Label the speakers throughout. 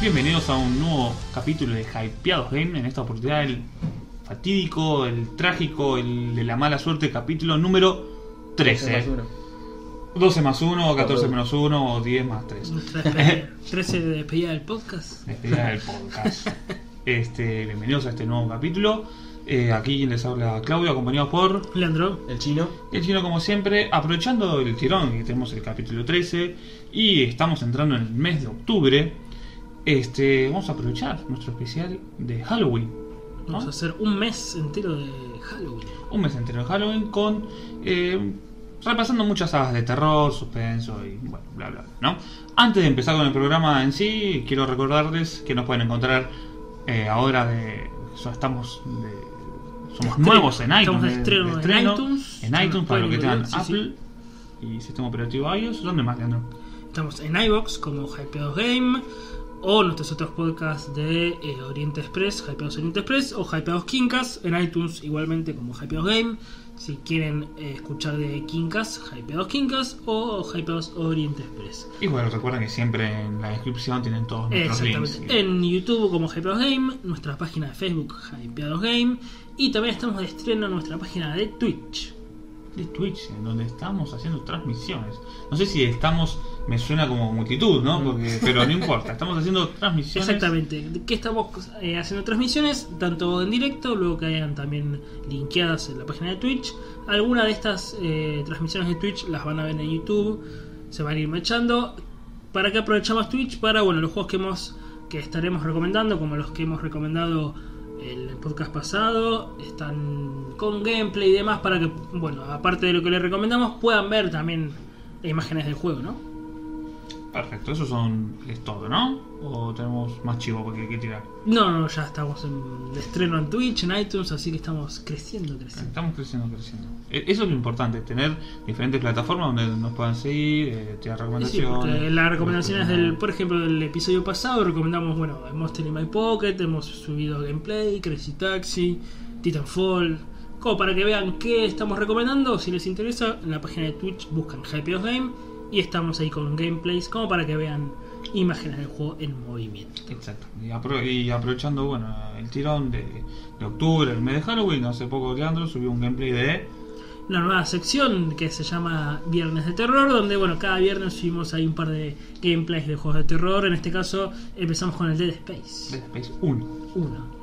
Speaker 1: Bienvenidos a un nuevo capítulo de Hypeados Game. En esta oportunidad, el fatídico, el trágico, el de la mala suerte, capítulo número 13.
Speaker 2: 12 más uno.
Speaker 1: 12 más 1, 14 menos 1 o 10 más 3.
Speaker 3: 13 de despedida del podcast.
Speaker 1: Despedida del podcast. Este, bienvenidos a este nuevo capítulo. Eh, aquí quien les habla Claudio, acompañado por
Speaker 3: Leandro,
Speaker 2: El chino.
Speaker 1: El chino, como siempre, aprovechando el tirón que tenemos el capítulo 13 y estamos entrando en el mes de octubre, este, vamos a aprovechar nuestro especial de Halloween. ¿no?
Speaker 3: vamos a hacer un mes entero de Halloween.
Speaker 1: Un mes entero de Halloween con. eh, repasando muchas sagas de terror, suspenso y bueno, bla bla, bla, ¿no? Antes de empezar con el programa en sí, quiero recordarles que nos pueden encontrar eh, ahora de. so- Estamos de. Somos
Speaker 3: Estreno.
Speaker 1: nuevos en iTunes.
Speaker 3: Estamos de estreno en iTunes.
Speaker 1: En iTunes, para lo que tengan
Speaker 3: Sí, sí.
Speaker 1: Apple y sistema operativo iOS. ¿Dónde más, Leandro?
Speaker 3: Estamos en iBox como Hypeados Game o nuestros otros podcasts de eh, Oriente Express, Hypeados Oriente Express o Hypeados Quincas en iTunes igualmente como Hypeados Game. Si quieren eh, escuchar de Quincas, Hypeados Quincas o Hypeados Oriente Express.
Speaker 1: Y bueno, recuerden que siempre en la descripción tienen todos nuestros links.
Speaker 3: Exactamente. En YouTube como Hypeados Game, nuestra página de Facebook Hypeados Game y también estamos de estreno en nuestra página de Twitch.
Speaker 1: de Twitch, en donde estamos haciendo transmisiones. No sé si estamos, me suena como multitud, ¿no? Porque, pero no importa, estamos haciendo transmisiones.
Speaker 3: Mm. Exactamente, ¿De qué estamos eh, haciendo transmisiones, tanto en directo, luego que hayan también linkeadas en la página de Twitch. Algunas de estas eh, transmisiones de Twitch las van a ver en YouTube, se van a ir mechando. ¿Para qué aprovechamos Twitch? Para bueno, los juegos que hemos que estaremos recomendando, como los que hemos recomendado en el podcast pasado, están con gameplay y demás para que, bueno, aparte de lo que les recomendamos, puedan ver también imágenes del juego, ¿no?
Speaker 1: Perfecto, eso son, es todo, ¿no? O tenemos más chivo porque hay que tirar.
Speaker 3: No, no, ya estamos en de estreno en Twitch, en iTunes, así que estamos creciendo, creciendo.
Speaker 1: Estamos creciendo, creciendo. E- Eso es lo importante, tener diferentes plataformas donde nos puedan seguir, eh, tirar
Speaker 3: Y Sí,
Speaker 1: recomendaciones.
Speaker 3: porque las recomendaciones del, por ejemplo, del episodio pasado recomendamos, bueno, Monster in My Pocket, hemos subido gameplay, Crazy Taxi, Titanfall, como para que vean qué estamos recomendando, si les interesa, en la página de Twitch buscan Happy of Game y estamos ahí con gameplays, como para que vean imágenes del juego en movimiento.
Speaker 1: Exacto. Y, apro- y aprovechando, bueno, el tirón de, de octubre, el mes de Halloween, hace poco Leandro subió un gameplay de
Speaker 3: una nueva sección que se llama Viernes de Terror, donde bueno, cada viernes subimos ahí un par de gameplays de juegos de terror. En este caso empezamos con el Dead
Speaker 1: Dead
Speaker 3: Space
Speaker 1: Space 1.
Speaker 3: 1.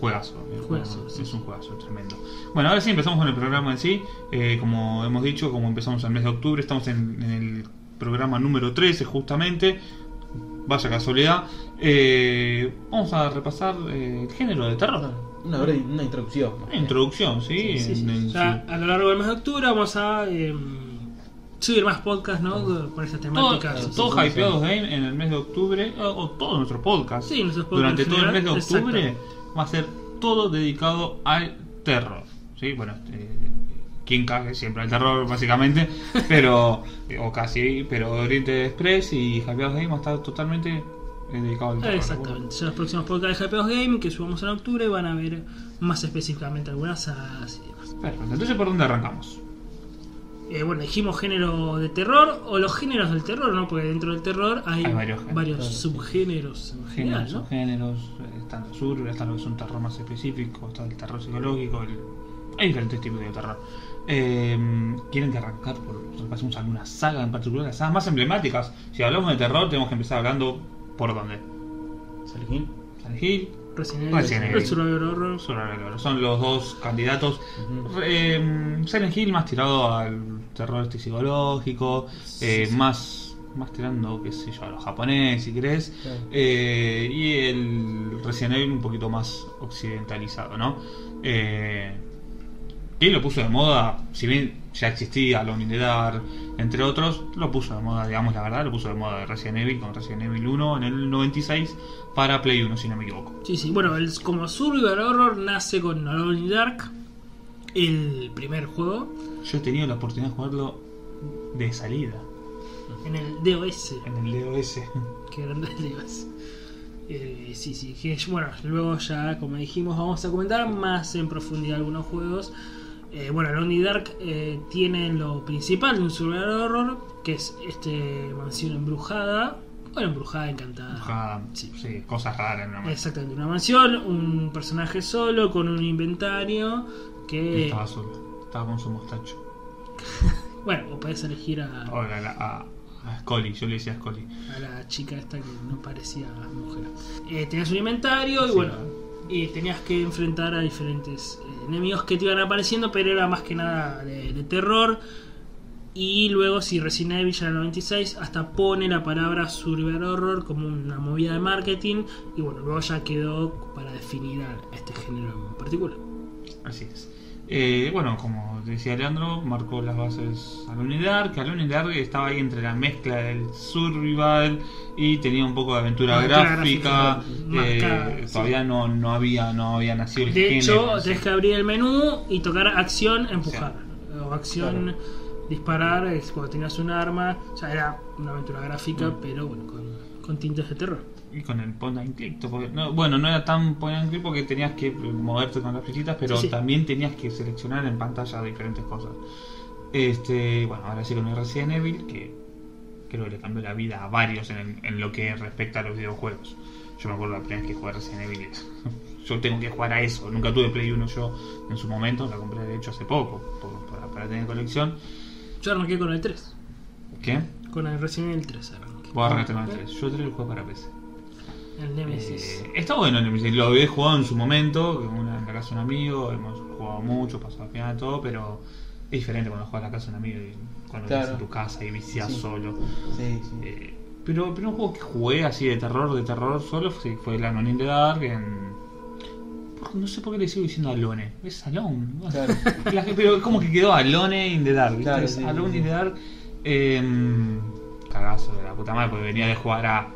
Speaker 1: Juegazo, el
Speaker 3: Juegazo,
Speaker 1: juego
Speaker 3: sí.
Speaker 1: es un juegazo tremendo. Bueno, ahora sí empezamos con el programa en sí. Eh, como hemos dicho, como empezamos el mes de octubre, estamos en, en el programa número 13 justamente. Vaya casualidad. Eh, vamos a repasar eh, el género de terror.
Speaker 2: Una, breve- una introducción.
Speaker 1: Una introducción, ¿sí?
Speaker 3: Sí, sí.
Speaker 1: En- en
Speaker 3: Ya
Speaker 1: su-
Speaker 3: a lo largo del mes de octubre vamos a eh, subir más podcasts ¿no? con
Speaker 1: Todo-
Speaker 3: estas temáticas.
Speaker 1: Todos
Speaker 2: todo- sí, sí.
Speaker 1: hypeados game en el mes de octubre, o, o todos nuestros podcasts.
Speaker 3: Sí, nuestros podcasts
Speaker 1: Durante
Speaker 3: en
Speaker 1: todo el mes de
Speaker 3: general,
Speaker 1: octubre va a ser todo dedicado al terror. Sí, bueno, eh, quien cague siempre al terror, básicamente, pero, eh, o casi, pero Oriente Express y hypeados game va a estar totalmente eh, dedicado al terror.
Speaker 3: Exactamente, ya los próximos podcasts de Hypeos Game que subamos en octubre van a ver más específicamente algunas sagas y demás.
Speaker 1: Perfecto, entonces, ¿por dónde arrancamos?
Speaker 3: Eh, bueno, dijimos género de terror o los géneros del terror, ¿no? Porque dentro del terror hay,
Speaker 1: Hay varios géneros.
Speaker 3: subgéneros en general,
Speaker 1: Géneros,
Speaker 3: ¿no?
Speaker 1: subgéneros, eh, están los sur, está lo que es un terror más específico, está el terror psicológico, el- hay diferentes tipos de terror. Eh, ¿Quieren que arrancar por repasemos alguna saga en particular, las sagas más emblemáticas? Si hablamos de terror, tenemos que empezar hablando por dónde.
Speaker 2: ¿Silent Hill?
Speaker 1: Silent Hill,
Speaker 3: Resident
Speaker 1: Resident
Speaker 3: Evil,
Speaker 1: Evil.
Speaker 3: el Survivor Horror.
Speaker 1: Survival Horror, son los dos candidatos.
Speaker 2: Ujú.
Speaker 1: Eh, Silent Hill más tirado al terror este psicológico, eh,
Speaker 3: Sí, sí.
Speaker 1: más más tirando, qué sé yo, a lo japonés, si querés.
Speaker 2: Claro.
Speaker 1: Eh, y el Resident Evil un poquito más occidentalizado, ¿no? Eh, y lo puso de moda, si bien ya existía Alone in the Dark, entre otros, lo puso de moda, digamos la verdad, lo puso de moda de Resident Evil con Resident Evil 1 en el 96 para Play 1, si no me equivoco.
Speaker 3: Sí, sí, bueno, el, como Survivor Horror nace con Alone in the Dark, el primer juego,
Speaker 1: Yo he tenido la oportunidad de jugarlo de salida
Speaker 3: en el DOS.
Speaker 1: en el DOS.
Speaker 3: Qué grande el DOS. Eh, sí, sí, que es- bueno, luego ya, como dijimos, vamos a comentar más en profundidad algunos juegos. Eh, bueno, Lonely Dark eh, tiene lo principal de un survival horror, que es este mansión embrujada, Una embrujada encantada.
Speaker 1: Ojalá,
Speaker 3: Ah, Sí.
Speaker 1: sí, cosas raras en una mansión.
Speaker 3: Exactamente, una mansión, un personaje solo con un inventario que...
Speaker 1: Estaba solo, estaba con su mostacho.
Speaker 3: Bueno, o podés elegir a,
Speaker 1: Ahora la- a, a Scully, yo le decía a Scully.
Speaker 3: a la chica esta que no parecía mujer. Eh, tenías un inventario y
Speaker 1: Sí,
Speaker 3: bueno,
Speaker 1: ¿no?
Speaker 3: y tenías que enfrentar a diferentes eh, enemigos que te iban apareciendo, pero era más que nada de, de terror. Y luego, si Resident Evil ya era 96, hasta pone la palabra survival horror como una movida de marketing. Y bueno, luego ya quedó para definir a este género en particular.
Speaker 1: Así es. Eh, bueno, como decía Leandro, marcó las bases a la unidad, que a la unidad estaba ahí entre la mezcla del survival y tenía un poco de aventura,
Speaker 3: Aventura
Speaker 1: gráfica.
Speaker 3: gráfica,
Speaker 1: eh,
Speaker 3: marcada, sí.
Speaker 1: todavía no, no había no había nacido el
Speaker 3: De hecho,
Speaker 1: género,
Speaker 3: tenés
Speaker 1: sí.
Speaker 3: que abrir el menú y tocar acción, empujar. O acción,
Speaker 2: Claro.
Speaker 3: disparar, es cuando tenías un arma. O sea, era una aventura gráfica,
Speaker 1: Mm.
Speaker 3: pero bueno, con, con tintes de terror.
Speaker 1: Y con el point and click. to- porque- no, bueno, no era tan point and click porque tenías que moverte con las flechitas, pero
Speaker 3: Sí, sí.
Speaker 1: también tenías que seleccionar en pantalla diferentes cosas. Este, bueno, ahora sí con el Resident Evil, que creo que le cambió la vida a varios en, en lo que respecta a los videojuegos. Yo me acuerdo la primera vez que jugué a Resident Evil. yo tengo que jugar a eso. Nunca tuve Play 1 yo en su momento, la compré de hecho hace poco por- para, para tener colección.
Speaker 3: Yo arranqué con el 3,
Speaker 1: ¿Qué?
Speaker 3: con el Resident Evil 3 arranqué.
Speaker 1: Voy a arrancar con el 3. Yo 3 lo jugué para PC.
Speaker 3: El Nemesis.
Speaker 1: Eh, está bueno el Nemesis, lo he jugado en su momento, que una, en la casa de un amigo, hemos jugado mucho, pasado al final todo, pero es diferente cuando juegas en la casa de un amigo y cuando
Speaker 2: Claro.
Speaker 1: estás en tu casa y viciás
Speaker 2: Sí.
Speaker 1: solo.
Speaker 2: Sí, sí.
Speaker 1: Eh, pero el primer juego que jugué así de terror, de terror solo, fue, fue el Alone in the Dark en... por- No sé por qué le sigo diciendo Alone, es Alone. ¿no?
Speaker 2: Claro.
Speaker 1: La gente- pero es como que quedó Alone in the Dark. ¿viste?
Speaker 2: Claro,
Speaker 1: Es
Speaker 2: sí,
Speaker 1: Alone
Speaker 2: sí.
Speaker 1: in the Dark. eh, cagazo de la puta madre, porque venía de jugar a,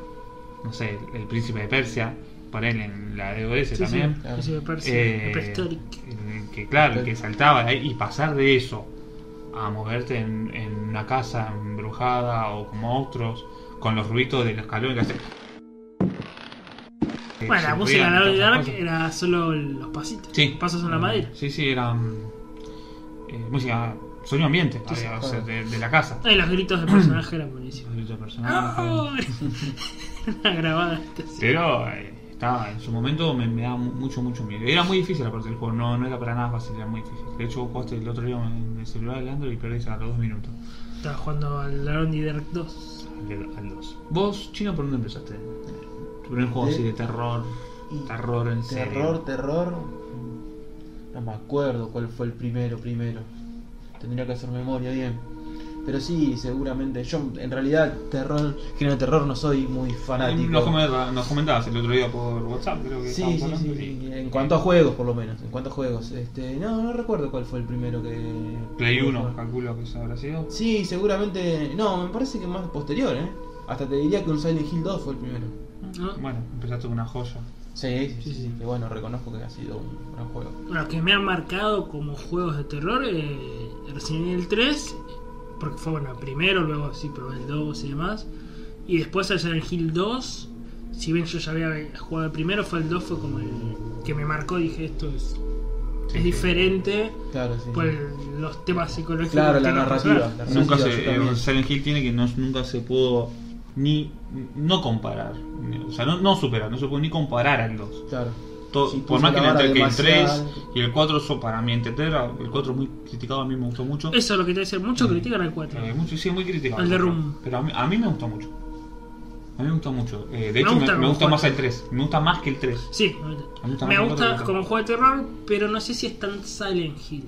Speaker 1: no sé, El Príncipe de Persia, por él en la DOS
Speaker 3: Sí, sí,
Speaker 1: también.
Speaker 2: claro.
Speaker 3: Príncipe de Persia,
Speaker 1: Eh,
Speaker 3: Prehistoric.
Speaker 1: en- que claro, que saltaba de ahí, y pasar de eso a moverte en, en una casa embrujada o con monstruos, con los ruidos de los escalones que hace-
Speaker 3: Bueno,
Speaker 1: que
Speaker 3: la
Speaker 1: se
Speaker 3: música de
Speaker 1: ruían,
Speaker 3: Alan
Speaker 1: todas esas
Speaker 3: Dark
Speaker 1: cosas.
Speaker 3: era solo los pasitos.
Speaker 1: Sí. Mm,
Speaker 3: Los pasos en la madera.
Speaker 1: Sí, sí, era mm, eh, música, sonido ambiente,
Speaker 3: Sí, sí,
Speaker 1: había, o
Speaker 2: claro.
Speaker 1: sea, de, de la casa.
Speaker 3: Y Eh, los gritos del personaje eran buenísimos.
Speaker 1: Gritos de personajes.
Speaker 3: ¡Ah! Una grabada esta, sí.
Speaker 1: Pero eh, estaba, en su momento me, me daba mu- mucho, mucho miedo. Era muy difícil aparte del juego, no, no era para nada fácil, era muy difícil. De hecho, vos jugaste el otro día en el celular de Android y perdiste a los dos minutos.
Speaker 3: Estaba jugando al Laron Dark 2.
Speaker 1: Al, al dos. Vos, Chino, ¿por dónde empezaste? Tu primer juego
Speaker 2: ¿Eh?
Speaker 1: así de terror,
Speaker 2: Y
Speaker 1: terror en
Speaker 2: Terror,
Speaker 1: serio.
Speaker 2: terror. No me acuerdo cuál fue el primero, primero. Tendría que hacer memoria bien. Pero sí, seguramente. Yo, en realidad, terror, género de terror no soy muy
Speaker 1: Eh,
Speaker 2: fanático.
Speaker 1: Nos, comenta- nos comentabas el otro día por WhatsApp, creo que
Speaker 2: Sí,
Speaker 1: estábamos
Speaker 2: sí,
Speaker 1: hablando,
Speaker 2: sí,
Speaker 1: y-
Speaker 2: sí. En cuanto a juegos, por lo menos. En cuanto a juegos. Este, no, no recuerdo cuál fue el primero que.
Speaker 1: Play
Speaker 2: que
Speaker 1: 1,
Speaker 2: jugué.
Speaker 1: calculo que eso habrá sido.
Speaker 2: Sí, seguramente. No, me parece que más posterior, ¿eh? Hasta te diría que un Silent Hill 2 fue el primero.
Speaker 3: ¿no?
Speaker 1: Bueno, empezaste con una joya.
Speaker 2: Sí, sí, sí.
Speaker 3: Sí, sí.
Speaker 2: Que bueno, reconozco que ha sido un gran juego.
Speaker 3: Los que me han marcado como juegos de terror, eh, Resident Evil 3, porque fue bueno, primero, luego sí probé el 2 y demás. Y después el Silent Hill 2, si bien yo ya había jugado el primero, fue el 2, fue como el que me marcó, dije esto es, es
Speaker 1: Sí, sí.
Speaker 3: diferente
Speaker 2: Claro, sí.
Speaker 3: por
Speaker 2: sí.
Speaker 3: el- los temas psicológicos.
Speaker 2: Claro,
Speaker 3: que
Speaker 2: la
Speaker 3: tiene el
Speaker 2: narrativa,
Speaker 3: personaje.
Speaker 2: la-
Speaker 1: Nunca
Speaker 2: Sí, sí,
Speaker 1: se,
Speaker 2: yo también.
Speaker 1: eh, Silent Hill tiene que no, nunca se pudo ni no comparar. ni- O sea, no, no superar, no se pudo ni comparar al 2.
Speaker 2: Claro.
Speaker 1: To-
Speaker 2: Sí,
Speaker 1: por
Speaker 2: puso
Speaker 1: más que
Speaker 2: la
Speaker 1: le
Speaker 2: vara
Speaker 1: entre que el
Speaker 2: demasiado
Speaker 1: 3 y el 4 son para mi entender, el 4 es muy criticado, a mí me gustó mucho.
Speaker 3: Eso es lo que te decía, muchos critican al 4.
Speaker 1: Eh, mucho, sí, muy criticado.
Speaker 3: El de
Speaker 1: cuatro.
Speaker 3: Room.
Speaker 1: Pero a mí, a mí me gustó mucho. A mí me gustó mucho. Eh, de hecho,
Speaker 3: gusta
Speaker 1: me, me
Speaker 3: como
Speaker 1: gusta
Speaker 3: juego.
Speaker 1: más el 3. Me gusta más que el 3.
Speaker 3: Sí,
Speaker 1: mí también
Speaker 3: me
Speaker 1: me
Speaker 3: gusta
Speaker 1: gusta.
Speaker 3: como juego de terror, pero no sé si es tan Silent Hill.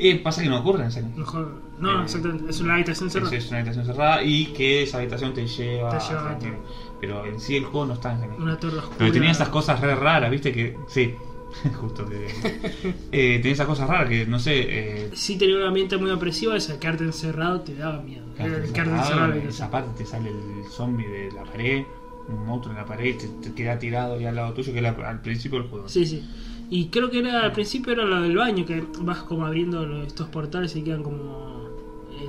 Speaker 1: Eh, pasa que no ocurre en Silent Hill.
Speaker 3: Mejor, no,
Speaker 1: Eh,
Speaker 3: exactamente, es una habitación cerrada.
Speaker 1: Es, es una habitación cerrada y que esa habitación te lleva.
Speaker 3: Te lleva
Speaker 1: a
Speaker 3: a-
Speaker 1: Silent Hill. Pero en sí el juego no está en Silent Hill.
Speaker 3: Una torre oscura.
Speaker 1: Pero tenía esas cosas re raras, viste que. Sí, justo te. eh, tenía esas cosas raras que no sé. Eh,
Speaker 3: Sí tenía un ambiente muy opresivo, ese quedarte encerrado te daba miedo. El quedarte encerrado.
Speaker 1: en
Speaker 3: era
Speaker 1: esa
Speaker 3: así.
Speaker 1: parte te sale el zombie de la pared, un monstruo en la pared, te, te queda tirado ahí al lado tuyo, que era al principio del juego.
Speaker 3: Sí, sí. Y creo que era al principio era lo del baño, que vas como abriendo lo- estos portales y quedan como...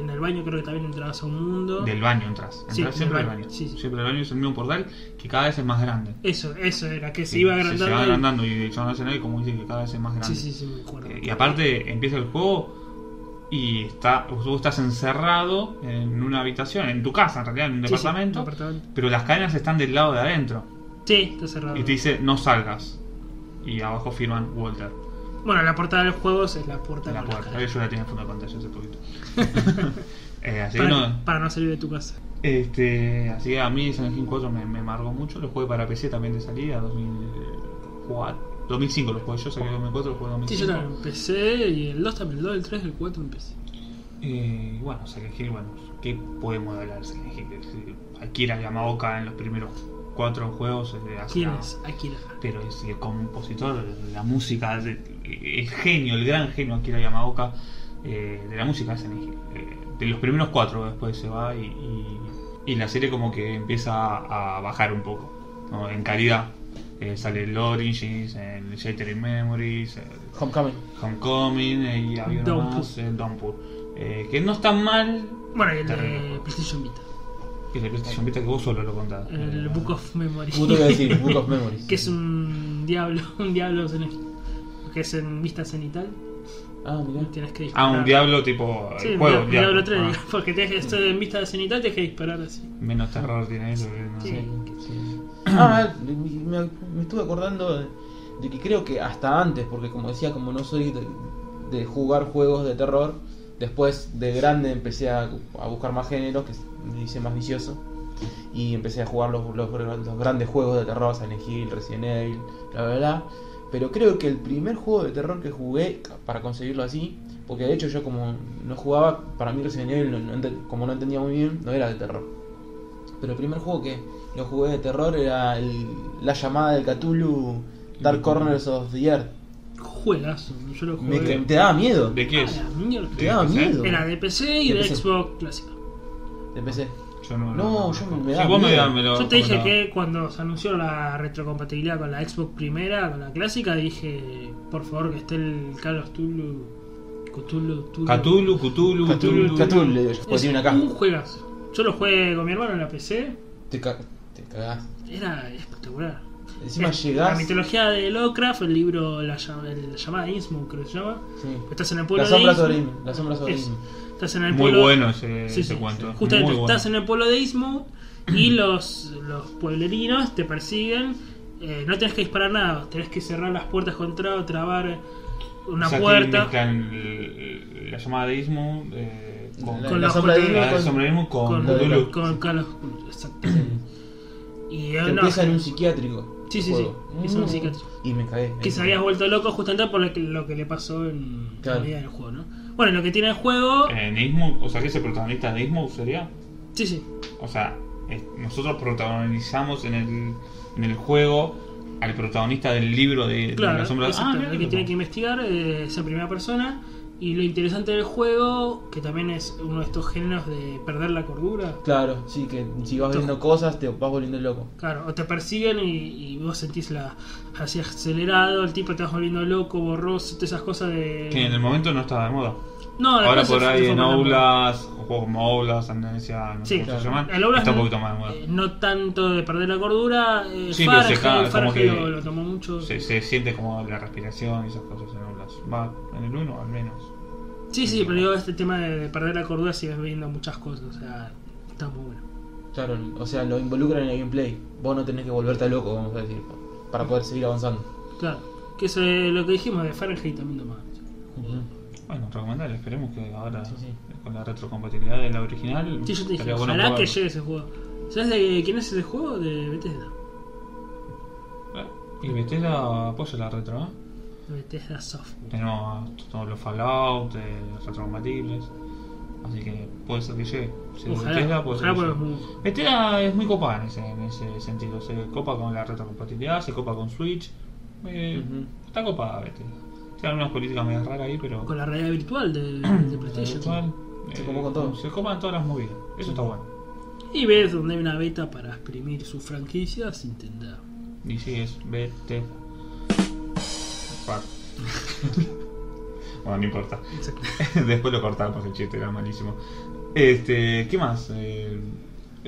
Speaker 3: En el baño creo que también entrabas a un mundo.
Speaker 1: Del baño entras.
Speaker 3: Sí,
Speaker 1: entras siempre
Speaker 3: del
Speaker 1: al
Speaker 3: baño,
Speaker 1: baño.
Speaker 3: sí, sí.
Speaker 1: Siempre al baño es el mismo portal que cada vez es más grande.
Speaker 3: Eso, eso era, que se iba agrandando.
Speaker 1: Se, va
Speaker 3: y-
Speaker 1: agrandando Eh, y el chabón nacional, como dice, que cada vez es más grande.
Speaker 3: Sí, sí, sí, me acuerdo.
Speaker 1: Eh, Y aparte empieza el juego y está, tú estás encerrado en una habitación, en tu casa en realidad, en un
Speaker 3: Sí, sí,
Speaker 1: departamento,
Speaker 3: un departamento.
Speaker 1: pero las cadenas están del lado de adentro
Speaker 3: Sí, está cerrado.
Speaker 1: y te dice no salgas. Y abajo firman Walter.
Speaker 3: Bueno, la portada de los juegos es la puerta
Speaker 1: La
Speaker 3: con las
Speaker 1: puerta.
Speaker 3: caras.
Speaker 1: Yo la tenía en fondo de pantalla hace poquito. Eh, así que
Speaker 3: para,
Speaker 1: no-
Speaker 3: para no salir de tu casa.
Speaker 1: Este, así que a mí Silent Hill 4 me, me marcó mucho. Lo jugué para PC también de salida, 2004. 2005 lo jugué yo, saqué 2004, lo jugué
Speaker 3: Sí,
Speaker 1: 2005.
Speaker 3: yo también empecé y el 2 también, el 2, el 3, el 4 empecé.
Speaker 1: Eh, y bueno, Silent Hill, bueno, ¿qué podemos hablar de Silent Hill? Es decir, Akira Yamaoka en los primeros cuatro juegos. eh, hace
Speaker 3: ¿Quién
Speaker 1: una-
Speaker 3: es? Akira.
Speaker 1: Pero es el compositor de la música, de- el genio, el gran genio Akira Yamaoka eh, de la música de Silent Hill. Eh, de los primeros cuatro después se va y, y- y la serie como que empieza a bajar un poco ¿no? en calidad. Eh, sale el Origins, el Shattered Memories, el
Speaker 2: Homecoming.
Speaker 1: Homecoming eh, y había uno
Speaker 3: Downpour.
Speaker 1: más, el Downpour. Eh, que no está mal,
Speaker 3: Bueno, y el de
Speaker 1: Terrible.
Speaker 3: PlayStation Vita.
Speaker 1: que el PlayStation Vita que vos solo lo Eh, contaste.
Speaker 3: El Book of Memory.
Speaker 2: Puto iba a decir, Book of Memories.
Speaker 3: que es un diablo, un diablo zen- que es en vista cenital.
Speaker 2: Ah, mirá.
Speaker 3: Tienes que disparar.
Speaker 1: Ah, un diablo tipo el
Speaker 3: Sí, un
Speaker 1: juego.
Speaker 3: diablo, diablo
Speaker 1: diablo.
Speaker 3: 3,
Speaker 1: Ah,
Speaker 3: digamos, porque tienes que estar en vista cenital, tienes que disparar así.
Speaker 1: menos terror tiene eso. que no
Speaker 3: Sí.
Speaker 1: sé.
Speaker 2: Sí. Ah, me, me- me estuve acordando de, de que creo que hasta antes, porque como decía, como no soy de, de jugar juegos de terror, después de grande empecé a, a buscar más géneros, que me hice más vicioso, y empecé a jugar los, los, los grandes juegos de terror, Silent Hill, Resident Evil, bla bla bla. Pero creo que el primer juego de terror que jugué, para conseguirlo así, porque de hecho yo como no jugaba, para mí Resident Evil, no- no ente- como no entendía muy bien, no era de terror. Pero el primer juego que lo jugué de terror era el- la llamada del Cthulhu Dark Corners of the Earth.
Speaker 3: Juegazo, yo lo
Speaker 2: Me,
Speaker 3: jugué.
Speaker 2: que- te daba miedo.
Speaker 1: ¿De qué
Speaker 3: Ah,
Speaker 1: es?
Speaker 3: la mierda.
Speaker 2: Te
Speaker 1: ¿De
Speaker 2: daba
Speaker 1: PC?
Speaker 2: miedo.
Speaker 3: Era de PC y de,
Speaker 2: De PC.
Speaker 3: Xbox clásica.
Speaker 2: De PC.
Speaker 1: Yo no,
Speaker 2: No, yo me- me
Speaker 1: Si
Speaker 2: da
Speaker 1: vos me,
Speaker 2: miedo.
Speaker 1: da- me lo
Speaker 3: Yo te dije
Speaker 1: comentabas.
Speaker 3: que cuando se anunció la retrocompatibilidad con la Xbox primera, con la clásica, dije, por favor que esté el Carlos Tulu. Cthulhu, Tulu.
Speaker 1: Cthulhu, Cthulhu,
Speaker 2: Cthulhu,
Speaker 1: Cthulhu.
Speaker 2: Cthulhu, le digo yo, porque
Speaker 3: Es
Speaker 2: tiene una
Speaker 3: un
Speaker 2: caja.
Speaker 3: juegazo. Yo lo jugué con mi hermano en la PC,
Speaker 2: Te, ca- te cagás.
Speaker 3: era espectacular.
Speaker 2: Encima
Speaker 3: Es- La
Speaker 2: llegás.
Speaker 3: mitología de Lovecraft, el libro, la, llam- el- la llamada de Innsmouth, creo que se llama.
Speaker 2: Sí.
Speaker 3: Estás en el pueblo
Speaker 2: La sombra
Speaker 3: de
Speaker 2: sobre
Speaker 3: Innsmouth.
Speaker 2: Im, La sombra sobre
Speaker 3: Es-
Speaker 2: Im.
Speaker 3: Estás en el
Speaker 1: Muy
Speaker 3: pueblo.
Speaker 1: bueno ese,
Speaker 3: Sí,
Speaker 1: ese
Speaker 3: sí.
Speaker 1: cuento.
Speaker 3: Justamente
Speaker 1: Muy bueno.
Speaker 3: estás en el pueblo de Innsmouth y los, los pueblerinos te persiguen. Eh, no tenés que disparar nada, tenés que cerrar las puertas contra o trabar una
Speaker 1: O sea, que
Speaker 3: puerta.
Speaker 1: mezclan el- la llamada de Ismo eh, con,
Speaker 2: La,
Speaker 3: con
Speaker 1: con
Speaker 2: la
Speaker 3: la
Speaker 2: sombra de
Speaker 3: jugué-
Speaker 2: Im.
Speaker 1: la de
Speaker 2: con-
Speaker 1: sombrerismo con,
Speaker 2: con-
Speaker 1: Cthulhu.
Speaker 3: con Carlos Cthulhu, exacto. Y eh,
Speaker 2: que
Speaker 3: no,
Speaker 2: empieza en un psiquiátrico.
Speaker 3: Sí,
Speaker 2: el
Speaker 3: sí,
Speaker 2: juego.
Speaker 3: sí, es un
Speaker 2: Mm.
Speaker 3: psiquiátrico.
Speaker 2: Y me cagué.
Speaker 3: que se había vuelto loco justamente por lo que, lo que le pasó en la
Speaker 2: Claro.
Speaker 3: vida del juego, ¿no? Bueno, lo que tiene el juego.
Speaker 1: En Ismo, o sea, que ese protagonista de Ismo sería.
Speaker 3: Sí, sí.
Speaker 1: O sea, es- nosotros protagonizamos en el, en el juego al protagonista del libro de, de
Speaker 3: Claro,
Speaker 1: la sombra de
Speaker 3: exacto,
Speaker 1: mira,
Speaker 3: el que tiene que investigar eh, es en primera persona. Y lo interesante del juego, que también es uno de estos géneros de perder la cordura.
Speaker 2: Claro, sí, que si vas viendo cosas te vas volviendo loco.
Speaker 3: Claro, o te persiguen y, y vos sentís la así acelerado, el tipo te vas volviendo loco, borroso, todas esas cosas de.
Speaker 1: Que en el momento no estaba de moda.
Speaker 3: No,
Speaker 1: Ahora
Speaker 3: después
Speaker 1: por
Speaker 3: se- se
Speaker 1: ahí
Speaker 3: fue
Speaker 1: en
Speaker 3: mandando.
Speaker 1: Aulas, juegos como Aulas, Amnesia, no
Speaker 3: Sí,
Speaker 1: sé cómo se
Speaker 2: claro.
Speaker 1: llaman,
Speaker 3: El Outlast
Speaker 1: está un
Speaker 3: no-
Speaker 1: poquito más de moda.
Speaker 3: eh, no tanto de perder la cordura. Eh,
Speaker 1: Sí, pero se
Speaker 3: Fahrenheit,
Speaker 1: ca- como
Speaker 3: Fahrenheit
Speaker 1: que-
Speaker 3: lo, lo tomó mucho.
Speaker 1: Se, se siente como la respiración y esas cosas en Aulas. Va, en el 1 al menos.
Speaker 3: Sí, sí, pero digo, este tema de, de perder la cordura sigues viendo muchas cosas, o sea, está muy bueno.
Speaker 2: Claro, o sea, lo involucran en el gameplay. Vos no tenés que volverte loco, vamos a decir, para poder seguir avanzando.
Speaker 3: Claro, que es eh, lo que dijimos de Fahrenheit también nomás.
Speaker 1: Bueno, recomendable, esperemos que ahora
Speaker 2: Sí, sí.
Speaker 1: con la retrocompatibilidad de la original.
Speaker 3: Sí, yo te dije,
Speaker 1: estaría bueno
Speaker 3: ojalá que
Speaker 1: probarlo.
Speaker 3: llegue ese juego. ¿Sabes de quién es ese juego? De Bethesda.
Speaker 1: Eh, Y Bethesda apoya la retro, ¿eh?
Speaker 3: Bethesda Software.
Speaker 1: Tenemos todos los Fallout, eh, retrocompatibles. Así que puede ser que llegue. Si
Speaker 3: ojalá,
Speaker 1: Bethesda, puede ser
Speaker 3: ojalá
Speaker 1: que
Speaker 3: porque es
Speaker 1: llegue.
Speaker 3: muy-
Speaker 1: Bethesda es muy copada en ese, en ese sentido. Se copa con la retrocompatibilidad, se copa con Switch. Eh,
Speaker 2: Ujú.
Speaker 1: Está copada Bethesda. Tiene algunas políticas medio raras ahí, pero.
Speaker 3: Con la realidad virtual de, de PlayStation.
Speaker 1: virtual,
Speaker 2: Se
Speaker 1: eh,
Speaker 2: copó con todo.
Speaker 1: Se copan todas las movidas. Eso está bueno.
Speaker 3: Y ves donde hay una beta para exprimir sus franquicias, intenta.
Speaker 1: Y sí, es Bethesda. Par. bueno, no importa.
Speaker 3: Exacto.
Speaker 1: Después lo cortamos, el chiste era malísimo. Este, ¿qué más? Eh,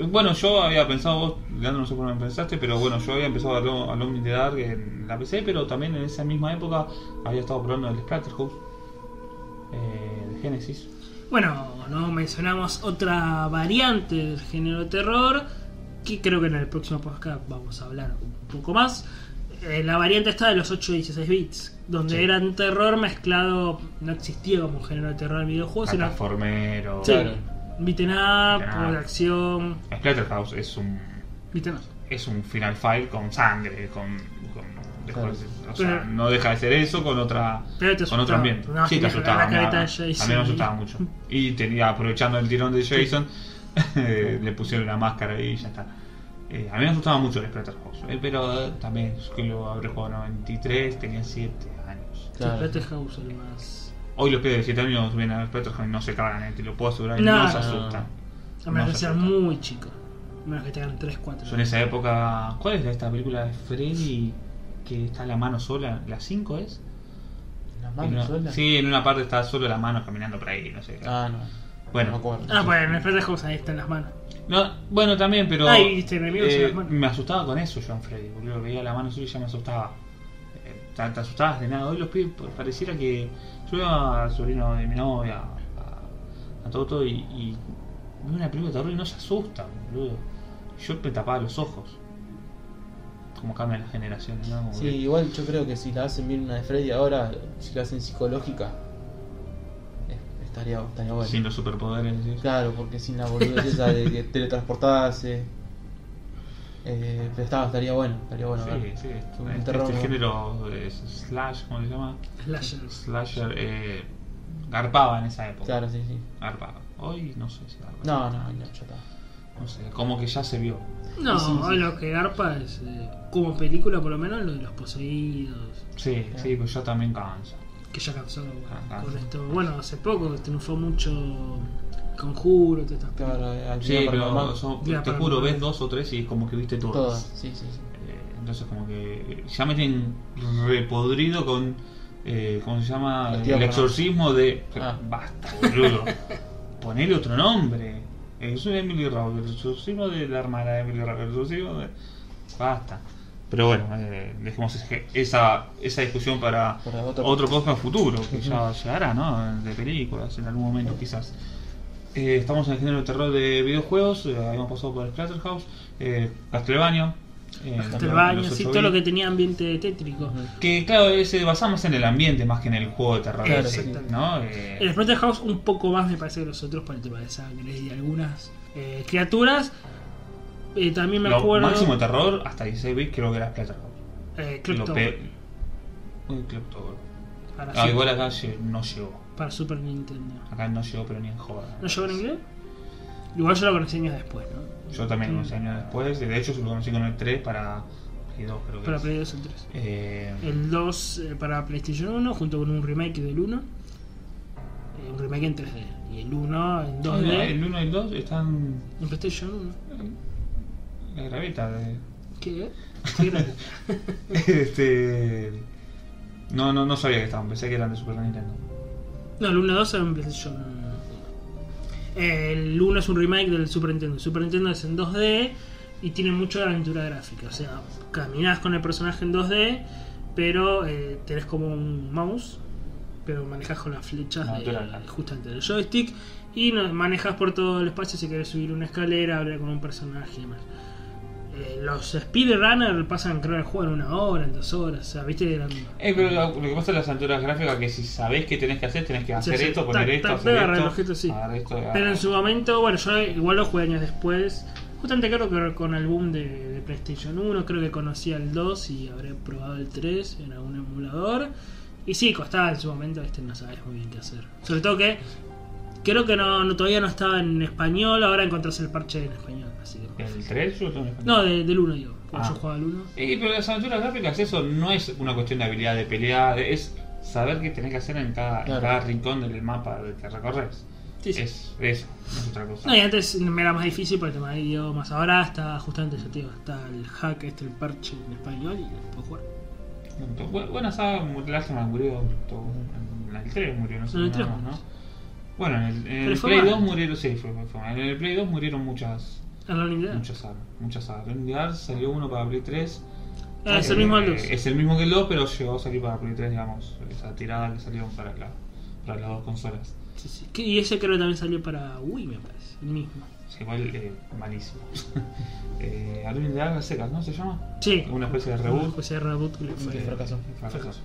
Speaker 1: bueno, yo había pensado, vos, Leandro, no sé por qué me pensaste, pero bueno, yo había empezado a lo- a Alone in the Dark en la PC, pero también en esa misma época había estado probando el Splatterhouse. Eh, Génesis.
Speaker 3: Bueno, no mencionamos otra variante del género terror, que creo que en el próximo podcast vamos a hablar un poco más. Eh, la variante está de los 8 y 16 bits, donde
Speaker 2: Sí.
Speaker 3: era un terror mezclado, no existía como género de terror en videojuegos, era
Speaker 1: Plataformero.
Speaker 3: sí,
Speaker 2: Claro.
Speaker 3: beaten up,
Speaker 2: em
Speaker 1: Beaten up.
Speaker 3: juego de acción,
Speaker 1: Splatterhouse es un
Speaker 3: beaten up.
Speaker 1: es un Final Fight con sangre, con, con
Speaker 2: Claro.
Speaker 1: o sea,
Speaker 3: Pero-
Speaker 1: no deja de ser eso con otra
Speaker 3: Pero te
Speaker 1: con otro
Speaker 3: asustaba.
Speaker 1: ambiente.
Speaker 3: No,
Speaker 1: sí, te
Speaker 3: la-
Speaker 1: asustaba.
Speaker 3: la careta
Speaker 1: nada.
Speaker 3: de Jason.
Speaker 1: A mí me asustaba mucho. Y tenía aprovechando el tirón de Jason, eh, le pusieron la máscara y ya está. Eh, a mí me asustaba mucho el Splatterhouse, eh, pero eh, también yo que lo habré jugado en 93, tenía 7 años.
Speaker 3: Sí,
Speaker 2: Claro.
Speaker 3: Plate House el más.
Speaker 1: Hoy los pibes de 7 años ven a Splatterhouse y no se cagan, eh, te lo puedo asegurar, y
Speaker 3: No,
Speaker 1: no, se
Speaker 3: no, no.
Speaker 1: asustan.
Speaker 3: A menos
Speaker 1: No
Speaker 3: que
Speaker 1: se
Speaker 3: sean
Speaker 1: asusta.
Speaker 3: muy chicos. A menos que tengan 3, 4.
Speaker 1: Yo en esa época. ¿Cuál es esta película de Freddy que está la mano sola? ¿La 5 es?
Speaker 2: ¿La
Speaker 1: En
Speaker 2: mano
Speaker 1: una-
Speaker 2: sola?
Speaker 1: Sí, en una parte está solo la mano caminando por ahí, no sé.
Speaker 2: Ah, no.
Speaker 1: Bueno.
Speaker 2: No me acuerdo.
Speaker 3: Ah, bueno, el Plate House ahí está en las manos.
Speaker 1: No, bueno, también, pero. eh,
Speaker 3: Ah, y viste, enemigos en las manos.
Speaker 1: me asustaba con eso, John Freddy, boludo. Veía la mano suya y ya me asustaba. Eh, Te, te asustabas de nada. Hoy los pibes pues, pareciera que. Yo iba al sobrino de mi novia, a, a Toto, y, y veo una película de terror y no se asusta, boludo. Yo me tapaba los ojos. Como cambian las generaciones, ¿no? Como
Speaker 2: Sí,
Speaker 1: que-
Speaker 2: igual yo creo que si la hacen bien una de Freddy ahora, si la hacen psicológica, eh, estaría, estaría bueno.
Speaker 1: Sin los superpoderes. ¿sí?
Speaker 2: Claro, porque sin la boludez esa de que teletransportarse. Eh, pero estaba, estaría bueno, estaría bueno.
Speaker 1: sí,
Speaker 2: ver.
Speaker 1: sí.
Speaker 2: Un
Speaker 1: Este,
Speaker 2: terror,
Speaker 1: este
Speaker 2: ¿no?
Speaker 1: género eh, slash, ¿cómo se llama?
Speaker 3: Slashers.
Speaker 1: Slasher eh, garpaba en esa época.
Speaker 2: Claro, sí, sí.
Speaker 1: Garpaba. Hoy no sé si garpa.
Speaker 2: No, no, no, ya está.
Speaker 1: No sé, como que ya se vio.
Speaker 3: No,
Speaker 2: Sí, sí, sí.
Speaker 3: lo que garpa es, eh, como película por lo menos, lo de los poseídos,
Speaker 1: Sí,
Speaker 2: Ah.
Speaker 1: sí, pues ya también cansa.
Speaker 3: que ya cansó bueno,
Speaker 1: Ajá.
Speaker 3: con esto. Bueno, hace poco triunfó mucho Conjuro, todas estas películas.
Speaker 2: Claro, eh,
Speaker 1: Sí,
Speaker 2: actividad
Speaker 1: pero
Speaker 2: paranormal.
Speaker 1: son-
Speaker 3: Día
Speaker 1: te
Speaker 3: paranormal.
Speaker 1: juro, ves dos o tres y es como que viste todas.
Speaker 2: Todas, sí, sí, sí.
Speaker 1: Eh, entonces como que eh, ya me tienen repodrido con, eh, ¿cómo se llama?
Speaker 2: El
Speaker 1: El,
Speaker 2: tío Bernardo.
Speaker 1: exorcismo de...
Speaker 2: Ah.
Speaker 1: Basta, boludo. Ponele otro nombre. Es un Emily Rose, el exorcismo de la hermana de Emily Rose, el exorcismo de... Basta. Pero bueno, eh, dejemos ese- esa, esa discusión para
Speaker 2: Para
Speaker 1: otro,
Speaker 2: otro-
Speaker 1: podcast futuro, que ya llegará, ¿no? De películas, en algún momento quizás. Eh, estamos en el género de terror de videojuegos, eh, habíamos pasado por Splatterhouse, eh, Castlevania. eh,
Speaker 3: Este
Speaker 1: los
Speaker 3: baño,
Speaker 1: ocho
Speaker 3: sí,
Speaker 1: bits.
Speaker 3: todo lo que tenía ambiente tétrico.
Speaker 1: Que claro, eh, se basa más en el ambiente más que en el juego de terror.
Speaker 2: Claro,
Speaker 1: en sí,
Speaker 3: exactamente.
Speaker 1: ¿no? Eh,
Speaker 3: El Splatterhouse House un poco más me parece que los otros para el tema de sangre y algunas eh, criaturas. Eh, también me
Speaker 1: lo
Speaker 3: acuerdo...
Speaker 1: máximo de terror hasta 16 bits creo que era Splatterhouse.
Speaker 3: eh,
Speaker 1: Lo
Speaker 3: Crypto,
Speaker 1: pe- Uy, Cleptover.
Speaker 3: para,
Speaker 1: Ah,
Speaker 3: Super-
Speaker 1: igual acá lle- no llegó.
Speaker 3: para Super Nintendo.
Speaker 1: Acá no llegó, pero ni en joda.
Speaker 3: ¿No llegó en inglés? Igual yo lo conocí años después, ¿no?
Speaker 1: Yo también unos años después. De hecho, lo conocí con el 3 para Play 2, creo que.
Speaker 3: Para
Speaker 1: es.
Speaker 3: Play 2 o 3.
Speaker 1: Eh,
Speaker 3: El 2 eh, para PlayStation 1 junto con un remake del 1. Eh, un remake en 3D. Y el eh? 1 en 2D
Speaker 1: El 1 y el 2 están
Speaker 3: en PlayStation 1.
Speaker 1: La graveta de...
Speaker 3: ¿Qué? Qué grande.
Speaker 1: este... No, no, no sabía que estaban, pensé que eran de Super Nintendo.
Speaker 3: no, el 1 y 2 en PlayStation 1. El 1 es un remake del Super Nintendo. El Super Nintendo es en 2D y tiene mucho de aventura gráfica. O sea, caminás con el personaje en 2D, pero eh, tenés como un mouse, pero manejás con las flechas de-
Speaker 1: Aventura gráfica.
Speaker 3: justamente del joystick y no- manejas por todo el espacio si querés subir una escalera, hablar con un personaje y demás. Eh, los speedrunners pasan creo el juego en una hora, en dos horas, o sea, viste, eran...
Speaker 1: Eh, pero lo lo que pasa en las aventuras gráficas que si sabés qué tenés que hacer, tenés que hacer
Speaker 3: sí,
Speaker 1: esto,
Speaker 3: tac,
Speaker 1: poner esto,
Speaker 3: tac,
Speaker 1: hacer
Speaker 3: agarra
Speaker 1: esto,
Speaker 3: el objeto, sí.
Speaker 1: agarrar esto, agarrar-
Speaker 3: Pero en su momento, bueno, yo igual lo jugué años después. Justamente creo que con el boom de, de PlayStation 1, creo que conocía el 2 y habré probado el 3 en algún emulador. Y sí, costaba en su momento, este no sabes muy bien qué hacer. Sobre todo que creo que no, no- todavía no estaba en español, ahora encontrás el parche en español. Así que...
Speaker 1: ¿El 3 yo lo tengo en español.
Speaker 3: No, de- del 1 digo, porque
Speaker 1: Ah.
Speaker 3: yo jugaba al 1.
Speaker 1: Eh, pero las aventuras gráficas eso no es una cuestión de habilidad de pelea, de- es saber qué tenés que hacer en cada, en
Speaker 2: Claro.
Speaker 1: cada rincón del mapa del que recorres.
Speaker 3: Sí, sí.
Speaker 1: Es eso, no es otra cosa.
Speaker 3: No, y antes me era más difícil por el tema de idiomas. Ahora está justamente, ya te digo, está el hack, este el parche en español y puedo jugar.
Speaker 1: Bu- Buena saga, mu- lástima que murió to- en el 3 murió, no sé,
Speaker 3: En el
Speaker 1: nada
Speaker 3: tres
Speaker 1: más,
Speaker 3: murió.
Speaker 1: ¿no? Bueno, en el, en el
Speaker 3: Pero fue
Speaker 1: Play
Speaker 3: mal.
Speaker 1: 2 murieron, sí, fue, fue- fue mal. En el Play 2 murieron muchas,
Speaker 3: A la unidad.
Speaker 1: muchas sagas, muchas sagas. Ring the Earth salió uno para Play 3.
Speaker 3: Ah, es el
Speaker 1: Eh,
Speaker 3: mismo al 2.
Speaker 1: Es el mismo que el 2, pero llegó a salir para Play 3, digamos, esa tirada que salieron para la, para las dos consolas.
Speaker 3: sí, sí. Que- Y ese creo que también salió para Wii, me parece. El mismo.
Speaker 1: Sí, igual eh, malísimo. eh, Alvin de Algas Secas, ¿no se llama?
Speaker 3: Sí.
Speaker 1: Una especie de
Speaker 3: Una
Speaker 1: reboot. Eh,
Speaker 3: especie de reboot que le fue-
Speaker 2: Que fracasó.
Speaker 1: Fracaso.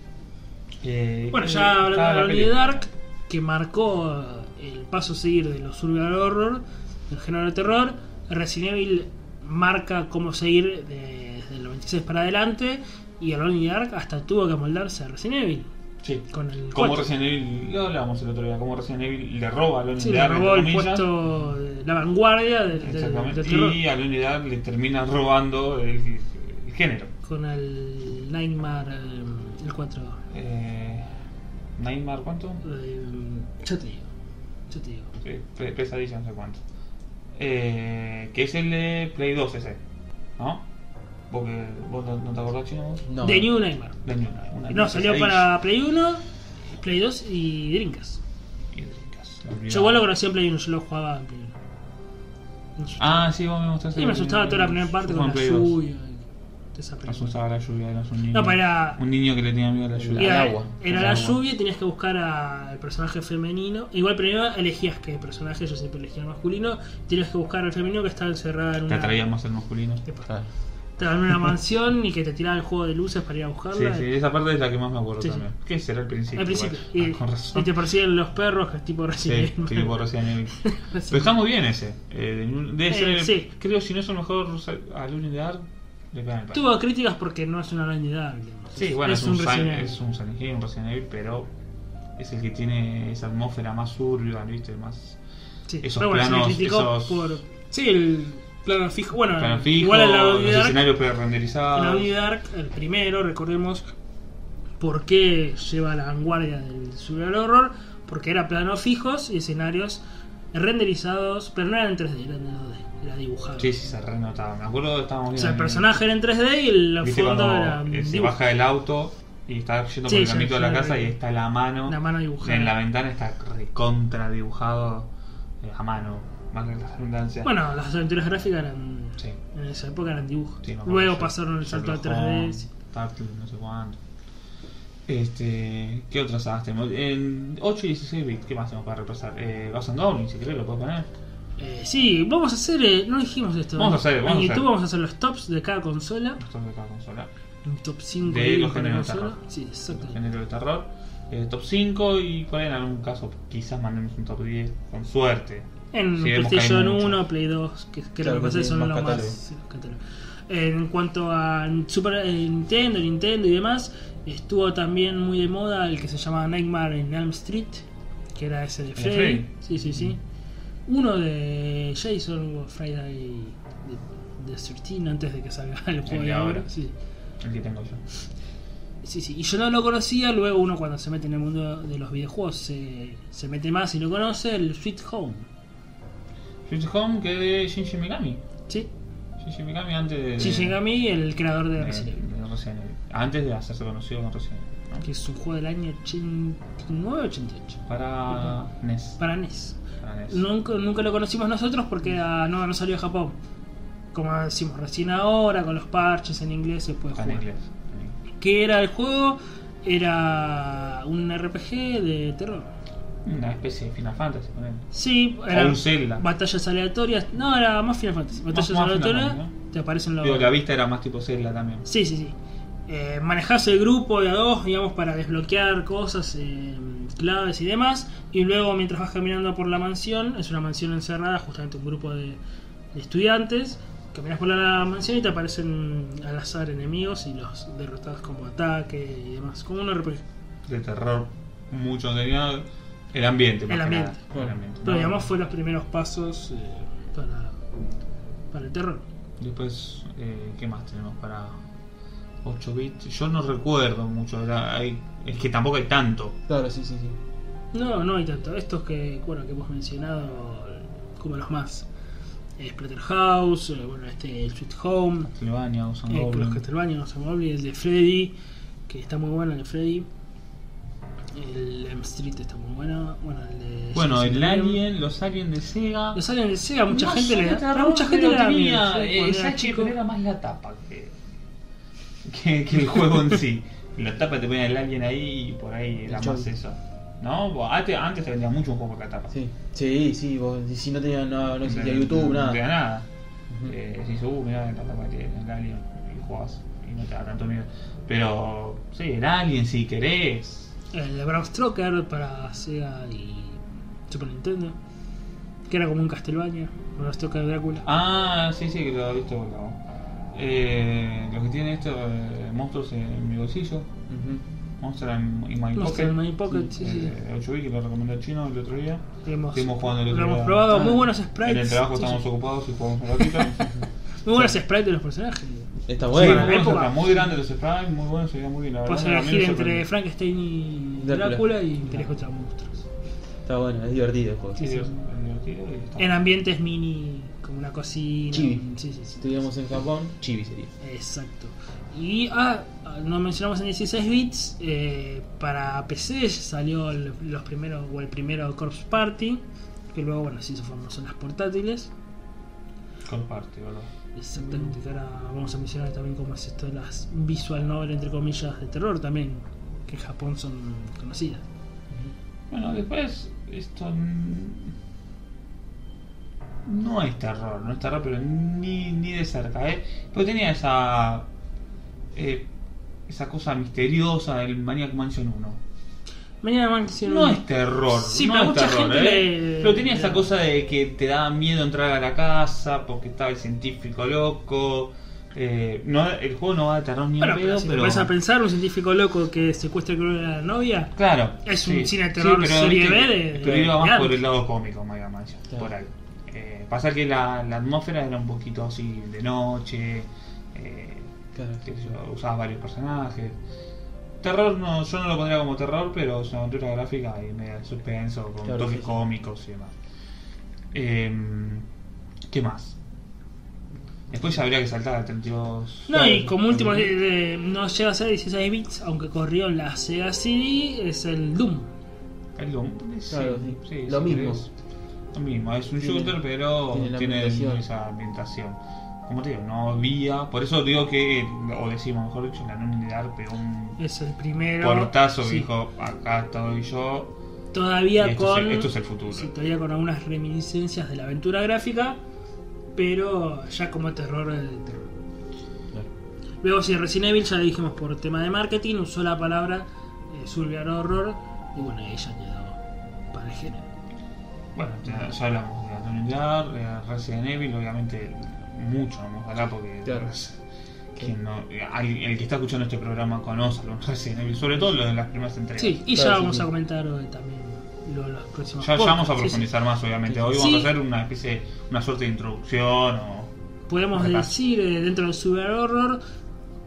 Speaker 1: Eh,
Speaker 3: Bueno,
Speaker 1: eh,
Speaker 3: ya
Speaker 1: estaba
Speaker 3: hablando
Speaker 1: la
Speaker 3: de Alone in the
Speaker 1: película.
Speaker 3: Dark, que marcó eh, el paso a seguir de los survival horror, del género de terror, Resident Evil marca cómo seguir de- desde el 96 para adelante, y Alone in the Dark hasta tuvo que amoldarse a Resident Evil.
Speaker 1: Sí.
Speaker 3: Con el
Speaker 1: Como
Speaker 3: cuatro.
Speaker 1: Resident Evil, lo hablábamos el otro día, como Resident Evil le roba a Alone
Speaker 3: Sí,
Speaker 1: in the
Speaker 3: le
Speaker 1: Dark,
Speaker 3: robó el
Speaker 1: entre comillas.
Speaker 3: puesto, de la vanguardia del, del-
Speaker 1: Exactamente.
Speaker 3: del terror.
Speaker 1: y a Alone in the Dark le termina robando el, el género.
Speaker 3: Con el Nightmare, eh, el 4.
Speaker 1: Eh, Neymar, ¿cuánto?
Speaker 3: eh, yo te digo, yo te digo.
Speaker 1: Sí, pre- pesadilla, no sé cuánto. Eh, que es el de Play 2 ese, ¿no? Porque vos no, no te acordás, chino. vos?
Speaker 2: No.
Speaker 3: The New Nightmare.
Speaker 1: De una- una
Speaker 3: No, salió
Speaker 1: pesadilla.
Speaker 3: para Play 1, Play 2 y Drinkas.
Speaker 1: Y ricas, la olvidaba.
Speaker 3: Yo igual lo conocí en Play 1, yo lo jugaba en Play 1. Me asustaba.
Speaker 1: Ah, sí, vos me mostraste.
Speaker 3: Sí, me
Speaker 1: el-
Speaker 3: asustaba toda la primera parte
Speaker 1: Yo
Speaker 3: con la
Speaker 1: jugué en Play 2.
Speaker 3: lluvia. y toda esa
Speaker 1: Me
Speaker 3: película.
Speaker 1: asustaba la lluvia, eras un niño.
Speaker 3: No, pero era-
Speaker 1: Un niño que le tenía miedo a la
Speaker 2: Era-
Speaker 1: lluvia.
Speaker 3: Y
Speaker 2: al
Speaker 3: Era,
Speaker 2: agua.
Speaker 3: era
Speaker 1: Al
Speaker 3: la
Speaker 1: agua.
Speaker 3: lluvia y tenías que buscar al personaje femenino. Igual primero elegías qué personaje, yo siempre elegía el masculino. Tenías que buscar al femenino que estaba encerrada en
Speaker 1: Te
Speaker 3: una,
Speaker 1: atraía más el masculino.
Speaker 3: Epa,
Speaker 2: Ah,
Speaker 3: estaba en una mansión y que te tiraba el juego de luces para ir a
Speaker 1: Sí,
Speaker 3: buscarla.
Speaker 1: sí, esa parte es la que más me acuerdo
Speaker 3: Sí, sí.
Speaker 1: también. ¿Qué será el principio?
Speaker 3: Al principio.
Speaker 1: Bueno,
Speaker 3: Y,
Speaker 1: ah, con razón.
Speaker 3: y te persiguen los perros, que es tipo
Speaker 1: Sí,
Speaker 3: Resident Evil.
Speaker 1: que por Resident Evil.
Speaker 3: Resident
Speaker 1: Pero está muy bien ese. Eh, de New- debe ser,
Speaker 3: Eh, sí.
Speaker 1: creo, si no es el mejor sal- alumno de Dark, le pegan el palo.
Speaker 3: Tuvo críticas porque no es una gran idea. digamos.
Speaker 1: Sí, bueno, es, un,
Speaker 3: Resident
Speaker 1: Silent
Speaker 3: Evil.
Speaker 1: es un Silent Hill, un Resident Evil, pero es el que tiene esa atmósfera más surbia, ¿viste? Más
Speaker 3: Sí,
Speaker 1: esos
Speaker 3: pero bueno, se le
Speaker 1: planos,
Speaker 3: criticó
Speaker 1: esos-
Speaker 3: por. Sí, el plano fijo. Bueno,
Speaker 1: plano fijo,
Speaker 3: Ah, igual en la Donnie
Speaker 1: los
Speaker 3: Dark.
Speaker 1: escenarios
Speaker 3: en la
Speaker 1: prerenderizados.
Speaker 3: Donnie Dark, el primero, recordemos por qué lleva la vanguardia del survival horror. Porque era planos fijos y escenarios renderizados, pero no eran en 3D, eran en 2D, era dibujado.
Speaker 1: Sí, sí, se renotaba. Me acuerdo, estábamos
Speaker 3: O
Speaker 1: viendo.
Speaker 3: sea, el
Speaker 1: en-
Speaker 3: personaje era en 3D y el
Speaker 1: Mm. ¿Viste
Speaker 3: fondo
Speaker 1: cuando
Speaker 3: era.
Speaker 1: eh, se
Speaker 3: dibujo.
Speaker 1: baja del auto y está yendo
Speaker 3: Sí,
Speaker 1: por el
Speaker 3: ya,
Speaker 1: caminito de
Speaker 3: ya
Speaker 1: la
Speaker 3: lo
Speaker 1: casa
Speaker 3: vi.
Speaker 1: y está la mano,
Speaker 3: La mano dibujada.
Speaker 1: en la ventana está recontra dibujado eh, a mano, más que la redundancia.
Speaker 3: Bueno, las aventuras gráficas eran.
Speaker 1: Sí.
Speaker 3: En esa época eran dibujos.
Speaker 1: Sí, no,
Speaker 3: Luego
Speaker 1: Sher-
Speaker 3: pasaron el salto a
Speaker 1: Sherlock
Speaker 3: 3D.
Speaker 1: Holmes, Turtle, no sé cuánto. Este, ¿qué otras sagas tenemos? En 8 y 16 bits, ¿qué más tenemos para repasar? Eh, Ghost and Goblin, si querés lo puedo poner.
Speaker 3: Eh, sí, vamos a hacer. eh, no dijimos esto.
Speaker 1: Vamos a hacer, vamos a
Speaker 3: En YouTube
Speaker 1: hacer.
Speaker 3: vamos a hacer los tops de cada consola.
Speaker 1: Los top de cada consola.
Speaker 3: Un top 5
Speaker 1: De los
Speaker 3: cada
Speaker 1: géneros de terror.
Speaker 3: Sí,
Speaker 1: Los
Speaker 3: exactamente.
Speaker 1: géneros de terror. Eh, top 5 y por ahí en algún caso quizás mandemos un top 10 con suerte.
Speaker 3: En
Speaker 1: Sí, vemos que hay
Speaker 3: PlayStation
Speaker 1: mucho.
Speaker 3: 1, Play 2, que, que
Speaker 2: Claro,
Speaker 3: lo que
Speaker 2: que
Speaker 3: pasa es que son
Speaker 2: tienen
Speaker 3: los
Speaker 2: más
Speaker 3: más.
Speaker 2: catálogo.
Speaker 3: sí, los catálogos. En cuanto a Super eh, Nintendo, Nintendo y demás, estuvo también muy de moda el que se llamaba Nightmare en Elm Street, que era ese de
Speaker 1: de
Speaker 3: Freddy.
Speaker 1: Freddy.
Speaker 3: Sí, sí, sí. Uno de Jason o Friday de, de 13 antes de que salga el juego
Speaker 1: de
Speaker 3: de ahora.
Speaker 1: ahora.
Speaker 3: Sí.
Speaker 1: El que tengo yo.
Speaker 3: Sí, sí, y yo no lo conocía, luego uno cuando se mete en el mundo de los videojuegos se, se mete más y lo conoce, el Sweet Home.
Speaker 1: Switch Home que de Shinji Mikami.
Speaker 3: ¿Sí?
Speaker 1: Shinji Mikami antes de.
Speaker 3: Shin Megami, el creador de
Speaker 1: de-
Speaker 3: Resident Evil,
Speaker 1: de Resident Evil. Antes de hacerse conocido con Resident Evil. ¿no?
Speaker 3: que es un juego del año 89-88,
Speaker 1: Para NES.
Speaker 3: para NES.
Speaker 1: Para E NES.
Speaker 3: Nunca, nunca lo conocimos nosotros porque ah, no, no salió de Japón. Como decimos recién ahora, con los parches en inglés se puede
Speaker 1: Está
Speaker 3: jugar.
Speaker 1: Ah, en inglés.
Speaker 3: ¿Qué era el juego? Era un RPG de terror.
Speaker 1: Una especie de Final Fantasy con él.
Speaker 3: Sí,
Speaker 1: O
Speaker 3: eran
Speaker 1: un Zelda.
Speaker 3: batallas aleatorias. No, era más Final Fantasy. Batallas
Speaker 1: más Final
Speaker 3: aleatorias,
Speaker 1: Fantasy,
Speaker 3: te aparecen los.
Speaker 1: Digo, la vista era más tipo Zelda también.
Speaker 3: Sí, sí, sí. Eh, manejás el grupo de a dos, digamos, para desbloquear cosas, eh, claves y demás. Y luego, mientras vas caminando por la mansión, es una mansión encerrada, justamente un grupo de, de estudiantes. Caminas por la mansión y te aparecen al azar enemigos y los derrotas como ataque y demás. Como un RPG.
Speaker 1: De terror, mucho contenido. El ambiente, más
Speaker 3: El
Speaker 1: que nada.
Speaker 3: ambiente.
Speaker 1: El ambiente,
Speaker 3: Pero
Speaker 1: ¿no?
Speaker 3: digamos, fue los primeros pasos eh, para, para el terror.
Speaker 1: Después, eh, ¿qué más tenemos para 8 bits? Yo no recuerdo mucho. era- hay- es que tampoco hay tanto.
Speaker 2: Claro, sí, sí, sí.
Speaker 3: No, no hay tanto. Estos que, bueno, que hemos mencionado, como los más. Eh, Splatterhouse, eh, bueno, este, el Sweet Home,
Speaker 1: Castlevania, Ghost and
Speaker 3: eh,
Speaker 1: Goblin.
Speaker 3: los Castlevania, no se me olvide, el de Freddy, que está muy bueno el de Freddy. El M Street está muy bueno. Bueno, el de
Speaker 1: Bueno,
Speaker 3: Jason
Speaker 1: el
Speaker 3: Statham.
Speaker 1: Alien, los Alien de Sega.
Speaker 3: Los Alien de Sega, mucha
Speaker 1: No
Speaker 3: gente
Speaker 1: sé,
Speaker 3: le
Speaker 1: te
Speaker 3: da.
Speaker 1: agarraba,
Speaker 3: Mucha gente
Speaker 1: pero
Speaker 3: le da miedo,
Speaker 1: tenía,
Speaker 3: yo
Speaker 1: eh,
Speaker 3: cuando era
Speaker 1: Sachi,
Speaker 3: chico.
Speaker 1: pero era más la tapa que, que, que el juego en sí. La tapa te ponía el alien ahí y por ahí era
Speaker 2: El
Speaker 1: más
Speaker 2: chon.
Speaker 1: eso. ¿no? Antes, antes te vendía mucho un juego por catapa.
Speaker 2: Sí, sí, sí, vos- si no tenía no, no existía YouTube,
Speaker 1: No te da
Speaker 2: nada.
Speaker 1: nada.
Speaker 2: Ujú.
Speaker 1: Eh, si uh, mirá la tapa que tiene el Alien y jugás y no te da tanto miedo. Pero, sí, el Alien si querés.
Speaker 3: El Brawl Stroker para Sega y Super Nintendo. Que era como un Castlevania. Brawl Stroker de Drácula.
Speaker 1: Ah, sí, sí, que lo he visto. Lo, eh, lo que tiene esto, eh, monstruos en mi bolsillo.
Speaker 2: Ujú.
Speaker 1: Monster in, in My
Speaker 3: Monster
Speaker 1: Pocket.
Speaker 3: in My Pocket, sí, sí.
Speaker 1: eh, 8 bits que lo recomendó el chino el otro día.
Speaker 3: Hemos-
Speaker 1: Estuvimos jugando el
Speaker 3: lo
Speaker 1: otro
Speaker 3: hemos
Speaker 1: día.
Speaker 3: probado.
Speaker 2: Ah,
Speaker 3: muy buenos
Speaker 1: En el
Speaker 3: sprites.
Speaker 1: trabajo
Speaker 3: sí,
Speaker 1: estamos
Speaker 3: sí.
Speaker 1: ocupados y jugamos un ratito.
Speaker 3: Muy buenos sprites de los personajes.
Speaker 2: Está
Speaker 1: Muy
Speaker 2: bueno.
Speaker 3: la
Speaker 1: buenos,
Speaker 3: época.
Speaker 1: está muy grandes los sprites, muy buenos, se veía muy bien. La
Speaker 3: Puedes
Speaker 1: verdad, a mí me
Speaker 3: elegir entre
Speaker 1: sorprendió.
Speaker 3: Frankenstein y
Speaker 2: Drácula. Ah.
Speaker 3: Drácula y peleas contra monstruos.
Speaker 2: Está bueno, es divertido el juego.
Speaker 3: Sí.
Speaker 1: Sí, Dios, es divertido y está
Speaker 3: En
Speaker 1: bueno.
Speaker 3: ambientes mini, como una cocina.
Speaker 2: Chibi.
Speaker 3: Sí, sí, sí.
Speaker 2: Estuvimos en Japón, chibi sería.
Speaker 3: Exacto. Y ah, no mencionamos en 16 bits, eh, para PC salió el- los primeros, o el primero Corpse Party, que luego, bueno, se hizo famoso en las portátiles.
Speaker 1: Comparte, ¿verdad?
Speaker 3: Exactamente, que ahora vamos a mencionar también cómo es esto de las visual novel, entre comillas, de terror también, que en Japón son conocidas.
Speaker 1: Bueno, después esto mm, no es terror, no es terror, pero ni, ni de cerca, ¿eh? Pero tenía esa eh, esa cosa misteriosa del Maniac Mansion 1.
Speaker 3: Mañana van a ser
Speaker 1: No
Speaker 3: un-
Speaker 1: es terror,
Speaker 3: Sí,
Speaker 1: no
Speaker 3: pero
Speaker 1: es
Speaker 3: mucha
Speaker 1: terror,
Speaker 3: gente
Speaker 1: ¿eh?
Speaker 3: le-
Speaker 1: Pero tenía
Speaker 3: le-
Speaker 1: esa cosa de que te daba miedo entrar a la casa porque estaba el científico loco. eh, no, el juego no va de terror ni un
Speaker 3: Bueno, pero
Speaker 1: pedo,
Speaker 3: si
Speaker 1: pero.
Speaker 3: vas a pensar, un científico loco que secuestra creo que era la novia,
Speaker 1: Claro.
Speaker 3: Es un cine de terror serie
Speaker 1: viste
Speaker 3: B
Speaker 1: que-
Speaker 3: de-
Speaker 1: Pero
Speaker 3: de
Speaker 1: iba más
Speaker 3: antes.
Speaker 1: por el lado cómico, Mega Mansion,
Speaker 2: Claro.
Speaker 1: por ahí. Eh, pasa que la, la atmósfera era un poquito así de noche, eh,
Speaker 2: Claro.
Speaker 1: qué sé yo, usaba varios personajes. Terror no, yo no lo pondría como terror, pero es una aventura gráfica y media de suspenso, con
Speaker 2: Claro,
Speaker 1: toques
Speaker 2: sí, sí.
Speaker 1: cómicos y demás. Em, ¿Qué más? Después ya habría que saltar al 32.
Speaker 3: No, y
Speaker 2: Claro,
Speaker 3: como último,
Speaker 2: también.
Speaker 3: eh, eh, no llega a ser 16 bits, aunque corrió en la Sega CD, es el Doom.
Speaker 1: El Doom,
Speaker 2: Claro,
Speaker 1: sí,
Speaker 2: sí.
Speaker 1: sí,
Speaker 2: Lo
Speaker 1: sí,
Speaker 2: mismo.
Speaker 1: es Lo mismo, es un
Speaker 2: Tiene-
Speaker 1: shooter, pero
Speaker 2: tiene la
Speaker 1: tiene
Speaker 2: ambientación.
Speaker 1: esa ambientación. Como te digo, no había. Por eso digo que, o decimos mejor dicho, la Nuni Dark pegó un
Speaker 3: Es el primero.
Speaker 1: portazo que
Speaker 3: sí,
Speaker 1: dijo: Acá estoy yo. Y
Speaker 3: Todavía
Speaker 1: esto,
Speaker 3: con.
Speaker 1: es, el- esto es el futuro.
Speaker 3: sí, todavía con algunas reminiscencias de la aventura gráfica, pero ya como terror. eh, terror.
Speaker 2: Claro.
Speaker 3: Luego, si Resident Evil, ya lo dijimos por tema de marketing, usó la palabra eh, survival horror, y bueno, ahí ya quedó para el género.
Speaker 1: Bueno, ya, ya hablamos de la Nuni Dark, de Resident Evil, obviamente mucho, vamos a hablar porque.
Speaker 2: Claro.
Speaker 1: quien no- al- el que está escuchando este programa conoce algún Resident Evil, sobre todo los de las primeras entregas.
Speaker 3: Sí, y
Speaker 2: Claro,
Speaker 3: ya
Speaker 2: sí,
Speaker 3: vamos
Speaker 2: sí.
Speaker 3: a comentar eh, también lo- los próximos.
Speaker 1: Ya, ya vamos a
Speaker 3: podcasts, sí, sí.
Speaker 1: profundizar más, obviamente. Hoy
Speaker 3: Sí.
Speaker 1: vamos a hacer una especie, una suerte de introducción o...
Speaker 3: podemos
Speaker 1: Acá.
Speaker 3: decir eh, dentro del super horror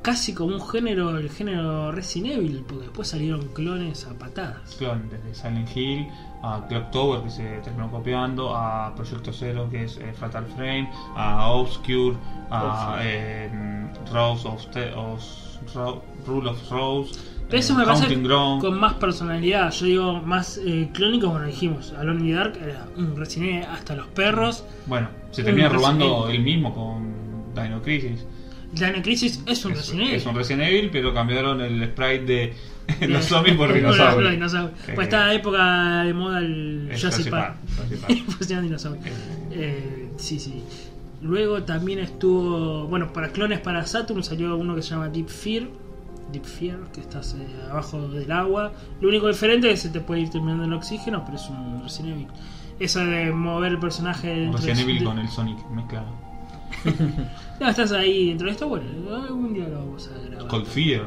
Speaker 3: casi como un género el género Resident Evil porque después salieron clones a patadas
Speaker 1: clon, desde Silent Hill a Clock Tower, que se terminó copiando, a Proyecto Zero, que es eh, Fatal Frame, a Obscure, a
Speaker 2: Obscure.
Speaker 1: eh, Rose of, Te- of Ro- Rule of Rose,
Speaker 3: pero eso
Speaker 1: eh,
Speaker 3: me parece
Speaker 1: Counting Ground.
Speaker 3: con más personalidad yo digo más eh, clónicos bueno dijimos Alone in the Dark era un Resident Evil hasta los perros
Speaker 1: Bueno, se termina
Speaker 3: Mm,
Speaker 1: robando
Speaker 3: Resident
Speaker 1: el mismo con Dino Crisis.
Speaker 3: Dino Crisis es un
Speaker 1: Es,
Speaker 3: Resident Evil
Speaker 1: es un Resident Evil, pero cambiaron el sprite de los
Speaker 3: Eh,
Speaker 1: zombies por
Speaker 3: por
Speaker 1: dinosaurios.
Speaker 3: dinosaurios.
Speaker 1: Eh,
Speaker 3: pues estaba época de moda el
Speaker 1: es Jurassic
Speaker 3: Jurassic Park
Speaker 1: Park, Jurassic Park.
Speaker 3: Pusieron dinosaurios
Speaker 1: Eh,
Speaker 3: Eh, sí, sí. Luego también estuvo. Bueno, para clones para Saturn salió uno que se llama Deep Fear. Deep Fear, que estás eh, abajo del agua. Lo único diferente es que se te puede ir terminando el oxígeno, pero es un Resident Evil. Eso de mover el personaje
Speaker 1: Un
Speaker 3: dentro
Speaker 1: Resident
Speaker 3: de-
Speaker 1: Evil
Speaker 3: de-
Speaker 1: con el Sonic mezclado.
Speaker 3: No, estás ahí dentro de esto. Bueno, algún día lo vamos a grabar.
Speaker 1: Cold Fear.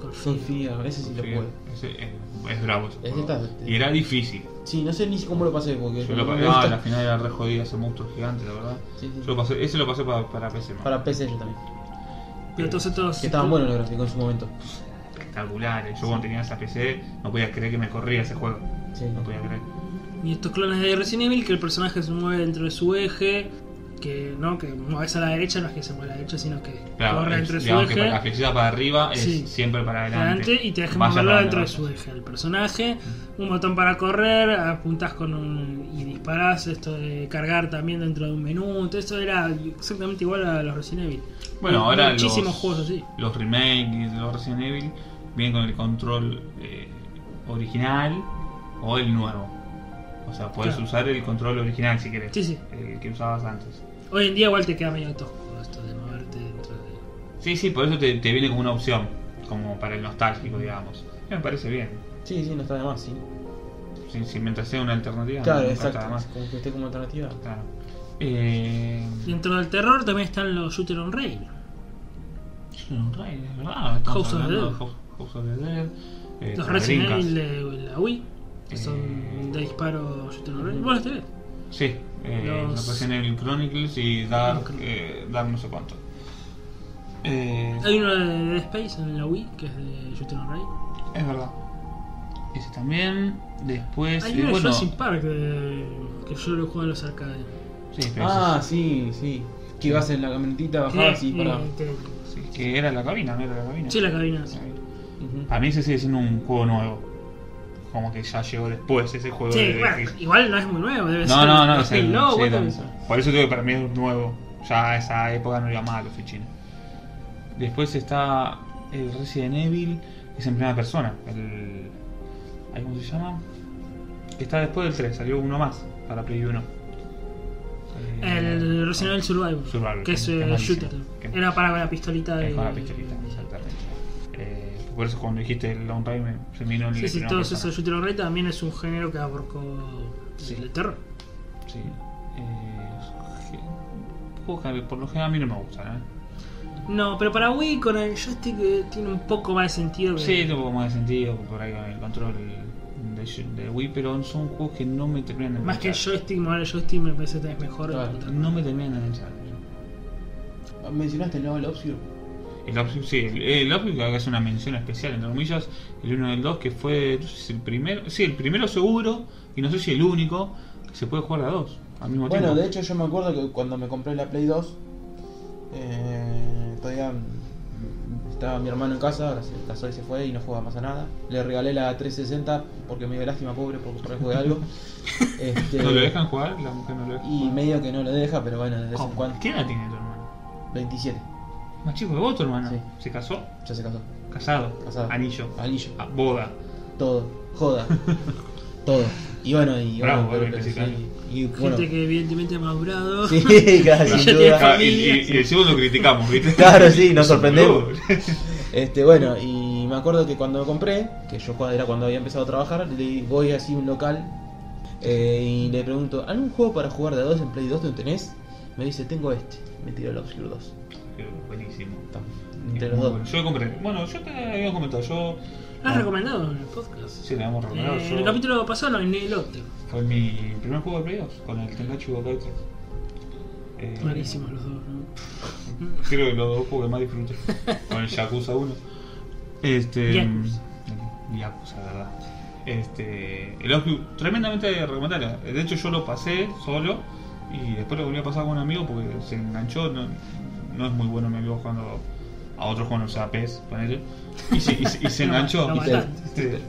Speaker 3: Cold Fear.
Speaker 2: Confía, ese sí lo
Speaker 1: Fear.
Speaker 2: puedo.
Speaker 1: Ese es, es bravo ese
Speaker 2: Ese
Speaker 1: juego.
Speaker 2: está-
Speaker 1: Y era difícil.
Speaker 2: Sí, no sé ni cómo lo pasé porque.
Speaker 1: Yo lo
Speaker 2: no
Speaker 1: pasé.
Speaker 2: me
Speaker 1: No,
Speaker 2: gusta.
Speaker 1: la final era re jodida ese monstruo gigante, la verdad.
Speaker 2: Sí, sí.
Speaker 1: Yo lo pasé, ese lo pasé para, para PC. ¿no?
Speaker 2: Para PC yo también.
Speaker 3: Pero todos estos.
Speaker 2: Que estaban buenos los gráficos en su momento.
Speaker 1: Espectacular. eh. Yo cuando tenía esa PC no podía creer que me corría ese juego.
Speaker 2: Sí.
Speaker 1: No podía creer.
Speaker 3: Y estos clones de Resident Evil que el personaje se mueve dentro de su eje, que no, que mueves a la derecha, no es que se mueve a la derecha, sino que
Speaker 1: Claro,
Speaker 3: corre
Speaker 1: es-
Speaker 3: dentro de su
Speaker 1: digamos que
Speaker 3: eje,
Speaker 1: para la flechita para arriba es
Speaker 3: Sí.
Speaker 1: siempre para adelante.
Speaker 3: adelante, y te deja
Speaker 1: Vaya
Speaker 3: moverlo
Speaker 1: para
Speaker 3: dentro de
Speaker 1: adelante.
Speaker 3: su eje. El personaje, un botón para correr, apuntás con un, y disparás, esto de cargar también dentro de un menú, todo eso era exactamente igual a los Resident Evil.
Speaker 1: Bueno, ahora
Speaker 3: muchísimos
Speaker 1: los,
Speaker 3: juegos así.
Speaker 1: los remakes de los Resident Evil vienen con el control eh, original, o el nuevo. O sea, puedes
Speaker 3: Claro.
Speaker 1: usar el control original si querés. eh,
Speaker 3: Sí, sí.
Speaker 1: El que usabas antes.
Speaker 3: Hoy en día igual te queda medio tosco esto de moverte dentro de...
Speaker 1: Sí, sí, por eso te, te viene como una opción. Como para el nostálgico, digamos. Y me parece bien.
Speaker 2: Sí, sí, no está de más, sí.
Speaker 1: Si, si mientras sea una alternativa.
Speaker 2: claro,
Speaker 1: nunca está
Speaker 2: exacto.
Speaker 1: de más.
Speaker 2: Como que esté como alternativa.
Speaker 1: Claro. Eh,
Speaker 3: Dentro del terror también están los shooter on rail.
Speaker 1: es verdad, estamos
Speaker 3: House of the
Speaker 1: hablando
Speaker 3: Dead.
Speaker 1: de House, House of the Dead. eh,
Speaker 3: Los
Speaker 1: para
Speaker 3: Resident
Speaker 1: Dreamcast.
Speaker 3: Evil de la Wii, que son
Speaker 1: Eh.
Speaker 3: de disparo shooter on rail. Bueno, este es.
Speaker 1: Sí, eh,
Speaker 3: Los-
Speaker 1: los Resident Evil Chronicles y Dark, eh, Dark no sé cuánto. Eh,
Speaker 3: Hay uno de Dead Space en la Wii, que es de shooter on rail.
Speaker 1: es verdad. Ese también. Después.
Speaker 3: Hay
Speaker 1: eh,
Speaker 3: uno de
Speaker 1: bueno,
Speaker 3: Jurassic Park, de- que yo lo juego en los arcades.
Speaker 1: sí, pero
Speaker 2: Ah, sí, sí. Que ibas en la camionetita, bajabas
Speaker 3: Sí,
Speaker 2: y para.
Speaker 3: eh, te-
Speaker 1: ese- sí, que era la cabina, no era la cabina.
Speaker 3: Sí, la cabina. sí.
Speaker 2: Ujú.
Speaker 1: Para mí ese sigue siendo un juego nuevo. Como que ya llegó después ese juego
Speaker 3: Sí,
Speaker 1: de.
Speaker 3: bueno, igual no es muy nuevo, debe
Speaker 1: No,
Speaker 3: ser.
Speaker 1: no, no, es
Speaker 3: el
Speaker 1: el-
Speaker 3: no,
Speaker 1: sí,
Speaker 3: bueno,
Speaker 1: también. Por eso digo que para mí es nuevo. Ya a esa época no iba mal los fichines. Después está el Resident Evil, que es en primera persona. El... ¿ay, ¿Cómo se llama? Que está después del 3, salió uno más para Play 1. Eh,
Speaker 3: El Resident Evil Survivor,
Speaker 1: Survivor,
Speaker 3: que es
Speaker 1: que es
Speaker 3: eh,
Speaker 1: malísimo.
Speaker 3: shooter.
Speaker 1: Que-
Speaker 3: Era para la pistolita de.
Speaker 1: Es con la pistolita, exactamente. Eh, por eso cuando dijiste el Long Time me- se me vino el
Speaker 3: Sí, sí,
Speaker 1: primera
Speaker 3: todos
Speaker 1: persona.
Speaker 3: esos shooter on rail también es un género que abarcó
Speaker 1: Sí.
Speaker 3: el terror.
Speaker 1: Sí. Eh, juegos que por lo general a mí no me gustan, ¿eh?
Speaker 3: No, pero para Wii con el joystick eh, tiene un poco más de sentido. que-
Speaker 1: Sí, un poco más de sentido por ahí con el control de, de Wii, pero son juegos que no me terminan de
Speaker 3: Más que el
Speaker 1: enganchar.
Speaker 3: joystick, mover el joystick me parece que es mejor.
Speaker 2: Claro.
Speaker 3: el control.
Speaker 1: No me terminan de enganchar.
Speaker 2: Mencionaste el nuevo Lobsur.
Speaker 1: El Obsidian, sí, el, el Obsidian, que acá es una mención especial, entre comillas, el 1 del 2, que fue, no sé si el primero, sí, el primero seguro, y no sé si el único, que se puede jugar a dos al mismo
Speaker 2: Bueno,
Speaker 1: tiempo.
Speaker 2: de hecho yo me acuerdo que cuando me compré la Play 2, eh, todavía estaba mi hermano en casa, ahora se casó y se fue y no juega más a nada. Le regalé la 360 porque me dio lástima, pobre, porque por ahí jugué algo. Este,
Speaker 1: ¿No lo dejan jugar? La mujer no lo deja.
Speaker 2: Y medio que no lo deja, pero bueno, de vez en
Speaker 1: ¿Cómo?
Speaker 2: cuando.
Speaker 1: ¿Qué edad tiene tu hermano?
Speaker 2: 27,
Speaker 1: Más chico que vos, tu hermano.
Speaker 2: Sí.
Speaker 1: ¿Se casó?
Speaker 2: ya se casó.
Speaker 1: Casado.
Speaker 2: Casado.
Speaker 1: Anillo.
Speaker 2: Anillo,
Speaker 1: Ah, boda.
Speaker 2: todo, joda, todo. Y bueno, y
Speaker 1: Bravo,
Speaker 2: bueno,
Speaker 1: eh,
Speaker 2: pero-
Speaker 1: sí,
Speaker 2: sí, y
Speaker 3: Gente
Speaker 2: bueno.
Speaker 3: que evidentemente ha madurado.
Speaker 2: Sí, claro, sin
Speaker 3: Ya tiene
Speaker 2: duda.
Speaker 1: Ah, y, y, y decimos lo criticamos, ¿viste?
Speaker 2: Claro, sí, nos sorprendemos.
Speaker 1: Boludo.
Speaker 2: Este, bueno, y me acuerdo que cuando lo compré, que yo jugaba- era cuando había empezado a trabajar, le voy así a un local eh, y le pregunto, ¿algún juego para jugar de a dos en Play 2 tú tenés? Me dice, tengo este. Me tiró el Obscure 2.
Speaker 1: Pero Buenísimo.
Speaker 2: Está,
Speaker 1: Muy
Speaker 2: Entre los dos.
Speaker 1: bueno. Yo lo compré. Bueno, yo te había comentado, yo.
Speaker 3: Lo has recomendado en el podcast.
Speaker 1: Ah. Sí, le habíamos recomendado.
Speaker 3: Eh,
Speaker 1: yo-
Speaker 3: En el capítulo pasado, en el otro.
Speaker 1: Fue mi primer juego de Play 2 con el Tengachi Budokai 3. Eh,
Speaker 3: Malísimos los dos, ¿no?
Speaker 1: Creo que los dos juegos que más disfruté. Con el Yakuza 1. Este.
Speaker 3: Yakuza.
Speaker 1: Yakuza, la verdad. Este. El Oscu, tremendamente recomendable. De hecho, yo lo pasé solo. Y después lo volví a pasar con un amigo porque se enganchó. No, no es muy bueno mi amigo jugando a otros juegos, o sea, PES, ponele. Y se, y se- y se
Speaker 3: No,
Speaker 1: enganchó.
Speaker 3: no
Speaker 1: Y se-
Speaker 3: bastante.
Speaker 1: este,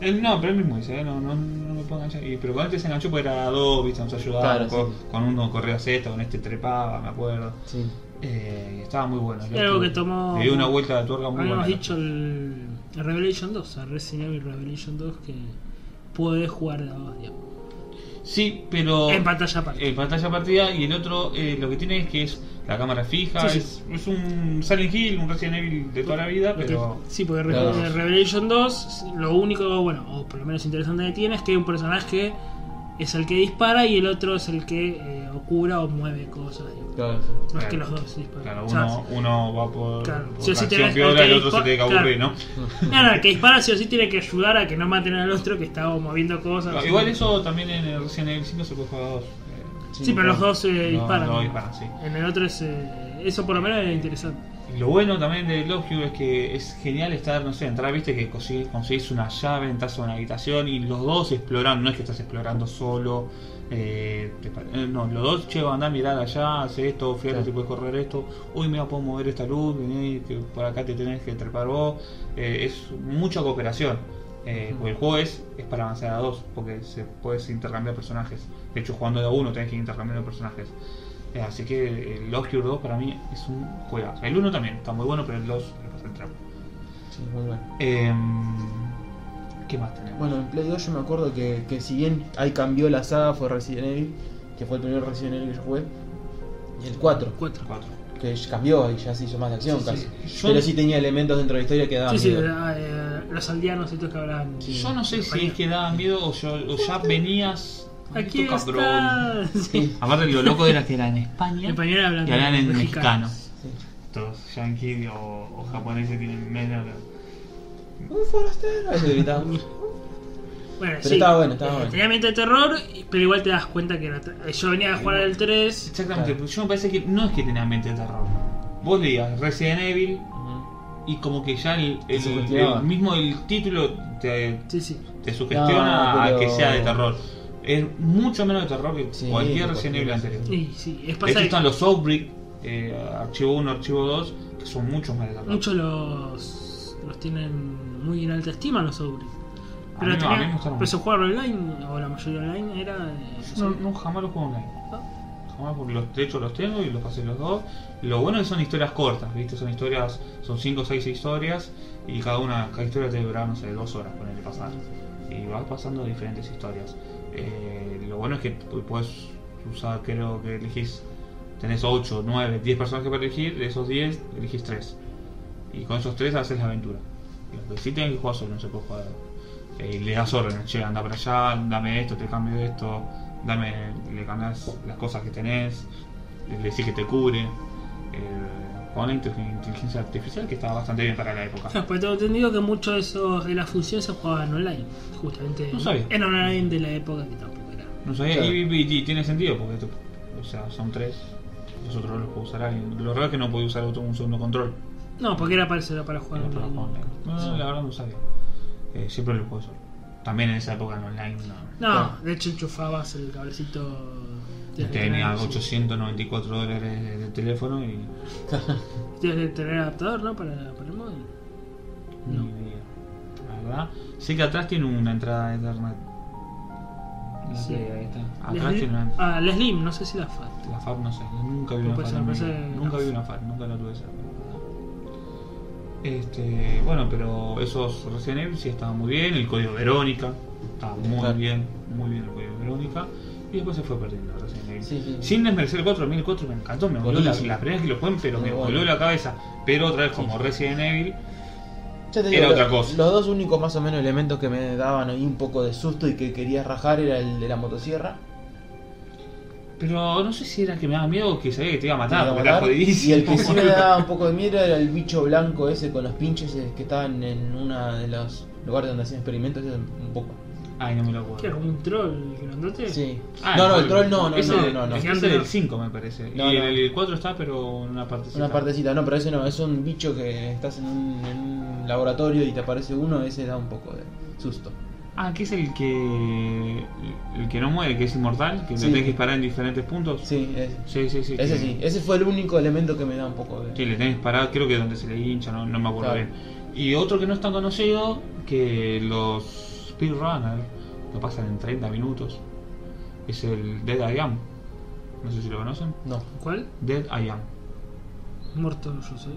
Speaker 1: él- no, pero él mismo dice, eh, no, no, no me puedo enganchar. Y, pero antes se enganchó porque era dos, viste, nos ayudaba.
Speaker 2: Claro,
Speaker 1: con,
Speaker 2: sí.
Speaker 1: con uno corría cesta, con este trepaba, me acuerdo.
Speaker 2: Sí.
Speaker 1: Eh, estaba muy bueno.
Speaker 3: Sí, algo que tomó-
Speaker 1: Le dio una vuelta de tuerca muy buena.
Speaker 3: Habíamos dicho el, el Revelation 2, el Resident Evil Revelation 2, que puede jugar de a dos, digamos.
Speaker 1: Sí, pero.
Speaker 3: En pantalla aparte.
Speaker 1: En pantalla partida. Y el otro, eh, lo que tiene es que es la cámara fija.
Speaker 3: Sí,
Speaker 1: Es, es un Silent Hill, un Resident Evil de toda la vida,
Speaker 3: Porque-
Speaker 1: pero.
Speaker 3: Sí, porque
Speaker 2: Claro.
Speaker 3: Re- el Revelation 2, lo único, bueno, o por lo menos interesante que tiene es que un personaje es el que dispara y el otro es el que eh, o cura o mueve cosas. digamos.
Speaker 2: Claro.
Speaker 3: No es
Speaker 1: Claro.
Speaker 3: que los dos disparan.
Speaker 1: Claro,
Speaker 3: O sea,
Speaker 1: uno, uno va por.
Speaker 3: Claro.
Speaker 1: por
Speaker 3: Sí o sí
Speaker 1: acción
Speaker 3: tenés-
Speaker 1: piola,
Speaker 3: el que
Speaker 1: el otro se
Speaker 3: dispa-
Speaker 1: tiene que aburrir, ¿no?
Speaker 3: No, no, el que dispara sí o sí tiene que ayudar a que no maten al otro que está o moviendo cosas.
Speaker 1: Claro,
Speaker 3: o-
Speaker 1: Igual eso también en el Resident Evil 5 se puede jugar a dos. Eh,
Speaker 3: Sí, pero los dos eh,
Speaker 1: no,
Speaker 3: disparan.
Speaker 1: no disparan, sí.
Speaker 3: En el otro es. eh, eso por lo menos es interesante.
Speaker 1: Y Lo bueno también de Love Hue es que es genial estar, no sé, entrar, viste que consi- conseguís una llave, entras a una habitación y los dos explorando, no es que estás explorando solo, eh, te pa- eh, no, los dos, che, andá a mirar allá, hace esto, fíjate
Speaker 2: Claro.
Speaker 1: si puedes correr esto, uy, mira, puedo mover esta luz, vení, que por acá te tenés que trepar vos, Eh, es mucha cooperación. eh,
Speaker 2: Ujú.
Speaker 1: porque el juego es, es para avanzar a dos, porque se puedes intercambiar personajes. De hecho, jugando de a uno tenés que ir intercambiando personajes. Eh, Así que el Obscure 2 para mí es un juegazo. El 1 también está muy bueno, pero el 2 le pasa el trapo.
Speaker 2: Sí, muy bueno.
Speaker 1: Eh, Em, ¿Qué más tenemos?
Speaker 2: Bueno, en Play 2 yo me acuerdo que, que si bien ahí cambió la saga, fue Resident Evil, que fue el primer Resident Evil que yo jugué, y el 4,
Speaker 3: 4.
Speaker 1: Cuatro.
Speaker 2: que cambió y ya se hizo más de acción
Speaker 1: Sí,
Speaker 2: casi.
Speaker 1: sí. Yo-
Speaker 2: Pero sí tenía elementos dentro de la historia que daban
Speaker 3: Sí,
Speaker 1: Ah,
Speaker 3: sí,
Speaker 2: miedo.
Speaker 3: la- eh, los aldeanos estos que hablan.
Speaker 2: Sí.
Speaker 1: Yo no sé si es que daba miedo o, yo- o ya venías. con
Speaker 3: Aquí
Speaker 1: esto,
Speaker 3: está. Sí.
Speaker 1: Aparte, lo loco era que era en España.
Speaker 3: En español hablan
Speaker 1: y hablan en
Speaker 3: mexicano.
Speaker 1: mexicano. Todos yanquis o, o japoneses tienen menos. que-
Speaker 2: Un forastero, eso gritaba.
Speaker 3: Bueno,
Speaker 2: Pero
Speaker 3: sí.
Speaker 2: estaba bueno, estaba
Speaker 3: Eh,
Speaker 2: bueno.
Speaker 3: Tenía ambiente de terror, y- pero igual te das cuenta que era tra- yo venía a jugar al 3.
Speaker 1: Exactamente,
Speaker 2: Claro.
Speaker 1: pero yo me parece que no es que tenía mente de terror. Vos leías Resident Evil y como que ya el, el-
Speaker 2: Se cuestionaba.
Speaker 1: el mismo el título te,
Speaker 3: Sí, sí.
Speaker 1: te sugestiona
Speaker 2: No, pero-
Speaker 1: a que sea de terror. Es mucho menos de terror que
Speaker 2: Sí,
Speaker 1: cualquier
Speaker 2: porque-
Speaker 1: Resident Evil anterior.
Speaker 3: Y sí, es
Speaker 1: De hecho
Speaker 3: pasar.
Speaker 1: están los Outbreak, eh, archivo 1, archivo 2, que son muchos más de terror.
Speaker 3: Muchos los, los tienen muy en alta estima los Outbreak.
Speaker 1: A
Speaker 3: Pero,
Speaker 1: mí no, a mí me
Speaker 3: tenía,
Speaker 1: gustaron
Speaker 3: pero se
Speaker 1: mucho.
Speaker 3: jugaron online, o la mayoría online era. eh,
Speaker 1: Yo no, no, jamás los juego online. Jamás porque los, de hecho los tengo y los pasé los dos. Lo bueno es que son historias cortas, ¿viste? Son historias, son 5 o 6 historias y cada una, cada historia te dura, no sé, dos horas ponerle pasar. Y vas pasando diferentes historias. Eh, lo bueno es que puedes usar, creo que elegís, tenés 8, 9, 10 personajes para elegir, de esos 10 elegís 3. Y con esos 3 haces la aventura. Los que sí tienen que jugar solo, no se puede jugar. Eh, y le das órdenes, che, anda para allá, dame esto, te cambio esto, dame, le cambias las cosas que tenés, le decís que te cubre. eh, con la intel- inteligencia artificial que estaba bastante bien para la época.
Speaker 3: Claro, pues tengo entendido que muchos de esos de la función se jugaban online, justamente.
Speaker 1: No sabía.
Speaker 3: Era online de la época que tampoco era.
Speaker 1: No sabía,
Speaker 2: Claro.
Speaker 1: y, y- y tiene sentido porque esto- o sea, son tres. Nosotros los puede usar alguien. Lo raro es que no podía usar otro un segundo control.
Speaker 3: No, porque era para, eso, era para jugar
Speaker 1: Era para
Speaker 3: online.
Speaker 1: jugar online. No, no, la verdad no sabía. Eh, siempre lo juego solo. También en esa época en online no.
Speaker 3: No,
Speaker 2: Claro.
Speaker 3: de hecho enchufabas el cablecito. desde
Speaker 1: Tenía
Speaker 3: tener-
Speaker 1: 894 dólares de, de teléfono y.
Speaker 3: Desde tener adaptador, ¿no? Para, para el móvil. No.
Speaker 1: ni idea. La verdad. Sé que atrás tiene una entrada de internet. La
Speaker 3: Sí.
Speaker 1: que ahí está.
Speaker 3: La
Speaker 1: Atrás
Speaker 3: Slim-
Speaker 1: tiene una
Speaker 3: Ah, la Slim, no sé si la FAT.
Speaker 1: La FAB no sé, nunca vi
Speaker 3: Me
Speaker 1: una
Speaker 3: parece-
Speaker 1: FAB. en
Speaker 3: me
Speaker 1: mi vida.
Speaker 3: parece-
Speaker 1: Nunca vi una FAB, nunca la tuve cerca. Este, bueno, pero esos Resident Evil sí estaban muy bien, el código Verónica estaba muy
Speaker 2: Claro.
Speaker 1: bien, muy bien el código Verónica, y después se fue perdiendo Resident Evil.
Speaker 2: Sí, sí.
Speaker 1: Sin desmerecer el 4, a mí el 4 me encantó, me voló la,
Speaker 2: Buenísimo.
Speaker 1: la primera vez que lo jugué, pero
Speaker 2: Muy
Speaker 1: me
Speaker 2: bueno.
Speaker 1: voló la cabeza. Pero otra vez como
Speaker 2: Sí.
Speaker 1: Resident Evil,
Speaker 2: Ya te
Speaker 1: Era
Speaker 2: lo-
Speaker 1: otra cosa.
Speaker 2: Los dos únicos más o menos elementos que me daban ahí un poco de susto y que quería rajar era el de la motosierra.
Speaker 1: pero no sé si era que me daba miedo o que sabía que te iba a matar,
Speaker 2: Me
Speaker 1: porque
Speaker 2: iba a
Speaker 1: era
Speaker 2: matar. y
Speaker 1: jodidísimo.
Speaker 2: el que sí me daba un poco de miedo era el bicho blanco ese con los pinches eh, que estaban en uno de los lugares donde hacían experimentos ese un poco.
Speaker 1: Ay, no me lo
Speaker 3: ¿Qué
Speaker 1: acuerdo.
Speaker 3: era como un troll grandote?
Speaker 2: Sí.
Speaker 1: Ah,
Speaker 2: no, no, el
Speaker 1: troll.
Speaker 2: troll no, no,
Speaker 1: Ese-
Speaker 2: no, no, no.
Speaker 1: Ese es el 5 me parece.
Speaker 2: No,
Speaker 1: y
Speaker 2: no.
Speaker 1: el, 4 está, pero en una partecita.
Speaker 2: Una partecita, no, pero ese no, es un bicho que estás en un, en un laboratorio y te aparece uno, ese da un poco de susto.
Speaker 1: Ah, que es el que. El que no muere, que es inmortal, que
Speaker 2: Sí.
Speaker 1: lo tenés que disparar en diferentes puntos.
Speaker 2: Sí, ese,
Speaker 1: sí, sí. sí,
Speaker 2: ese
Speaker 1: que-
Speaker 2: sí, ese fue el único elemento que me da un poco de...
Speaker 1: Sí, le tenés que parar, creo que donde se le hincha, no, no me acuerdo
Speaker 2: Claro.
Speaker 1: bien. Y otro que no es tan conocido, que los speedrunners lo pasan en 30 minutos, es el Dead I Am. No sé si lo conocen.
Speaker 2: No.
Speaker 3: ¿Cuál?
Speaker 1: Dead I Am.
Speaker 3: Muerto yo soy.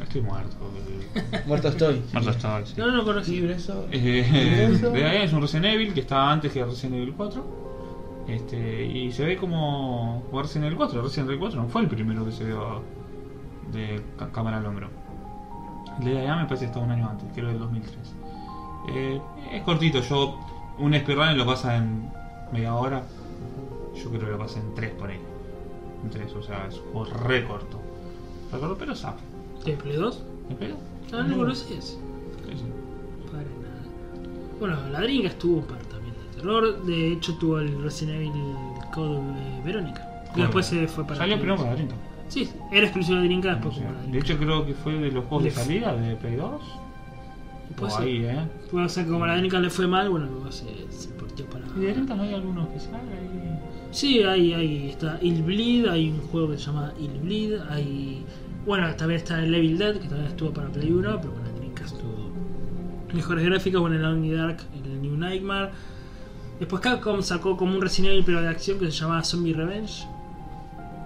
Speaker 1: Estoy muerto.
Speaker 2: Muerto estoy.
Speaker 1: muerto estoy. sí.
Speaker 3: No, no lo conocí.
Speaker 2: Libre soy.
Speaker 1: Eh,
Speaker 2: Eso.
Speaker 1: de ahí es un Resident Evil que estaba antes que Resident Evil 4. Este, y se ve como Resident Evil 4. Resident Evil 4 no fue el primero que se vio de ca- cámara al hombro. El de allá me parece que estaba un año antes, creo del 2003. Eh, es cortito, yo un speedrun lo pasa en media hora. Yo creo que lo pasé en 3 por ahí. En 3, o sea, es un juego re corto. Re corto, pero sabe.
Speaker 3: ¿De Play 2?
Speaker 1: ¿Me pega?
Speaker 3: Ah, No, no lo conocías.
Speaker 1: Sí, sí.
Speaker 3: Para nada. Bueno, la gringa estuvo un par también de terror. De hecho, tuvo el Resident Evil Code de Verónica. Y
Speaker 1: Bueno,
Speaker 3: después se fue para.
Speaker 1: Salió
Speaker 3: Play
Speaker 1: primero
Speaker 3: 2.
Speaker 1: para la 30.
Speaker 3: Sí, era exclusivo de gringa, después
Speaker 1: O sea,
Speaker 3: como
Speaker 1: Pues,
Speaker 3: la
Speaker 1: de
Speaker 3: gringa.
Speaker 1: hecho creo que fue de los juegos de
Speaker 3: Le-
Speaker 1: salida de Play 2.
Speaker 3: Puede
Speaker 1: O
Speaker 3: ser.
Speaker 1: ahí, eh.
Speaker 3: Bueno, o sea, como a la gringa le fue mal, bueno, luego se, se portió para.
Speaker 1: ¿Y de rentas no hay alguno oficial ahí?
Speaker 3: Sí, hay, hay, está Il Bleed, hay un juego que se llama Il Bleed, hay... Bueno, también está el Evil Dead, que también estuvo para Play 1, pero bueno, Dreamcast tuvo mejores gráficos, bueno, el Only Dark, el New Nightmare. Después Capcom sacó como un Resident Evil pero de acción que se llamaba Zombie Revenge.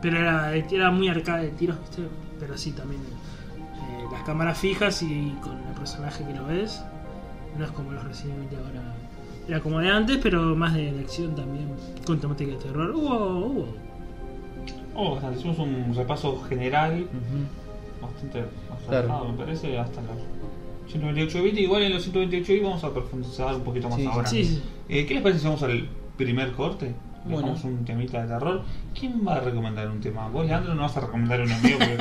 Speaker 3: Pero era, era muy arcade de tiros, ¿viste? Pero sí, también eh, las cámaras fijas y con el personaje que lo ves. No es como los Resident Evil de ahora. Era como de antes, pero más de, de acción también. Con temática de terror. Hubo, hubo.
Speaker 1: Oh, bastante. Hicimos un repaso general
Speaker 2: Ujú.
Speaker 1: bastante bastante
Speaker 2: Claro.
Speaker 1: dado, me parece, hasta los 128 bits. Igual en los 128 bits vamos a profundizar un poquito más
Speaker 2: Sí,
Speaker 1: ahora.
Speaker 3: Sí, sí.
Speaker 1: Eh, ¿Qué les parece si vamos al primer corte? Le
Speaker 2: Bueno.
Speaker 1: dejamos un temita de terror. ¿Quién va a recomendar un tema? Vos, Leandro, no vas a recomendar uno mío porque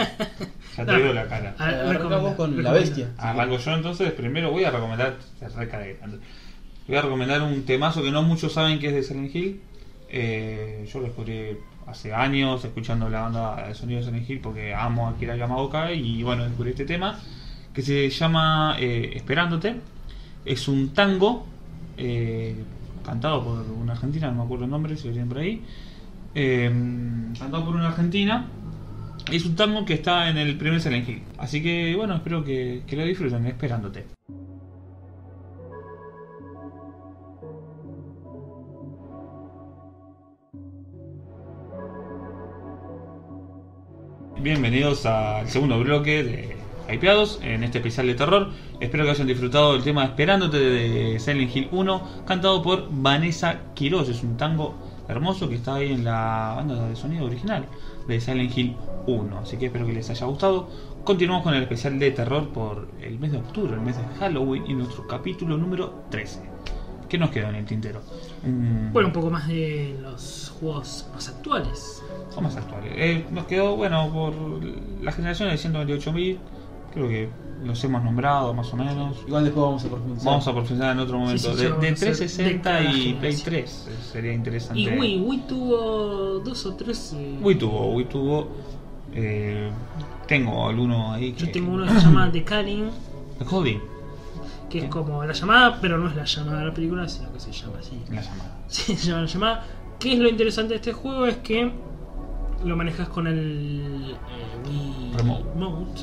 Speaker 1: ya te
Speaker 3: No.
Speaker 1: veo la cara.
Speaker 3: A-
Speaker 2: Arranca
Speaker 3: recomenda,
Speaker 2: vos Eh, con
Speaker 3: recomenda.
Speaker 2: la bestia.
Speaker 1: Arranco yo entonces, primero voy a recomendar, se recae, Leandro. voy a recomendar un temazo que no muchos saben que es de Silent Hill. Eh, yo lo descubrí hace años escuchando la banda de sonido de Silent Hill porque amo a Akira Yamaoka y bueno, descubrí este tema que se llama eh, Esperándote. Es un tango eh, cantado por una argentina, no me acuerdo el nombre, si lo tienen por ahí. Eh, cantado por una argentina. Es un tango que está en el primer Silent Hill. Así que bueno, espero que, que lo disfruten, esperándote. Bienvenidos al segundo bloque de Hypeados en este especial de terror. Espero que hayan disfrutado del tema Esperándote de Silent Hill 1, cantado por Vanessa Quiroz. Es un tango hermoso que está ahí en la banda de sonido original de Silent Hill 1. Así que espero que les haya gustado. Continuamos con el especial de terror por el mes de octubre, el mes de Halloween y nuestro capítulo número 13. ¿Qué nos queda en el tintero? Mm,
Speaker 3: Bueno, un poco más de los juegos más actuales.
Speaker 1: son más actuales. Eh, nos quedó, bueno, por la generación de 128.000, creo que los hemos nombrado más o menos.
Speaker 2: Igual después vamos a profundizar.
Speaker 1: Vamos a profundizar en otro momento.
Speaker 3: sí,
Speaker 1: de,
Speaker 3: vamos
Speaker 1: de
Speaker 3: a hacer
Speaker 1: 360
Speaker 3: de cada
Speaker 1: y Play
Speaker 3: generación.
Speaker 1: 3 eh, sería interesante.
Speaker 3: Y Wii, Wii tuvo dos o tres. eh,
Speaker 1: Wii tuvo, Wii tuvo. eh, tengo el uno ahí que.
Speaker 3: Yo tengo uno que se llama The Calling,
Speaker 1: El Hobby,
Speaker 3: que es
Speaker 1: Bien.
Speaker 3: como la llamada, pero no es la llamada de la película, sino que se llama así.
Speaker 1: la llamada.
Speaker 3: Sí, se llama la llamada. ¿Qué es lo interesante de este juego? Es que lo manejas con el eh, Wii
Speaker 1: Remote.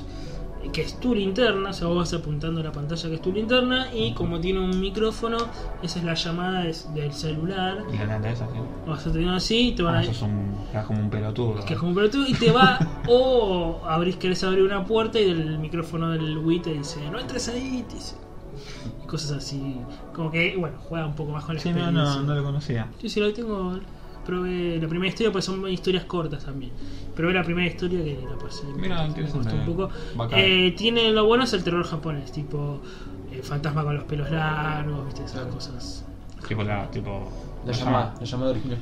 Speaker 3: eh, que es tu linterna, o sea, vos vas apuntando a la pantalla que es tu linterna y como tiene un micrófono, esa es la llamada des- del celular,
Speaker 1: Y la nata esa, ¿sí?
Speaker 3: lo vas teniendo así y te van
Speaker 1: Ah,
Speaker 3: a...
Speaker 1: sos un. quedás como un pelotudo.
Speaker 3: Que es como pelotudo, y te va o abrís, querés abrir una puerta y el micrófono del Wii te dice, no entres ahí, te dice. Y cosas así. Como que, bueno, juega un poco más con la
Speaker 1: Sí, no,
Speaker 3: experiencia.
Speaker 1: no, no lo conocía.
Speaker 3: Sí, sí, lo tengo. Probé la primera historia, pues son historias cortas también. Probé la primera historia que la pasé.
Speaker 1: Mira,
Speaker 3: me
Speaker 1: interesante.
Speaker 3: costó un poco.
Speaker 1: Bacán.
Speaker 3: Eh, tiene lo bueno es el terror japonés, tipo eh, fantasma con los pelos largos, viste, esas
Speaker 2: Claro.
Speaker 3: cosas.
Speaker 1: Tipo la. Tipo,
Speaker 2: La llamada, la llamada original.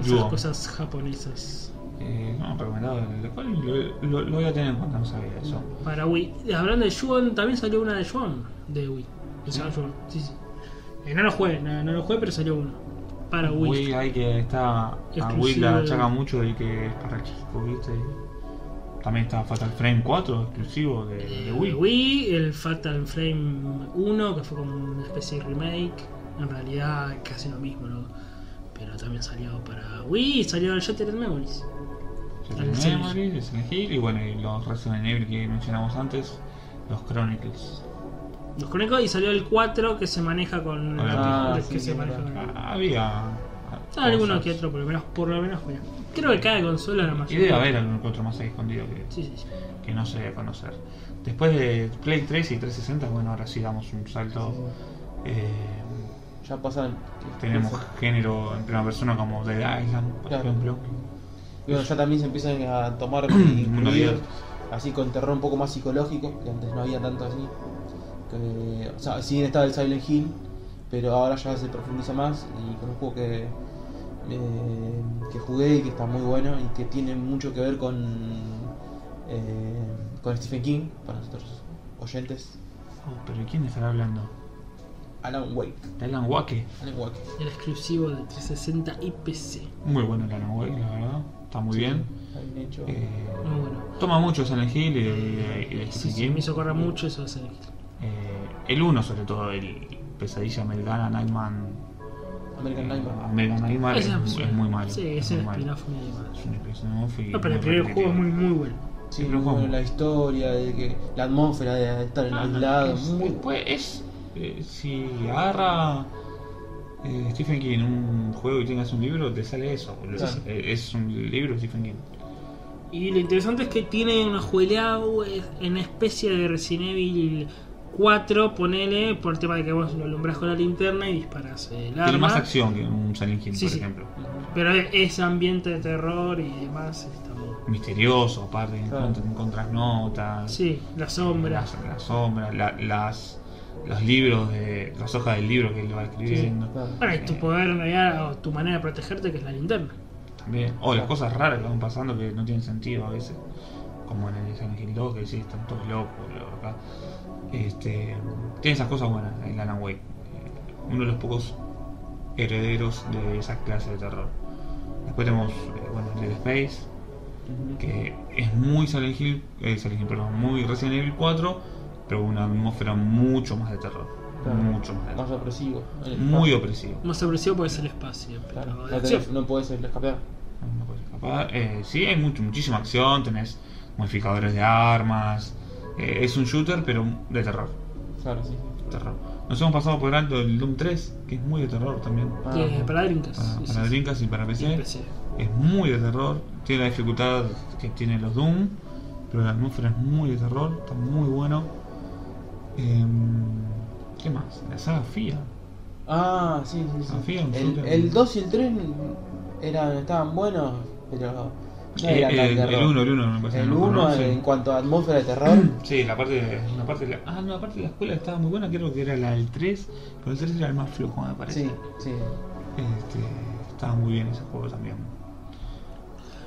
Speaker 3: Esas
Speaker 1: Yugo.
Speaker 3: cosas japonesas.
Speaker 1: Eh, no, recomendado en el cual lo, lo- lo voy a tener en cuenta, no sabía eso.
Speaker 3: Para Wii. Y Hablando de Juon, también salió una de Juon de Wii. Que se llama Juon, sí, sí. Eh, no lo jugué, no, no lo jugué, pero salió uno. Para Wii.
Speaker 1: Wii hay que está. A
Speaker 3: Exclusivo
Speaker 1: Wii la
Speaker 3: de-
Speaker 1: achaca mucho de que es para chico, ¿viste? También está Fatal Frame 4, exclusivo de, de
Speaker 3: Eh,
Speaker 1: Wii.
Speaker 3: el Fatal Frame 1, que fue como una especie de remake. En realidad, casi lo mismo, ¿no? Pero también salió para Wii y salió el Shattered Memories.
Speaker 1: Silent
Speaker 3: el Silent
Speaker 1: Memories, el Silent Hill, y bueno, y los Resident Evil que mencionamos antes, los Chronicles.
Speaker 3: Los conecto y salió el 4 que se maneja con.
Speaker 1: Ah,
Speaker 3: que
Speaker 2: sí,
Speaker 3: se
Speaker 2: es
Speaker 3: maneja
Speaker 2: verdad.
Speaker 3: con-
Speaker 1: Ah, había.
Speaker 3: Ah, alguno
Speaker 1: cosas.
Speaker 3: que otro, por lo menos. Por lo menos bueno. Creo que cada consola la
Speaker 1: Y
Speaker 3: mayoría.
Speaker 1: debe haber algún que otro más ahí escondido que,
Speaker 3: Sí, sí, sí.
Speaker 1: que no se debe conocer. Después de Play 3 y 360, bueno, ahora sí damos un salto. eh,
Speaker 2: Ya pasan. este,
Speaker 1: Tenemos género en primera persona como The Island, por
Speaker 2: Claro.
Speaker 1: ejemplo.
Speaker 2: Y bueno, ya también se empiezan a tomar e
Speaker 1: Mundo
Speaker 2: incluir
Speaker 1: abierto.
Speaker 2: así con terror un poco más psicológico, que antes no había tanto así. Que, o sea, si bien estaba el Silent Hill, pero ahora ya se profundiza más y con un juego que, eh, que jugué y que está muy bueno y que tiene mucho que ver con, eh, con Stephen King, para nuestros oyentes,
Speaker 1: Oh, pero ¿y quién estará hablando?
Speaker 2: Alan Wake.
Speaker 1: De Alan Wake.
Speaker 2: Alan Wake.
Speaker 3: El exclusivo de 360 y PC.
Speaker 1: Muy bueno el Alan Wake, la verdad. Está muy
Speaker 2: Sí,
Speaker 1: bien.
Speaker 2: está bien hecho.
Speaker 1: Eh,
Speaker 3: Muy bueno.
Speaker 1: toma mucho Silent Hill eh, y, de- y de
Speaker 3: Sí,
Speaker 1: Stephen
Speaker 3: sí,
Speaker 1: King.
Speaker 3: me hizo correr mucho eso de ser.
Speaker 1: Eh, el 1 sobre todo, el Pesadilla Americana, Nightman.
Speaker 2: American
Speaker 1: eh,
Speaker 2: Nightmare.
Speaker 1: American Nightmare es,
Speaker 3: Ese
Speaker 1: es muy malo.
Speaker 3: Sí,
Speaker 1: es
Speaker 3: ese
Speaker 1: muy
Speaker 3: es el
Speaker 1: malo.
Speaker 3: spin-off medio malo.
Speaker 1: Es un spin-off y
Speaker 3: No, pero el primer juego
Speaker 1: repetitivo.
Speaker 3: es muy, muy bueno.
Speaker 2: Sí,
Speaker 1: Pero
Speaker 2: muy
Speaker 1: Juan-
Speaker 2: bueno, la historia, de que la atmósfera de estar en
Speaker 1: Ah,
Speaker 2: aislado,
Speaker 1: es-
Speaker 2: muy
Speaker 1: Pues es. eh, si agarra eh, Stephen King un juego y tengas un libro, te sale eso. boludo.
Speaker 2: Claro.
Speaker 1: Eh, Es un libro de Stephen King.
Speaker 3: Y lo interesante es que tiene una jugabilidad o es- en especie de Resident Evil 4, ponele, por el tema de que vos lo alumbrás con la linterna y disparás el arma.
Speaker 1: Tiene más acción que un Silent Hill,
Speaker 3: Sí,
Speaker 1: por
Speaker 3: sí.
Speaker 1: ejemplo.
Speaker 3: Pero e- ese ambiente de terror y demás está muy...
Speaker 1: Misterioso, aparte,
Speaker 2: Claro.
Speaker 1: encontras- encontrás notas.
Speaker 3: Sí, la sombra.
Speaker 1: Las, las sombras, la- las, los libros, de, las hojas del libro que él va escribiendo. Eh,
Speaker 2: Sí, sí.
Speaker 3: Bueno, y tu poder en realidad, o tu manera de protegerte que es la linterna.
Speaker 1: También. O Oh, las cosas raras que van pasando que no tienen sentido a veces. Como en el Silent Hill 2, que sí, están todos locos, boludo, acá. Este, tiene esas cosas buenas, el Alan Wake. Eh, Uno de los pocos herederos de esa clase de terror. Después tenemos, eh, bueno, Dead Space,
Speaker 2: Ujú.
Speaker 1: que es muy Silent Hill, eh, Silent Hill, perdón, muy Resident Evil 4, pero una atmósfera mucho más de terror.
Speaker 2: Claro.
Speaker 1: Mucho más de
Speaker 2: Más
Speaker 1: terror.
Speaker 2: opresivo.
Speaker 1: Muy opresivo.
Speaker 3: Más opresivo puede ser el espacio, pero
Speaker 2: Claro,
Speaker 3: de
Speaker 2: no,
Speaker 3: acción.
Speaker 2: tenés- no puedes escapar.
Speaker 1: No puedes escapar. Eh, sí, hay mucho, muchísima acción, tenés modificadores de armas. eh, es un shooter, pero de terror.
Speaker 2: Claro, sí.
Speaker 1: terror. Nos hemos pasado por alto el Doom 3, que es muy de terror también.
Speaker 2: Ah,
Speaker 3: Tiene para drinkers.
Speaker 1: Para,
Speaker 3: sí,
Speaker 1: Ah, para ¿eh?
Speaker 3: sí, sí.
Speaker 1: Dreamcast y para
Speaker 3: Y
Speaker 1: PC.
Speaker 3: PC.
Speaker 1: Es muy de terror. Tiene la dificultad que tienen los Doom. Pero la atmósfera es muy de terror. Está muy bueno. Em, ¿Qué más? La saga FIA.
Speaker 2: Ah, sí, sí, sí.
Speaker 1: Ah, fíjate,
Speaker 2: el,
Speaker 1: fíjate.
Speaker 2: el 2 y el 3 eran, estaban buenos, pero no
Speaker 1: Eh,
Speaker 2: eran tan
Speaker 1: el- el
Speaker 2: terror.
Speaker 1: 1, el 1 me parece.
Speaker 2: El
Speaker 1: no lo
Speaker 2: 1
Speaker 1: conoce.
Speaker 2: en cuanto a atmósfera de terror.
Speaker 1: Sí, la parte de, la parte de la, ah, no, la parte de la escuela estaba muy buena, creo que era la del 3, pero el 3 era el más flojo, me parece.
Speaker 2: sí, sí.
Speaker 1: Este, estaba muy bien ese juego también.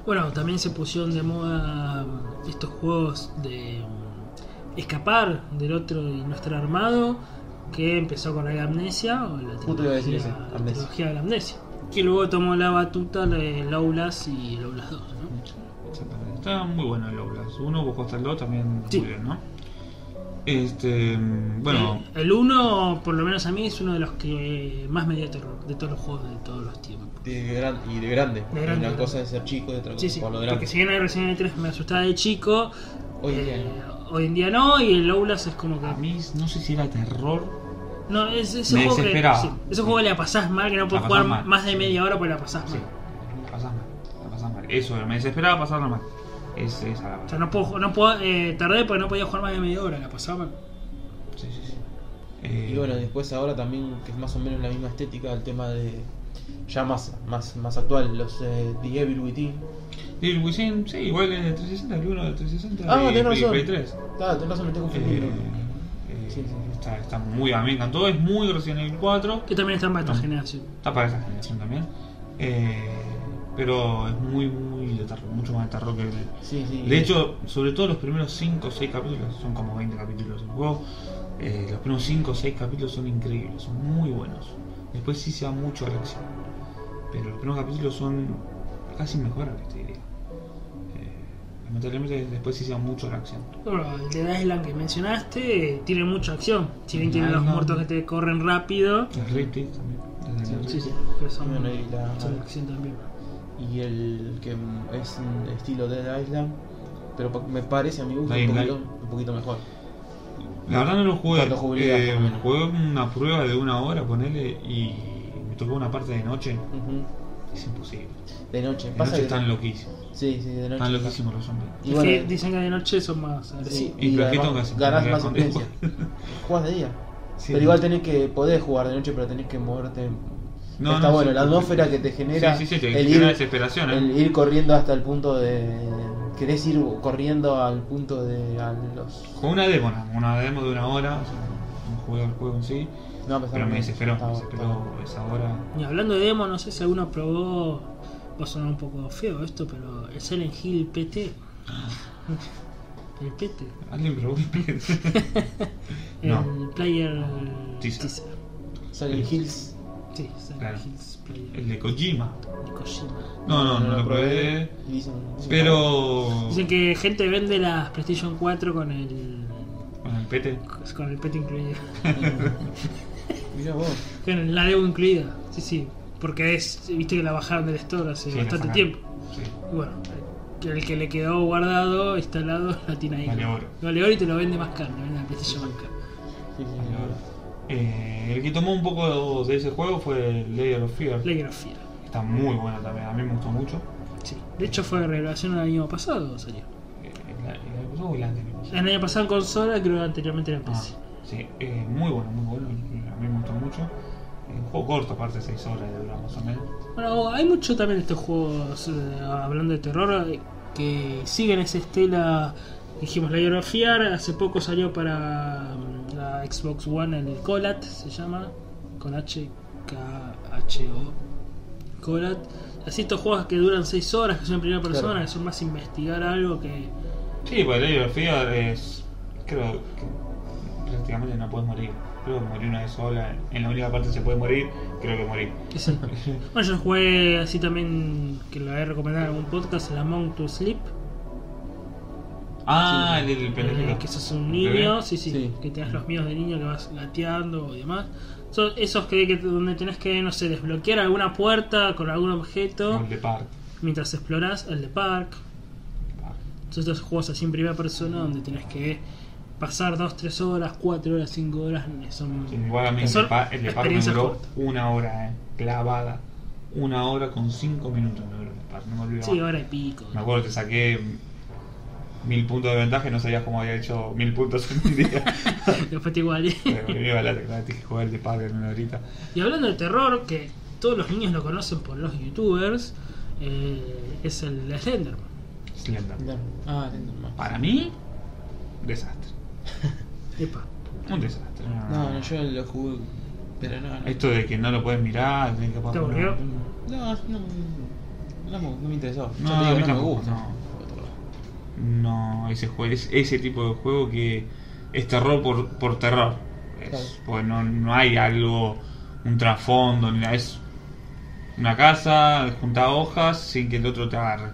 Speaker 3: Bueno, también se pusieron de moda mm, estos juegos de mm, escapar del otro y no estar armado, que empezó con la amnesia, o la
Speaker 2: Justo iba a decir
Speaker 3: trilogía,
Speaker 2: ese,
Speaker 3: la
Speaker 2: Amnesia.
Speaker 3: trilogía de la amnesia, que luego tomó la batuta de Laulas y Laulas 2, ¿no?
Speaker 1: Exactamente. Estaba muy bueno el Oblas. Uno buscó hasta el 2 también
Speaker 3: Sí.
Speaker 1: muy bien, ¿no? Este, mm, bueno,
Speaker 3: El- El 1, por lo menos a mí, es uno de los que más me dio terror de todos los juegos de todos los tiempos.
Speaker 2: De gran- y de grande.
Speaker 3: De grande.
Speaker 2: Una cosa de ser chico y otra cosa
Speaker 3: Sí, sí,
Speaker 2: por lo
Speaker 3: porque
Speaker 2: grande.
Speaker 3: si bien el Resident Evil 3 me asustaba de chico,
Speaker 2: Hoy en día
Speaker 3: eh, hoy en día no, y el Laulas es como que
Speaker 1: a mí no sé si era terror.
Speaker 3: No, es ese
Speaker 1: Me
Speaker 3: juego
Speaker 1: desesperaba.
Speaker 3: que. sí, ese juego que la pasás mal, que no puedes
Speaker 1: La
Speaker 3: jugar
Speaker 1: pasás mal.
Speaker 3: más de media hora porque la pasás
Speaker 1: Sí,
Speaker 3: mal.
Speaker 1: la pasás mal, la pasás mal. Eso, me desesperaba pasarla mal. Es, esa la
Speaker 3: O
Speaker 1: verdad.
Speaker 3: sea, no puedo, no puedo, eh, tardé porque no podía jugar más de media hora, la pasaba mal.
Speaker 1: Sí, sí, sí. Eh,
Speaker 2: Y bueno, después ahora también, que es más o menos la misma estética, el tema de. Ya más, más, más actual, los eh, The Evil Within.
Speaker 1: Evil Within, sí, igual es de 360, el 1 de 360
Speaker 2: Ah,
Speaker 1: y
Speaker 2: tenés
Speaker 1: Play-
Speaker 2: razón.
Speaker 1: Play 3.
Speaker 2: Claro, tenés razón, me estoy
Speaker 1: Eh,
Speaker 2: confundiendo.
Speaker 1: eh,
Speaker 2: Sí, sí.
Speaker 1: Está, está muy, a mí me encantó, es muy Resident Evil 4,
Speaker 3: Que también está en Battle
Speaker 1: No.
Speaker 3: Generación.
Speaker 1: está para esa generación también, eh, pero es muy, muy de terror, mucho más de terror que... el-
Speaker 2: Sí, sí.
Speaker 1: De hecho, sobre todo los primeros 5 o 6 capítulos, son como 20 capítulos del juego, eh, los primeros 5 o 6 capítulos son increíbles, son muy buenos. Después sí se va mucho a la acción, pero los primeros capítulos son casi mejorables, te diría. Eh, lamentablemente después sí se va mucho a la acción.
Speaker 3: Bueno, el de Island que mencionaste eh, tiene mucha acción. Si bien
Speaker 1: El
Speaker 3: tiene los
Speaker 1: Island.
Speaker 3: muertos que te corren rápido.
Speaker 1: Las Riptides también. las de las
Speaker 3: Sí, sí,
Speaker 1: Riptides.
Speaker 3: pero son,
Speaker 2: Bueno, y la-
Speaker 3: son acción también.
Speaker 2: Y el que es un estilo Dead Island. Pero pa- me parece a mi gusto
Speaker 1: Dying
Speaker 2: un poquito,
Speaker 1: Light.
Speaker 2: un poquito mejor.
Speaker 1: La verdad no lo jugué.
Speaker 2: Cuando jubilás,
Speaker 1: eh,
Speaker 2: más o menos.
Speaker 1: jugué una prueba de una hora, ponele, y me tocó una parte de noche.
Speaker 2: Ujú.
Speaker 1: Es imposible.
Speaker 2: De noche.
Speaker 1: De
Speaker 2: Pasa
Speaker 1: noche
Speaker 2: que-
Speaker 1: están loquísimos.
Speaker 2: Sí, sí, de noche.
Speaker 1: Están loquísimos los zombies.
Speaker 2: Y
Speaker 3: Es
Speaker 2: bueno,
Speaker 3: que dicen que de noche son más
Speaker 2: sí,
Speaker 3: agresivos.
Speaker 1: Y pero aquí
Speaker 2: además
Speaker 1: tengo que hacer-
Speaker 2: ganás
Speaker 1: tengo
Speaker 2: más
Speaker 1: que
Speaker 2: experiencia.
Speaker 1: jugar.
Speaker 2: Jugás de día.
Speaker 1: Sí.
Speaker 2: Pero igual tenés que poder jugar de noche, pero tenés que moverte.
Speaker 1: No,
Speaker 2: Está
Speaker 1: no,
Speaker 2: bueno,
Speaker 1: sí,
Speaker 2: la
Speaker 1: sí,
Speaker 2: atmósfera
Speaker 1: sí.
Speaker 2: que te genera.
Speaker 1: Sí, sí, sí, te genera desesperación, ¿eh?
Speaker 2: el ir corriendo hasta el punto de. Querés ir corriendo al punto de. A los...
Speaker 1: Jugué una demo, ¿no? una demo de una hora. o sea, no jugué al juego en sí.
Speaker 2: No,
Speaker 1: Pero
Speaker 2: está
Speaker 1: me
Speaker 2: bueno.
Speaker 1: desesperó.
Speaker 2: Está
Speaker 1: Me
Speaker 2: bueno, está bueno.
Speaker 1: desesperó esa hora.
Speaker 3: Y hablando de demo, no sé si alguno probó. Va a sonar un poco feo esto, pero el Silent Hill PT. El PT.
Speaker 1: Alguien probó
Speaker 3: El
Speaker 1: No.
Speaker 3: player
Speaker 1: Teaser.
Speaker 3: teaser.
Speaker 2: Silent Hills.
Speaker 3: Sí, Silent
Speaker 1: Claro.
Speaker 3: Hills player
Speaker 1: El de Kojima.
Speaker 3: de Kojima.
Speaker 1: No, no, no, lo probé.
Speaker 2: Y dicen- dicen-
Speaker 1: Pero.
Speaker 3: Dicen que gente vende las PlayStation 4 con el
Speaker 1: Con el pete.
Speaker 3: con el PT incluido.
Speaker 2: Mirá vos.
Speaker 3: Con la demo incluida. Sí, sí, porque es viste que la bajaron del store hace
Speaker 1: Sí, la
Speaker 3: bastante
Speaker 1: sacaron.
Speaker 3: tiempo.
Speaker 1: Sí.
Speaker 3: Y bueno, el que le quedó guardado, instalado, la tiene ahí.
Speaker 1: Vale oro.
Speaker 3: Vale oro y te lo vende más caro, te vende la PlayStation más cara.
Speaker 2: Sí, sí, sí.
Speaker 1: Eh, el que tomó un poco de ese juego fue Layer of Fear.
Speaker 3: Player of Fear.
Speaker 1: Está muy buena también, a mí me gustó mucho.
Speaker 3: Sí. De hecho fue revelación el año pasado, salió.
Speaker 1: Eh, ¿El el año pasado o el anterior?
Speaker 3: El año pasado en consola, creo que anteriormente era en
Speaker 1: Ah,
Speaker 3: PC.
Speaker 1: sí, Sí, eh, muy bueno, muy bueno. A mí me gustó mucho. Es un juego corto, aparte 6 horas de verdad, más o menos.
Speaker 3: Bueno, hay mucho también de estos juegos, eh, hablando de terror, eh, que siguen esa estela. Dijimos la geografía. Hace poco salió para mm, la Xbox One el Colat, se llama. Con H-K-H-O. Colat. Así estos juegos que duran 6 horas, que son en primera persona,
Speaker 2: Claro.
Speaker 3: que son más investigar algo que.
Speaker 1: Sí, pues la geografía es. Creo que prácticamente no puedes morir. Creo que morir una vez sola. En la única parte que se puede morir, creo que morir.
Speaker 3: Bueno, yo jugué así también, que lo había recomendado en algún podcast, el Among to Sleep.
Speaker 1: Ah, el del
Speaker 3: Eh,
Speaker 1: pendejito.
Speaker 3: que sos un
Speaker 1: ¿El bebé?
Speaker 3: niño, sí, sí,
Speaker 2: Sí.
Speaker 3: que tenés los miedos de niño que vas gateando y demás. Son esos que, que- donde tenés que, no sé, desbloquear alguna puerta con algún objeto
Speaker 1: El de Park.
Speaker 3: mientras explorás el de Park. Son estos juegos así en primera persona donde tenés que pasar 2, 3 horas, 4 horas, 5 horas. Son,
Speaker 1: Sí, igual a mí el de,
Speaker 3: son
Speaker 1: Park, el de Park me
Speaker 3: experiencias
Speaker 1: duró
Speaker 3: cortas.
Speaker 1: una hora, eh, clavada. Una hora con cinco minutos me duró el de Park, no me olvido.
Speaker 3: Sí,
Speaker 1: más.
Speaker 3: hora y pico.
Speaker 1: Me acuerdo que saqué mil puntos de ventaja y no sabías cómo había hecho mil puntos en un día.
Speaker 3: Después te igualé.
Speaker 1: Pero me iba a la tecla, dije jugar el de Park en una horita.
Speaker 3: Y hablando de terror, que todos los niños lo conocen por los youtubers, eh, es el Slenderman.
Speaker 1: Slender.
Speaker 2: Ah, Slenderman.
Speaker 1: Para mí, desastre.
Speaker 3: Epa.
Speaker 1: Un desastre. no, no,
Speaker 2: No,
Speaker 1: no.
Speaker 2: no, yo lo jugué. Pero no, no.
Speaker 1: Esto de que no lo puedes mirar, tenés que
Speaker 3: ¿Te
Speaker 1: pasar.
Speaker 3: aburrió?
Speaker 2: No, no, no, me- no me interesó.
Speaker 1: No,
Speaker 2: No, ya te
Speaker 1: a
Speaker 2: digo,
Speaker 1: mí
Speaker 2: no me
Speaker 1: tampoco,
Speaker 2: gusta.
Speaker 1: no. No, ese juego, es- ese tipo de juego que es terror por, por terror. Es-
Speaker 2: Claro.
Speaker 1: Pues no, no hay algo, un trasfondo, ni nada. Es una casa, junta hojas sin que el otro te agarre.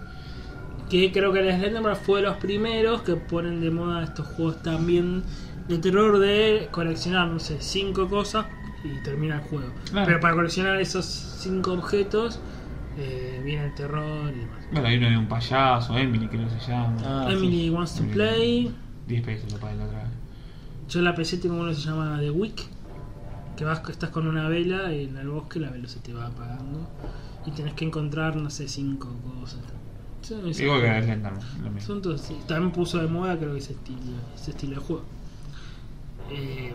Speaker 3: Que creo que el Slenderman fue de los primeros que ponen de moda estos juegos también de terror de coleccionar, no sé, cinco cosas y termina el juego.
Speaker 1: Claro.
Speaker 3: Pero para coleccionar esos cinco objetos eh, viene el terror y demás.
Speaker 1: Bueno, hay uno de un payaso, Emily creo que se llama.
Speaker 2: Ah, sí.
Speaker 3: Emily Wants to
Speaker 1: Emily.
Speaker 3: Play.
Speaker 1: 10 pesos lo pagué la otra vez.
Speaker 3: Yo en la PC tengo uno que se llama The Wick, que vas, estás con una vela en el bosque, la vela se te va apagando y tenés que encontrar, no sé, cinco cosas. Son esos-
Speaker 1: Igual que el Slenderman, lo mismo.
Speaker 3: son todos- sí, también puso de moda creo que ese estilo, ese estilo de juego. Eh,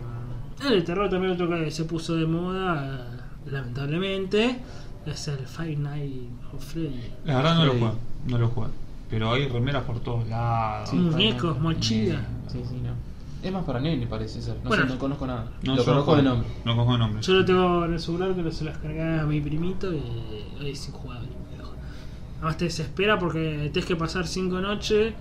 Speaker 3: el terror también otro que se puso de moda, lamentablemente, es el Five Nights of Freddy.
Speaker 1: La verdad no lo
Speaker 2: Sí.
Speaker 1: juego, no lo juego. Pero hay remeras por todos lados.
Speaker 2: Sí,
Speaker 3: Muñecos,
Speaker 2: Five Nights.
Speaker 3: mochilas.
Speaker 2: Sí, sí, no. Es más para nene, parece ser. No,
Speaker 3: Bueno.
Speaker 2: sé, no conozco nada.
Speaker 1: No, yo
Speaker 2: lo
Speaker 1: no
Speaker 2: conozco
Speaker 1: juego.
Speaker 2: de nombre.
Speaker 1: No conozco de nombre.
Speaker 3: Yo lo tengo en el celular que lo se lo descargué a mi primito y hoy es injugable. Además te desespera porque tienes que pasar cinco noches.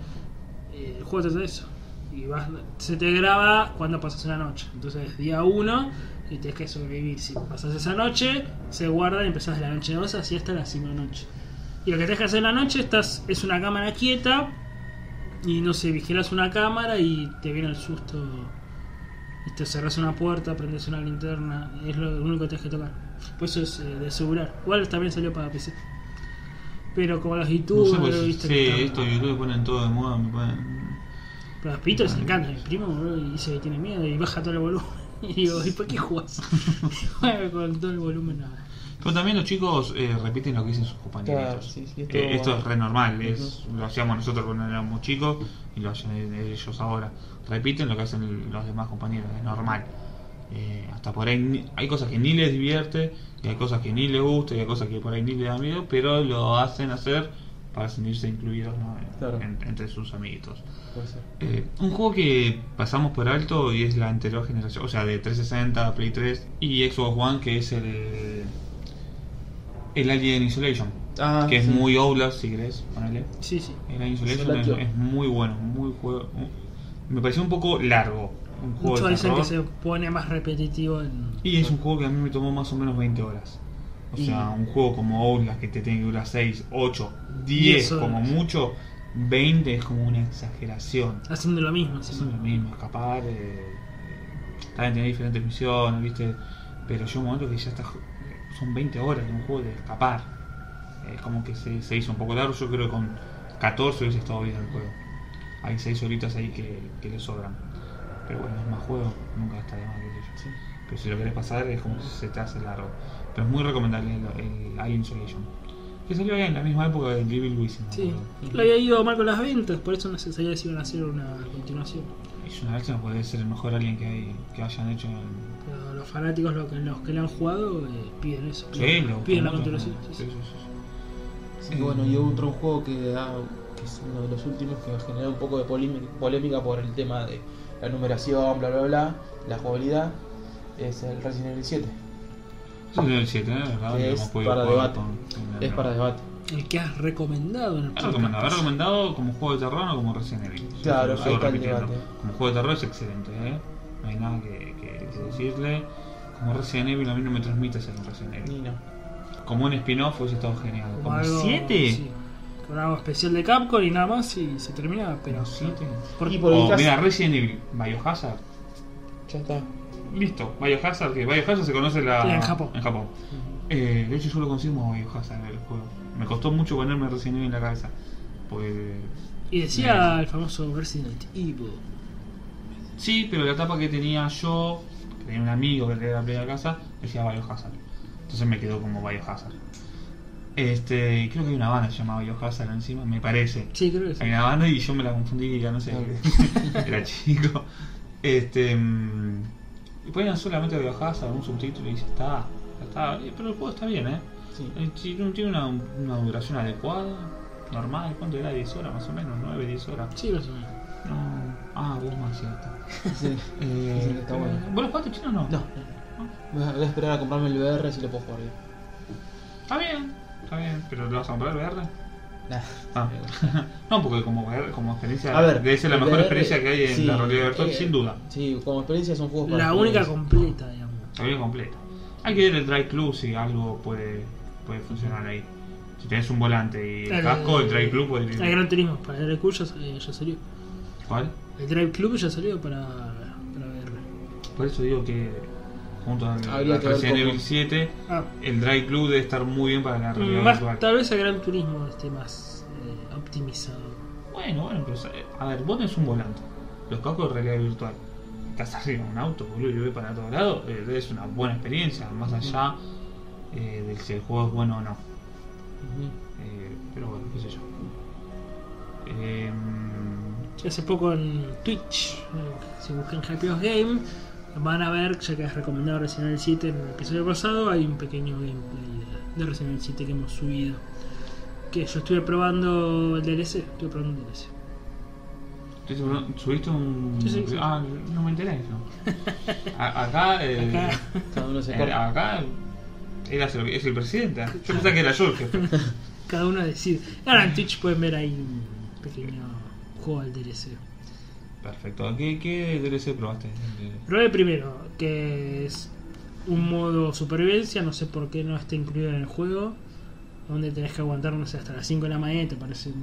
Speaker 3: eh, el juego trata de eso. Y vas, se te graba cuando pasas una noche. Entonces día uno y tienes que sobrevivir. Si pasas esa noche, se guarda y empezás de la noche 2 así hasta la cinco de la noche. Y lo que tenés que hacer en la noche estás, es una cámara quieta y no sé, vigilas una cámara y te viene el susto. Y te cerras una puerta, prendes una linterna, es lo único que tienes que tocar. Por eso es eh, de asegurar. Igual también salió para PC. Pero como los
Speaker 1: No
Speaker 3: youtubers,
Speaker 1: sé, pues,
Speaker 3: viste
Speaker 1: sí,
Speaker 3: que están-
Speaker 1: esto YouTube pues. Ah. ponen todo de moda, me ponen...
Speaker 3: pero a los pibitos les encanta, mi primo boludo, y dice que tiene miedo y baja todo el volumen. Y digo, ¿y por qué jugás? Juega con todo el volumen nada.
Speaker 1: Pero también los chicos eh, repiten lo que dicen sus compañeros.
Speaker 2: Claro, sí, sí, es todo-
Speaker 1: Eh, esto es re normal, es, lo hacíamos nosotros cuando éramos chicos y lo hacen e- ellos ahora. Repiten lo que hacen el- los demás compañeros, es normal. Eh, hasta por ahí ni- hay cosas que ni les divierte, y hay cosas que ni les gusta, y hay cosas que por ahí ni les da miedo, pero lo hacen hacer para sentirse incluidos ¿no? En-
Speaker 2: Claro.
Speaker 1: en- entre sus amiguitos.
Speaker 2: Puede ser.
Speaker 1: Eh, un juego que pasamos por alto y es la anterior generación, o sea, de 360, Play 3 y Xbox One, que es el. El Alien Isolation.
Speaker 2: Ah,
Speaker 1: que es
Speaker 2: sí.
Speaker 1: muy Outlast, si querés, ponele.
Speaker 3: Sí, sí.
Speaker 1: El Alien Isolation es,
Speaker 2: Isolation.
Speaker 1: es muy bueno, muy juego. Me pareció un poco largo. Un juego
Speaker 3: Muchos
Speaker 1: de
Speaker 3: dicen que
Speaker 1: terror.
Speaker 3: se pone más repetitivo en.
Speaker 1: Y es un juego que a mí me tomó más o menos 20 horas. O
Speaker 2: Y-
Speaker 1: sea, un juego como Outlast que te tiene que durar 6, 8, 10
Speaker 3: 10 horas.
Speaker 1: como mucho, 20 es como una exageración.
Speaker 3: haciendo lo mismo.
Speaker 1: Es
Speaker 3: haciendo
Speaker 1: lo mismo, escapar. eh, eh, también tenés diferentes misiones, ¿viste? Pero yo un momento que ya está. Son 20 horas de un juego de escapar. Es como que se, se hizo un poco largo. Yo creo que con 14 hubiese estado bien el juego. Hay 6 horitas ahí que, que le sobran. Pero bueno, es más juego, nunca está de más, qué sé yo.
Speaker 2: Sí.
Speaker 1: Pero si lo querés pasar es como si se te hace largo. Pero es muy recomendable el, el Alien Isolation. Que salió en la misma época del Evil Within.
Speaker 3: Sí. Le había ido mal con las ventas, por eso no se sabía si iban a hacer una continuación.
Speaker 1: Es una no puede ser el mejor alien que, hay, que hayan hecho en.
Speaker 3: Pero los fanáticos, los que, los que la han jugado, eh, piden eso.
Speaker 1: Sí,
Speaker 3: piden,
Speaker 1: lo-
Speaker 3: piden la
Speaker 1: lo-
Speaker 3: continuación. sí,
Speaker 1: sí,
Speaker 3: sí.
Speaker 1: sí, sí.
Speaker 2: Así que bueno,
Speaker 1: Mm.
Speaker 2: y otro juego que, da- que es uno de los últimos que generó un poco de polémica, polémica por el tema de la numeración, bla bla bla, la jugabilidad, es el Resident Evil 7.
Speaker 1: Eso es del 7, ¿eh? ¿verdad?
Speaker 2: Que
Speaker 1: Lo
Speaker 2: es
Speaker 1: hemos podido
Speaker 2: para
Speaker 1: jugar
Speaker 2: debate.
Speaker 1: con- con el-
Speaker 2: Es para debate.
Speaker 3: El que has recomendado en el
Speaker 1: He
Speaker 3: podcast.
Speaker 1: Ah, recomendado, he recomendado como juego de terror o como Resident Evil. Yo
Speaker 2: Claro,
Speaker 1: lo
Speaker 2: ahí
Speaker 1: sigo
Speaker 2: está el
Speaker 1: repitiendo.
Speaker 2: debate.
Speaker 1: Como juego de terror es excelente, ¿eh? No hay nada que, que- que decirle. Como Resident Evil a mí no me transmite ser un Resident
Speaker 2: Ni
Speaker 1: Evil.
Speaker 2: no.
Speaker 1: Como un spin-off hubiese estado genial.
Speaker 3: Como
Speaker 1: Como
Speaker 3: algo-
Speaker 1: 7.
Speaker 3: sí, Con algo especial de Capcom y nada más y se termina, pero...
Speaker 1: Pero 7.
Speaker 3: Porque-
Speaker 2: Y por- el
Speaker 1: O
Speaker 2: caso-
Speaker 1: Oh, mira, Resident Evil, Biohazard.
Speaker 2: Ya está.
Speaker 1: Listo, Biohazard, que Biohazard se conoce la...
Speaker 3: Sí, en Japón.
Speaker 1: En Japón. Eh, de hecho yo lo consigo como Biohazard en el juego. Me costó mucho ponerme Resident Evil en la cabeza. Pues...
Speaker 3: Y decía el famoso Resident Evil.
Speaker 1: Sí, pero la tapa que tenía yo, que tenía un amigo que tenía la playa de casa, decía Biohazard. Entonces me quedó como Biohazard. Este, y creo que hay una banda que se llama Biohazard encima, me parece.
Speaker 3: Sí, creo que sí.
Speaker 1: Hay una banda y yo me la confundí y ya no sé. Era chico. Este. mm, Y ponían solamente Biohazard, un subtítulo y ya está. Ya está. Eh, Pero el juego está bien, ¿eh?
Speaker 2: Sí.
Speaker 1: Eh, Tiene tiene una, una duración adecuada, normal. ¿Cuánto era? 10 horas más o menos, 9, 10 horas.
Speaker 3: Sí, más o menos.
Speaker 1: No. Ah, vos más cierto.
Speaker 2: Sí.
Speaker 1: Eh,
Speaker 2: Dicen que está bueno.
Speaker 1: ¿Vos los jugaste chino o no?
Speaker 2: No. Voy a- voy a esperar a comprarme el VR si lo puedo jugar bien.
Speaker 1: Está bien, está bien, pero ¿lo vas a comprar VR?
Speaker 2: Nah.
Speaker 1: Ah. no, porque como, VR como experiencia,
Speaker 2: A ver,
Speaker 1: debe ser la
Speaker 2: el
Speaker 1: mejor
Speaker 2: VR,
Speaker 1: experiencia que hay en
Speaker 2: sí,
Speaker 1: la realidad virtual,
Speaker 2: eh,
Speaker 1: sin duda.
Speaker 2: Sí, como experiencia son juegos para
Speaker 3: La única
Speaker 2: jugadores.
Speaker 3: completa, digamos.
Speaker 1: Está bien completa. Hay que ver el Drive Club si algo puede, puede funcionar ahí. Si tenés un volante y el, casco, el Drive Club puede
Speaker 3: El Gran Turismo para el Drive Club ya, eh, ya salió.
Speaker 1: ¿Cuál?
Speaker 3: El Drive Club ya salió para, para VR.
Speaker 1: Por eso digo que junto al
Speaker 2: Habría
Speaker 1: al
Speaker 2: que ver
Speaker 1: Resident
Speaker 2: cómo.
Speaker 1: Evil 7,
Speaker 3: Ah,
Speaker 1: el Drive Club debe estar muy bien para la realidad virtual.
Speaker 3: Mm, más, tal vez el Gran Turismo esté más eh, optimizado.
Speaker 1: Bueno, bueno, pero eh, a ver, vos tenés un volante, los cascos de realidad virtual, estás arriba de un auto, boludo, y lo ves para todo lado, eh, es una buena experiencia, más allá eh, de si el juego es bueno o no. Eh, pero bueno, qué sé yo. Eh,
Speaker 3: Hace poco en Twitch, eh, si buscan Happy House Game, van a ver, ya que has recomendado Resident Evil 7 en el episodio pasado, hay un pequeño gameplay de, de Resident Evil 7 que hemos subido. Que yo estuve probando el DLC, estuve probando el DLC.
Speaker 1: entonces, bueno, ¿Subiste un.?
Speaker 3: Sí, sí, sí.
Speaker 1: Ah, no me enteré. yo. A- acá. eh,
Speaker 3: Acá.
Speaker 2: Cada uno se
Speaker 1: eh,
Speaker 2: corta.
Speaker 1: acá. Era, es el presidente. Yo pensaba que era yo el jefe.
Speaker 3: Cada uno decide. Ahora en Twitch pueden ver ahí un pequeño juego al DLC.
Speaker 1: Perfecto. ¿Qué, qué DLC probaste?
Speaker 3: Probé primero, que es un modo supervivencia, no sé por qué no está incluido en el juego, donde tenés que aguantar, no sé, hasta las 5 de la mañana y te aparecen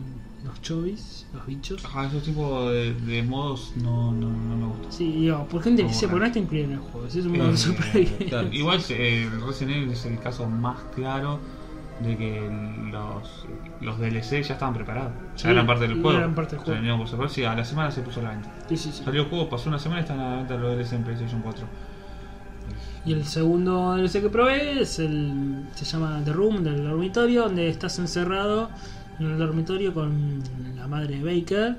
Speaker 3: los chovis, los bichos.
Speaker 1: Ajá, Ah, esos tipos de, de modos no, no, no me gustan.
Speaker 3: Sí, digo, ¿por qué un DLC?
Speaker 1: Como
Speaker 3: Porque no está incluido en el juego, si es un
Speaker 1: Eh,
Speaker 3: modo de supervivencia.
Speaker 1: claro, Igual eh, Resident Evil es el caso más claro de que los, los DLC ya estaban preparados.
Speaker 3: Sí,
Speaker 1: ya eran parte del
Speaker 3: ya
Speaker 1: juego.
Speaker 3: eran parte del
Speaker 1: O sea,
Speaker 3: juego.
Speaker 1: venían por separado. Sí, a la semana se puso a la venta.
Speaker 3: Sí, sí, sí.
Speaker 1: Salió el juego, pasó una semana y están a la venta los DLC en PlayStation 4.
Speaker 3: Y el segundo DLC que probé es el, se llama The Room, del dormitorio, donde estás encerrado en el dormitorio con la madre de Baker,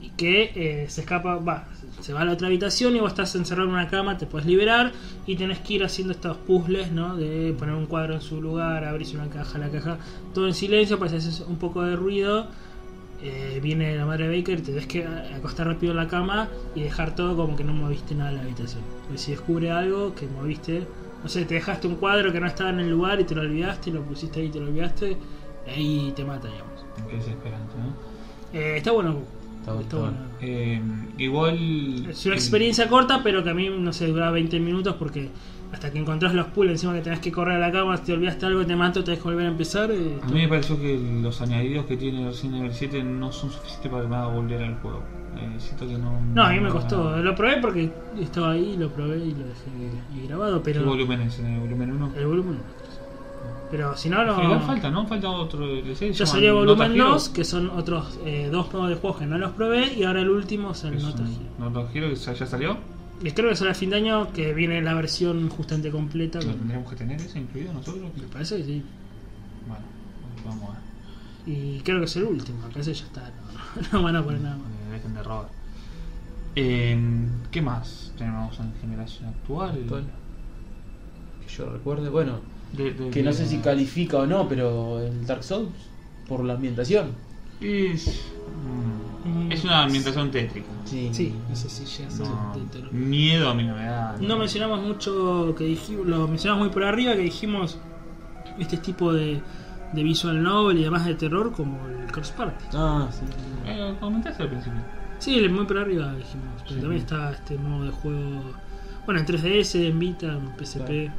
Speaker 3: y que eh, se escapa, va, se va a la otra habitación y vos estás encerrado en una cama, te puedes liberar y tenés que ir haciendo estos puzzles, ¿no? De poner un cuadro en su lugar, abrirse una caja, la caja, todo en silencio, pues haces un poco de ruido. eh, viene la madre de Baker, te ves que acostar rápido en la cama y dejar todo como que no moviste nada en la habitación. Porque si descubre algo que moviste, no sé, te dejaste un cuadro que no estaba en el lugar y te lo olvidaste, lo pusiste ahí y te lo olvidaste, ahí te mata, digamos.
Speaker 1: Qué desesperante, ¿no?
Speaker 3: Eh, está bueno.
Speaker 2: Está bueno.
Speaker 1: Eh, igual. eh,
Speaker 3: Es una experiencia corta, pero que a mí no sé, dura 20 minutos porque hasta que encontrás los pulls, encima que tenés que correr a la cama, si te olvidaste algo, te mato, te dejo volver a empezar. eh,
Speaker 2: Ah,
Speaker 1: A mí me pareció que los añadidos que tiene Resident Evil 7 no son suficientes para que me haga volver al juego. Eh, siento que no.
Speaker 3: No, a mí me costó. eh, Lo probé porque estaba ahí, lo probé y lo dejé grabado,
Speaker 1: ¿Qué
Speaker 3: pero.
Speaker 1: volumen es? ¿En el volumen 1?
Speaker 3: El volumen. Pero si no, no.
Speaker 1: Igual falta, ¿no? Falta otro DLC.
Speaker 3: Ya salió el volumen 2, que son otros eh, dos modos de juego que no los probé, y ahora el último es el Nota Hero.
Speaker 1: Nota Hero que ya, ya salió.
Speaker 3: Y creo que será a fin de año que viene la versión justamente completa.
Speaker 1: Lo
Speaker 3: con-
Speaker 1: tendríamos que tener ese incluido nosotros.
Speaker 3: Me parece que sí.
Speaker 1: Bueno, Vamos a ver.
Speaker 3: Y creo que es el último, acá ese ya está. No, no van a poner nada más.
Speaker 1: Eh, dejen de robar. Eh, ¿Qué más tenemos en generación actual?
Speaker 2: Actual. Que yo recuerde, bueno,
Speaker 1: De- de-
Speaker 2: que no sé si
Speaker 1: de-
Speaker 2: califica o no, pero el Dark Souls, por la ambientación.
Speaker 1: Es, mm,
Speaker 3: Mm.
Speaker 1: es una ambientación tétrica.
Speaker 2: Sí,
Speaker 3: Sí, ese sí llega a ser
Speaker 1: No,
Speaker 3: el título.
Speaker 1: miedo a mí no me da.
Speaker 3: No mencionamos mucho que dijimos, lo mencionamos muy por arriba, que dijimos este tipo de, de visual novel y además de terror como el Cross Party.
Speaker 2: Ah, sí.
Speaker 1: Eh, comentaste al principio.
Speaker 3: Sí, el muy por arriba dijimos, pero
Speaker 1: Sí.
Speaker 3: también está este modo de juego, bueno, en 3DS, en Vita, en PSP,
Speaker 2: Claro.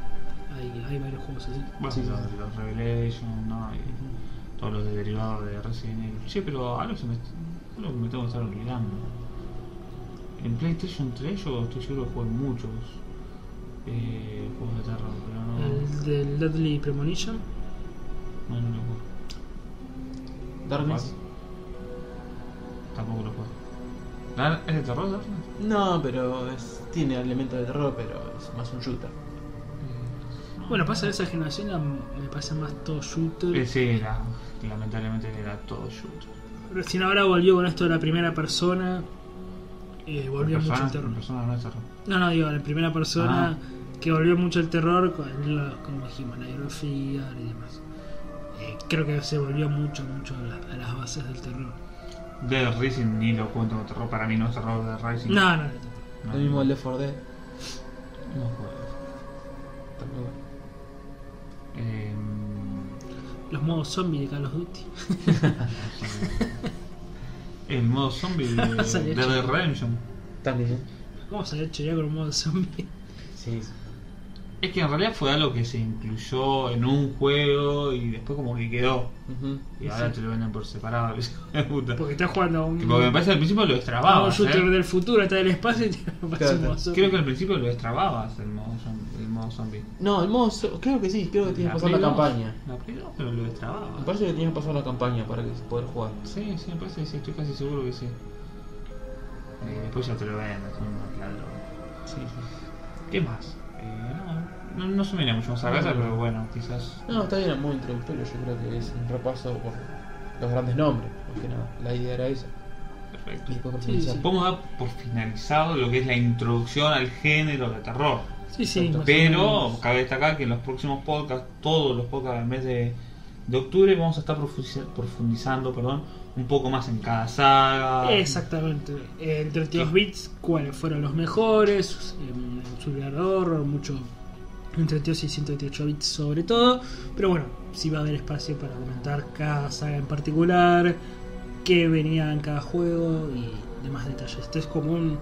Speaker 3: hay, hay varios juegos así.
Speaker 1: Bueno,
Speaker 2: Sí, sí,
Speaker 1: los,
Speaker 2: sí.
Speaker 1: los Revelation, ¿no? Y todos los derivados de Resident Evil. Che, pero algo, se me, algo que me tengo que estar olvidando. En PlayStation 3 yo estoy seguro que jugué muchos eh, juegos de terror, pero no,
Speaker 3: El del Deadly Premonition,
Speaker 1: no, no lo juego.
Speaker 2: Darkness.
Speaker 1: Tampoco lo juego. Dar- ¿Es de terror, Darkness?
Speaker 2: No, pero es- tiene elementos de terror, pero es más un shooter.
Speaker 3: bueno, pasa de esa generación, la- me pasa más todo shooter.
Speaker 1: Eh, sí, era, lamentablemente era todo shooter.
Speaker 3: Recién ahora volvió con esto de la primera persona, eh, volvió mucho el
Speaker 1: Personas-
Speaker 3: terror.
Speaker 1: personas no es terror.
Speaker 3: No, no, digo, en primera persona que volvió mucho el terror con, la- como dijimos, la hidrofía y demás. Eh, creo que se volvió mucho, mucho a, la- a las bases del terror.
Speaker 1: Dead Rising ni lo cuento como terror, para mí no es terror de Rising.
Speaker 3: No, no, no.
Speaker 1: No,
Speaker 2: Lo mismo el Left 4 Dead.
Speaker 1: no juego.
Speaker 2: está muy bueno.
Speaker 1: Eh,
Speaker 3: Los modos zombie de Call of Duty.
Speaker 1: el modo zombie de
Speaker 3: Salió
Speaker 1: de
Speaker 3: chido.
Speaker 1: Red Redemption.
Speaker 2: También, ¿eh?
Speaker 3: ¿Cómo salió ya con un modo zombie?
Speaker 2: Sí.
Speaker 1: Es que en realidad fue algo que se incluyó en un juego y después como que quedó.
Speaker 2: Ujú.
Speaker 1: Y ahora
Speaker 3: Sí.
Speaker 1: te lo venden por separado, el hijo de puta.
Speaker 3: Porque estás jugando a un,
Speaker 1: Porque me parece que al principio lo
Speaker 3: a un
Speaker 1: destrababas.
Speaker 3: shooter
Speaker 1: ¿eh?
Speaker 3: del futuro, está del espacio y te pasa un
Speaker 2: Claro,
Speaker 3: modo zombie.
Speaker 1: Creo que al principio lo destrababas el modo, zom- el modo zombie.
Speaker 2: No, el modo, so- creo que sí, creo que tienes que pasar la
Speaker 1: Play dos-
Speaker 2: campaña.
Speaker 1: La Play dos, pero lo
Speaker 2: Me
Speaker 1: destrababas.
Speaker 2: parece que tienes que pasar la campaña para que poder jugar.
Speaker 1: Sí, sí, me parece que sí, estoy casi seguro que sí. Eh, después ya te lo venden, es una ladrón.
Speaker 2: Sí, sí.
Speaker 1: ¿Qué más? Eh, no, no, no se me viene mucho más a la cabeza, pero bueno, quizás.
Speaker 2: No, está bien, es muy introductorio, yo creo que es un repaso por los grandes nombres, más que nada. La idea era esa.
Speaker 1: Perfecto.
Speaker 2: Y después por
Speaker 3: Sí,
Speaker 2: finalizar.
Speaker 3: sí.
Speaker 1: Podemos dar por finalizado lo que es la introducción al género de terror.
Speaker 3: Sí, sí. más o
Speaker 1: Pero
Speaker 3: menos.
Speaker 1: cabe destacar que en los próximos podcasts, todos los podcasts del mes de, de octubre, vamos a estar profundiz- profundizando perdón, un poco más en cada saga.
Speaker 3: Exactamente. Eh, entre 32 bits, ¿cuáles fueron los mejores? Eh, Survival Horror, mucho entre 32 y 128 bits sobre todo. Pero bueno, sí va a haber espacio para comentar cada saga en particular, qué venía en cada juego y demás detalles. Esto es como un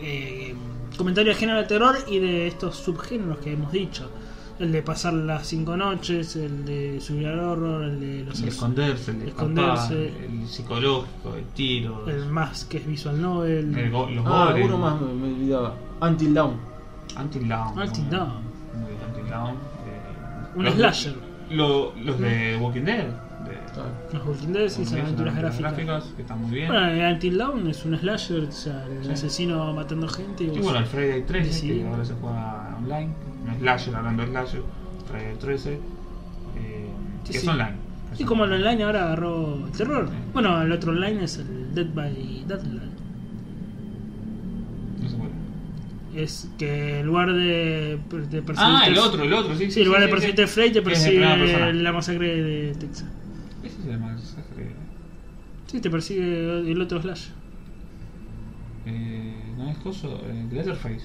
Speaker 3: eh, comentario de género de terror y de estos subgéneros que hemos dicho. El de pasar las cinco noches, el de Survival Horror, el de los
Speaker 1: El esconderse, el
Speaker 3: Esconderse.
Speaker 1: escapar, el psicológico, el tiro,
Speaker 3: el más que es Visual Novel.
Speaker 1: el go- los
Speaker 2: Ah,
Speaker 1: golems.
Speaker 2: uno más me, me olvidaba. Until Dawn.
Speaker 1: Until Dawn.
Speaker 3: Until
Speaker 1: ¿no?
Speaker 3: Dawn.
Speaker 1: Muy bien, Until Dawn. eh,
Speaker 3: Un
Speaker 1: los-
Speaker 3: slasher.
Speaker 1: lo- los de Walking Dead. De,
Speaker 2: Ah,
Speaker 3: Los Walking Dead
Speaker 1: Walking
Speaker 3: y esas
Speaker 1: Dead son
Speaker 3: aventuras gráficas.
Speaker 1: que están muy bien.
Speaker 3: Bueno, el Until Dawn es un slasher, o sea, el
Speaker 1: Sí.
Speaker 3: asesino matando gente.
Speaker 1: y
Speaker 3: vos-
Speaker 1: bueno, el Friday 13,
Speaker 3: Decidido.
Speaker 1: que ahora se juega online. No Slasher, hablando de Slasher. Friday 13. eh,
Speaker 3: Sí,
Speaker 1: que es
Speaker 3: sí.
Speaker 1: online.
Speaker 3: Y como el online ahora agarró el terror.
Speaker 1: Sí.
Speaker 3: Bueno, el otro online es el Dead by Deadline.
Speaker 1: No se puede.
Speaker 3: Es que en lugar de, de perseguir.
Speaker 1: Ah, el otro, el otro, sí.
Speaker 3: Sí, en lugar de perseguirte Frey, te
Speaker 1: Que es de primera persona.
Speaker 3: persigue la masacre de Texas.
Speaker 1: Ese es el eh, masacre.
Speaker 3: Sí, te persigue el otro slasher.
Speaker 1: Eh, no es coso, eh, Letterface.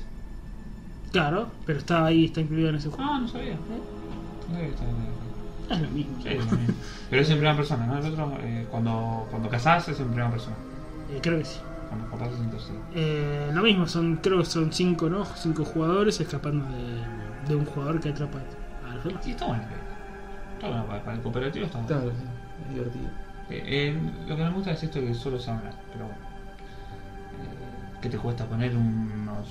Speaker 3: Claro, pero está ahí, está incluido en ese juego.
Speaker 1: Ah, no sabía. No sabía que estaba en Letterface.
Speaker 3: Es lo mismo.
Speaker 1: Sí, también. Pero es en primera persona, ¿no? El otro, eh, cuando, cuando casás es en primera persona.
Speaker 3: Eh, creo que sí.
Speaker 1: Cuando escapás es en tercera.
Speaker 3: Eh, lo mismo, son creo que son cinco, ¿no? Cinco jugadores escapando de, de un jugador que atrapa a los demás.
Speaker 1: Y está bueno. eh. Está bueno, para, para el cooperativo está bueno.
Speaker 2: claro, sí, es divertido.
Speaker 1: Eh, eh, lo que no me gusta es esto de que solo sea online, pero bueno. Eh, que te cuesta poner unos,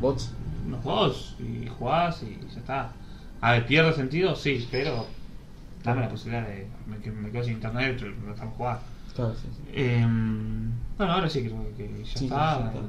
Speaker 2: Bots.
Speaker 1: unos juegos y jugás y ya está. A ver, pierde sentido, sí, pero dame la posibilidad de me, que me quedo sin internet, pero no están jugando.
Speaker 2: Claro, sí, sí.
Speaker 1: Eh, bueno, ahora sí creo que ya
Speaker 2: Em, Sí,
Speaker 1: está.
Speaker 2: ya está.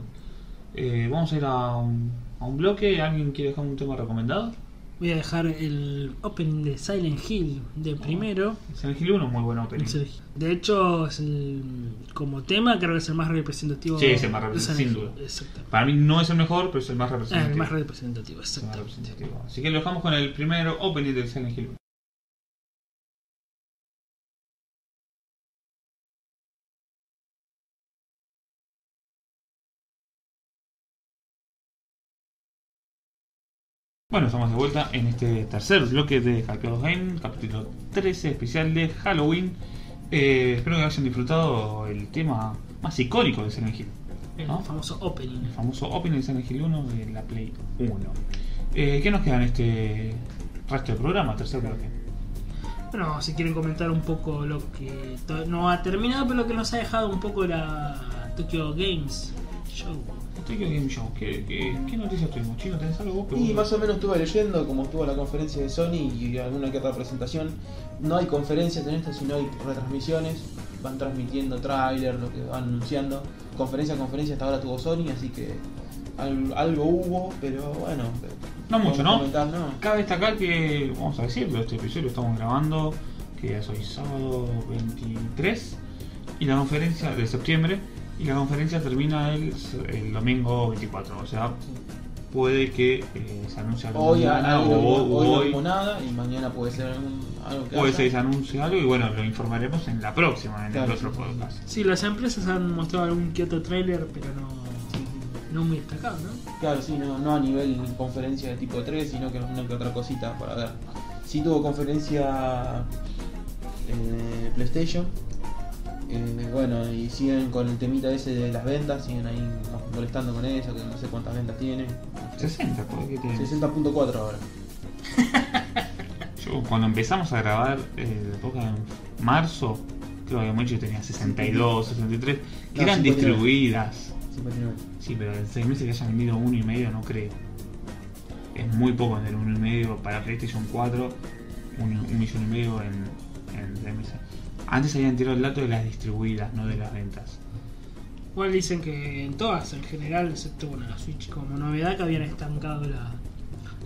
Speaker 1: Eh, vamos a ir a un, a un bloque. ¿Alguien quiere dejar un tema recomendado?
Speaker 3: Voy a dejar el opening de Silent Hill de primero.
Speaker 1: Silent Hill 1 es muy buen opening.
Speaker 3: Sí. De hecho, es el- como tema creo que es el más representativo.
Speaker 1: Sí, es el más representativo,
Speaker 3: de Silent
Speaker 1: sin
Speaker 3: Hill.
Speaker 1: duda.
Speaker 3: Exactamente.
Speaker 1: Para mí no es el mejor, pero es el más
Speaker 3: Ah, el
Speaker 1: representativo.
Speaker 3: más representativo,
Speaker 1: Es el más
Speaker 3: exactamente.
Speaker 1: representativo. Así que lo dejamos con el primer opening de Silent Hill 1. Bueno, estamos de vuelta en este tercer bloque de Hackeados Game, capítulo 13, especial de Halloween. Eh, espero que hayan disfrutado el tema más icónico de Silent Hill.
Speaker 3: El
Speaker 1: ¿no?
Speaker 3: famoso opening.
Speaker 1: El famoso Open de Silent Hill 1 de la Play 1. Eh, ¿Qué nos queda en este resto del programa? Tercer bloque.
Speaker 3: Bueno, si quieren comentar un poco lo que to- no ha terminado, pero lo que nos ha dejado un poco la Tokyo Games Show.
Speaker 1: Tokyo Game Show. ¿Qué, qué, qué noticias tuvimos? Chino, ¿tenés algo vos? Pero
Speaker 2: Y
Speaker 1: vos-
Speaker 2: más o menos estuve leyendo, como estuvo la conferencia de Sony y alguna que otra presentación. No hay conferencias en esta, sino hay retransmisiones. Van transmitiendo tráiler, lo que van anunciando. Conferencia a conferencia hasta ahora tuvo Sony, así que al- algo hubo, pero bueno.
Speaker 1: No mucho, ¿no?
Speaker 2: comentar, no.
Speaker 1: Cabe destacar que, vamos a decirlo, este episodio lo estamos grabando, que es hoy sábado 23, y la conferencia de septiembre, y la conferencia termina el, el domingo 24, o sea, puede que eh, se anuncie algo
Speaker 2: Hoy,
Speaker 1: mañana
Speaker 2: algo,
Speaker 1: o-
Speaker 2: hoy,
Speaker 1: o
Speaker 2: no
Speaker 1: hoy.
Speaker 2: hubo nada y mañana puede ser algún- algo que
Speaker 1: Pues
Speaker 2: haya.
Speaker 1: se anunció algo y bueno, lo informaremos en la próxima, en
Speaker 2: Claro,
Speaker 1: el otro
Speaker 2: sí, sí, sí.
Speaker 1: podcast.
Speaker 3: Sí, las empresas han mostrado algún que otro trailer, pero no, no muy destacado, ¿no?
Speaker 2: Claro, sí, no, no a nivel conferencia de tipo 3, sino que una que otra cosita para ver. Sí tuvo conferencia eh, PlayStation. Eh, bueno, y siguen con el temita ese de las ventas, siguen ahí mo- molestando con eso, que no sé cuántas ventas tiene.
Speaker 1: 60, ¿por qué te-
Speaker 2: 60.4 ahora.
Speaker 1: Yo cuando empezamos a grabar eh, el podcast en marzo, creo que Mochi tenía 62, 63, que
Speaker 2: No,
Speaker 1: eran
Speaker 2: 59.
Speaker 1: distribuidas.
Speaker 2: 59.
Speaker 1: Sí, pero en 6 meses que hayan vendido uno y medio no creo. Es muy poco vender uno y medio para PlayStation 4, un, un millón y medio en, en 6 meses. Antes habían tirado el dato de las distribuidas, no de las ventas.
Speaker 3: Igual dicen que en todas, en general, excepto bueno, la Switch como novedad, que habían estancado la-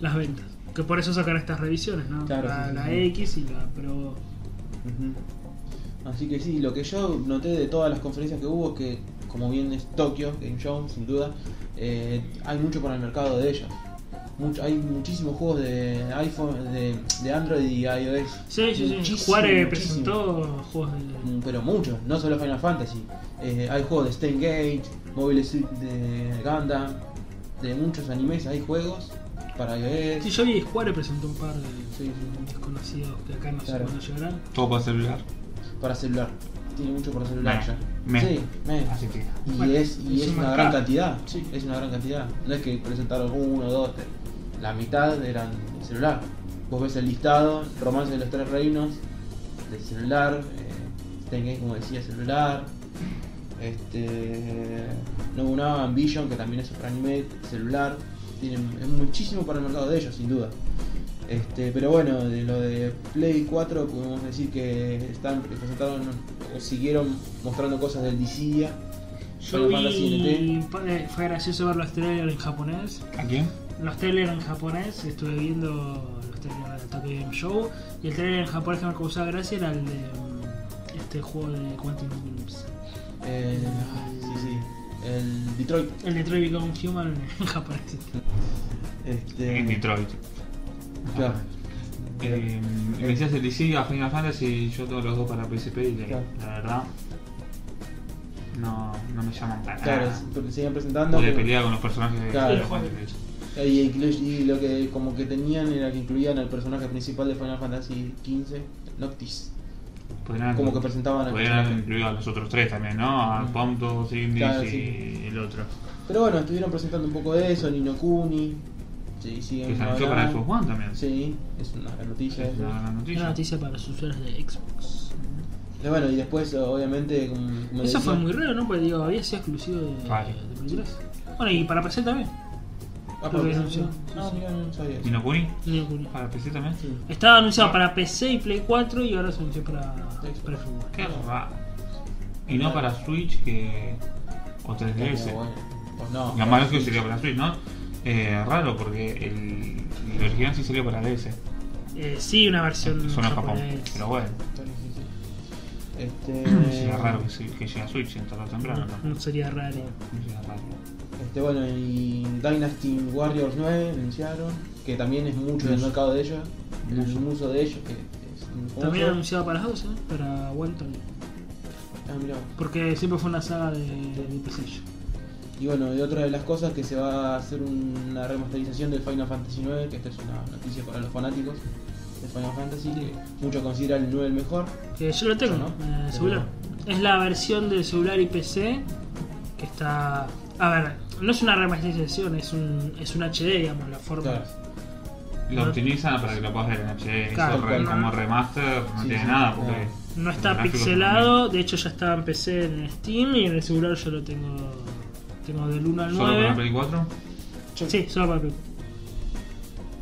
Speaker 3: las ventas. Que por eso sacan estas revisiones, ¿no?
Speaker 2: Claro, sí,
Speaker 3: la,
Speaker 2: sí,
Speaker 3: la
Speaker 2: sí.
Speaker 3: X y la Pro.
Speaker 2: Ujú. Así que sí, lo que yo noté de todas las conferencias que hubo es que, como bien es Tokio, Game Show, sin duda, eh, hay mucho para el mercado de ellas. Mucho- hay muchísimos juegos de iPhone, de, de Android y iOS.
Speaker 3: Sí, sí, sí.
Speaker 2: Muchísimo,
Speaker 3: Juárez
Speaker 2: muchísimo.
Speaker 3: presentó juegos de.
Speaker 2: Mm, Pero muchos, no solo Final Fantasy. Eh, hay juegos de Stain Gate, Mobile Suit de Gundam, de muchos animes, hay juegos para iOS.
Speaker 3: Sí, yo vi Juárez presentó un par de
Speaker 2: Sí, sí, sí.
Speaker 3: desconocidos que acá no
Speaker 2: Claro.
Speaker 3: sé cuándo llegarán.
Speaker 1: Todo para celular.
Speaker 2: Para celular. Tiene mucho para celular
Speaker 1: Meh,
Speaker 2: ya.
Speaker 1: meh.
Speaker 2: Sí, meh.
Speaker 1: Así que.
Speaker 2: Y
Speaker 3: Bueno,
Speaker 2: es, y es
Speaker 3: encima
Speaker 2: una
Speaker 3: acá.
Speaker 2: gran cantidad, es una gran cantidad. No es que presentaron uno, dos, tres. La mitad eran de celular. Vos ves el listado, Romance de los Tres Reinos, de celular, eh, Stain Gate, como decía, celular. Este. No una Ambition, que también es otro anime, celular. Tienen es muchísimo para el mercado de ellos, sin duda. Este, pero bueno, de lo de Play 4 podemos decir que están que presentaron o siguieron mostrando cosas del Dissidia.
Speaker 3: Yo
Speaker 2: Final Fantasy
Speaker 3: vi. eh, Fue gracioso ver los trailers en japonés.
Speaker 1: ¿A quién?
Speaker 3: Los trailers en japonés, estuve viendo los trailers de Tokyo Game Show. Y el trailer en japonés que me causaba gracia era el de. mm, Este juego de Quantum Dreams.
Speaker 2: El, Eh, sí, sí, el Detroit.
Speaker 3: El de Detroit Become Human en japonés.
Speaker 2: Este,
Speaker 1: En Detroit.
Speaker 2: Claro.
Speaker 1: Eh, me decías el DC a Final Fantasy y yo todos los dos para PSP y la-
Speaker 2: Claro.
Speaker 1: la verdad no, no me llaman para
Speaker 2: Claro,
Speaker 1: nada.
Speaker 2: porque siguen presentando.
Speaker 1: ah. Pude
Speaker 2: pero-
Speaker 1: pelear con los personajes de-
Speaker 2: Claro.
Speaker 1: de Final Fantasy.
Speaker 2: Y, inclu- y lo que como que tenían era que incluían al personaje principal de Final Fantasy XV, Noctis.
Speaker 1: Podrían-
Speaker 2: Como que presentaban al
Speaker 1: Podrían haber
Speaker 2: personaje.
Speaker 1: incluido a los otros tres también, ¿no? A
Speaker 2: Mm.
Speaker 1: Ponto, Signis
Speaker 2: Claro,
Speaker 1: y
Speaker 2: sí.
Speaker 1: el otro.
Speaker 2: Pero bueno, estuvieron presentando un poco de eso, Nino Kuni. Sí, siguen
Speaker 1: Que se anunció para el
Speaker 2: hablando.
Speaker 1: Xbox One también.
Speaker 2: Sí, es una gran noticia.
Speaker 1: Es
Speaker 2: eso.
Speaker 1: una gran noticia.
Speaker 3: Una noticia para los usuarios de Xbox.
Speaker 2: Y bueno, y después, obviamente, como, como
Speaker 3: Eso
Speaker 2: decía-
Speaker 3: fue muy raro, ¿no? Porque digo, había sido exclusivo de,
Speaker 1: Vale.
Speaker 3: de Play 3. Bueno, y para PC también.
Speaker 2: Ah, pero
Speaker 3: Lo que
Speaker 2: sí,
Speaker 3: anunció.
Speaker 2: No,
Speaker 3: Sí, sí.
Speaker 2: mira, no sabía. eso.
Speaker 1: ¿Y Kuni?
Speaker 3: Ni lo curioso.
Speaker 1: ¿Para PC también?
Speaker 2: Sí.
Speaker 3: Ah. Estaba anunciado para PC y Play 4 y ahora se anunció para,
Speaker 2: Xbox.
Speaker 3: para Xbox.
Speaker 1: Qué raro. Y no para Switch que... o
Speaker 2: Pero
Speaker 1: 3DS.
Speaker 2: bueno, pues no.
Speaker 1: La más lógica sería para Switch, ¿no? Eh, raro porque el, el original sí salió para DS.
Speaker 3: Eh, sí, Eh, una versión
Speaker 1: Solo en Japón.
Speaker 3: japonesa.
Speaker 1: Pero bueno,
Speaker 2: Este,
Speaker 1: sería raro que, se- que llegue a Switch en tarde o temprano.
Speaker 3: No, no sería raro.
Speaker 1: ¿no? Sería raro.
Speaker 2: Este, bueno, y Dynasty Warriors 9 anunciaron, que también es mucho del
Speaker 1: Muso.
Speaker 2: mercado de ellos,
Speaker 1: Muso.
Speaker 2: el uso de ellos, que es un Ah, famoso.
Speaker 3: También anunciado para House, ¿eh? para Walton.
Speaker 2: Ah, mirá.
Speaker 3: Porque siempre fue una saga de, de PlayStation.
Speaker 2: Y bueno, y otra de las cosas que se va a hacer una remasterización del Final Fantasy 9, que esta es una noticia para los fanáticos de Final Fantasy, que muchos consideran el 9 el mejor.
Speaker 3: Eh, yo lo tengo,
Speaker 2: Yo no.
Speaker 3: eh, celular. Es la versión de celular y PC que está. A ver, no es una remasterización, es un, es un HD, digamos, la forma.
Speaker 2: Claro.
Speaker 1: Lo
Speaker 3: No.
Speaker 1: optimizan para que lo puedas ver en HD. Eso
Speaker 3: Claro,
Speaker 1: re-
Speaker 2: no.
Speaker 1: como remaster no
Speaker 2: Sí,
Speaker 1: tiene
Speaker 2: sí,
Speaker 1: nada
Speaker 2: no.
Speaker 1: porque.
Speaker 3: No
Speaker 1: los
Speaker 3: está
Speaker 1: gráficos
Speaker 3: pixelado, de hecho ya estaba en PC en Steam y en el celular yo lo tengo. Tengo del 1
Speaker 1: son-
Speaker 3: al
Speaker 1: ¿Solo para la
Speaker 3: 9.
Speaker 1: Play 4?
Speaker 3: Sí, solo para Play.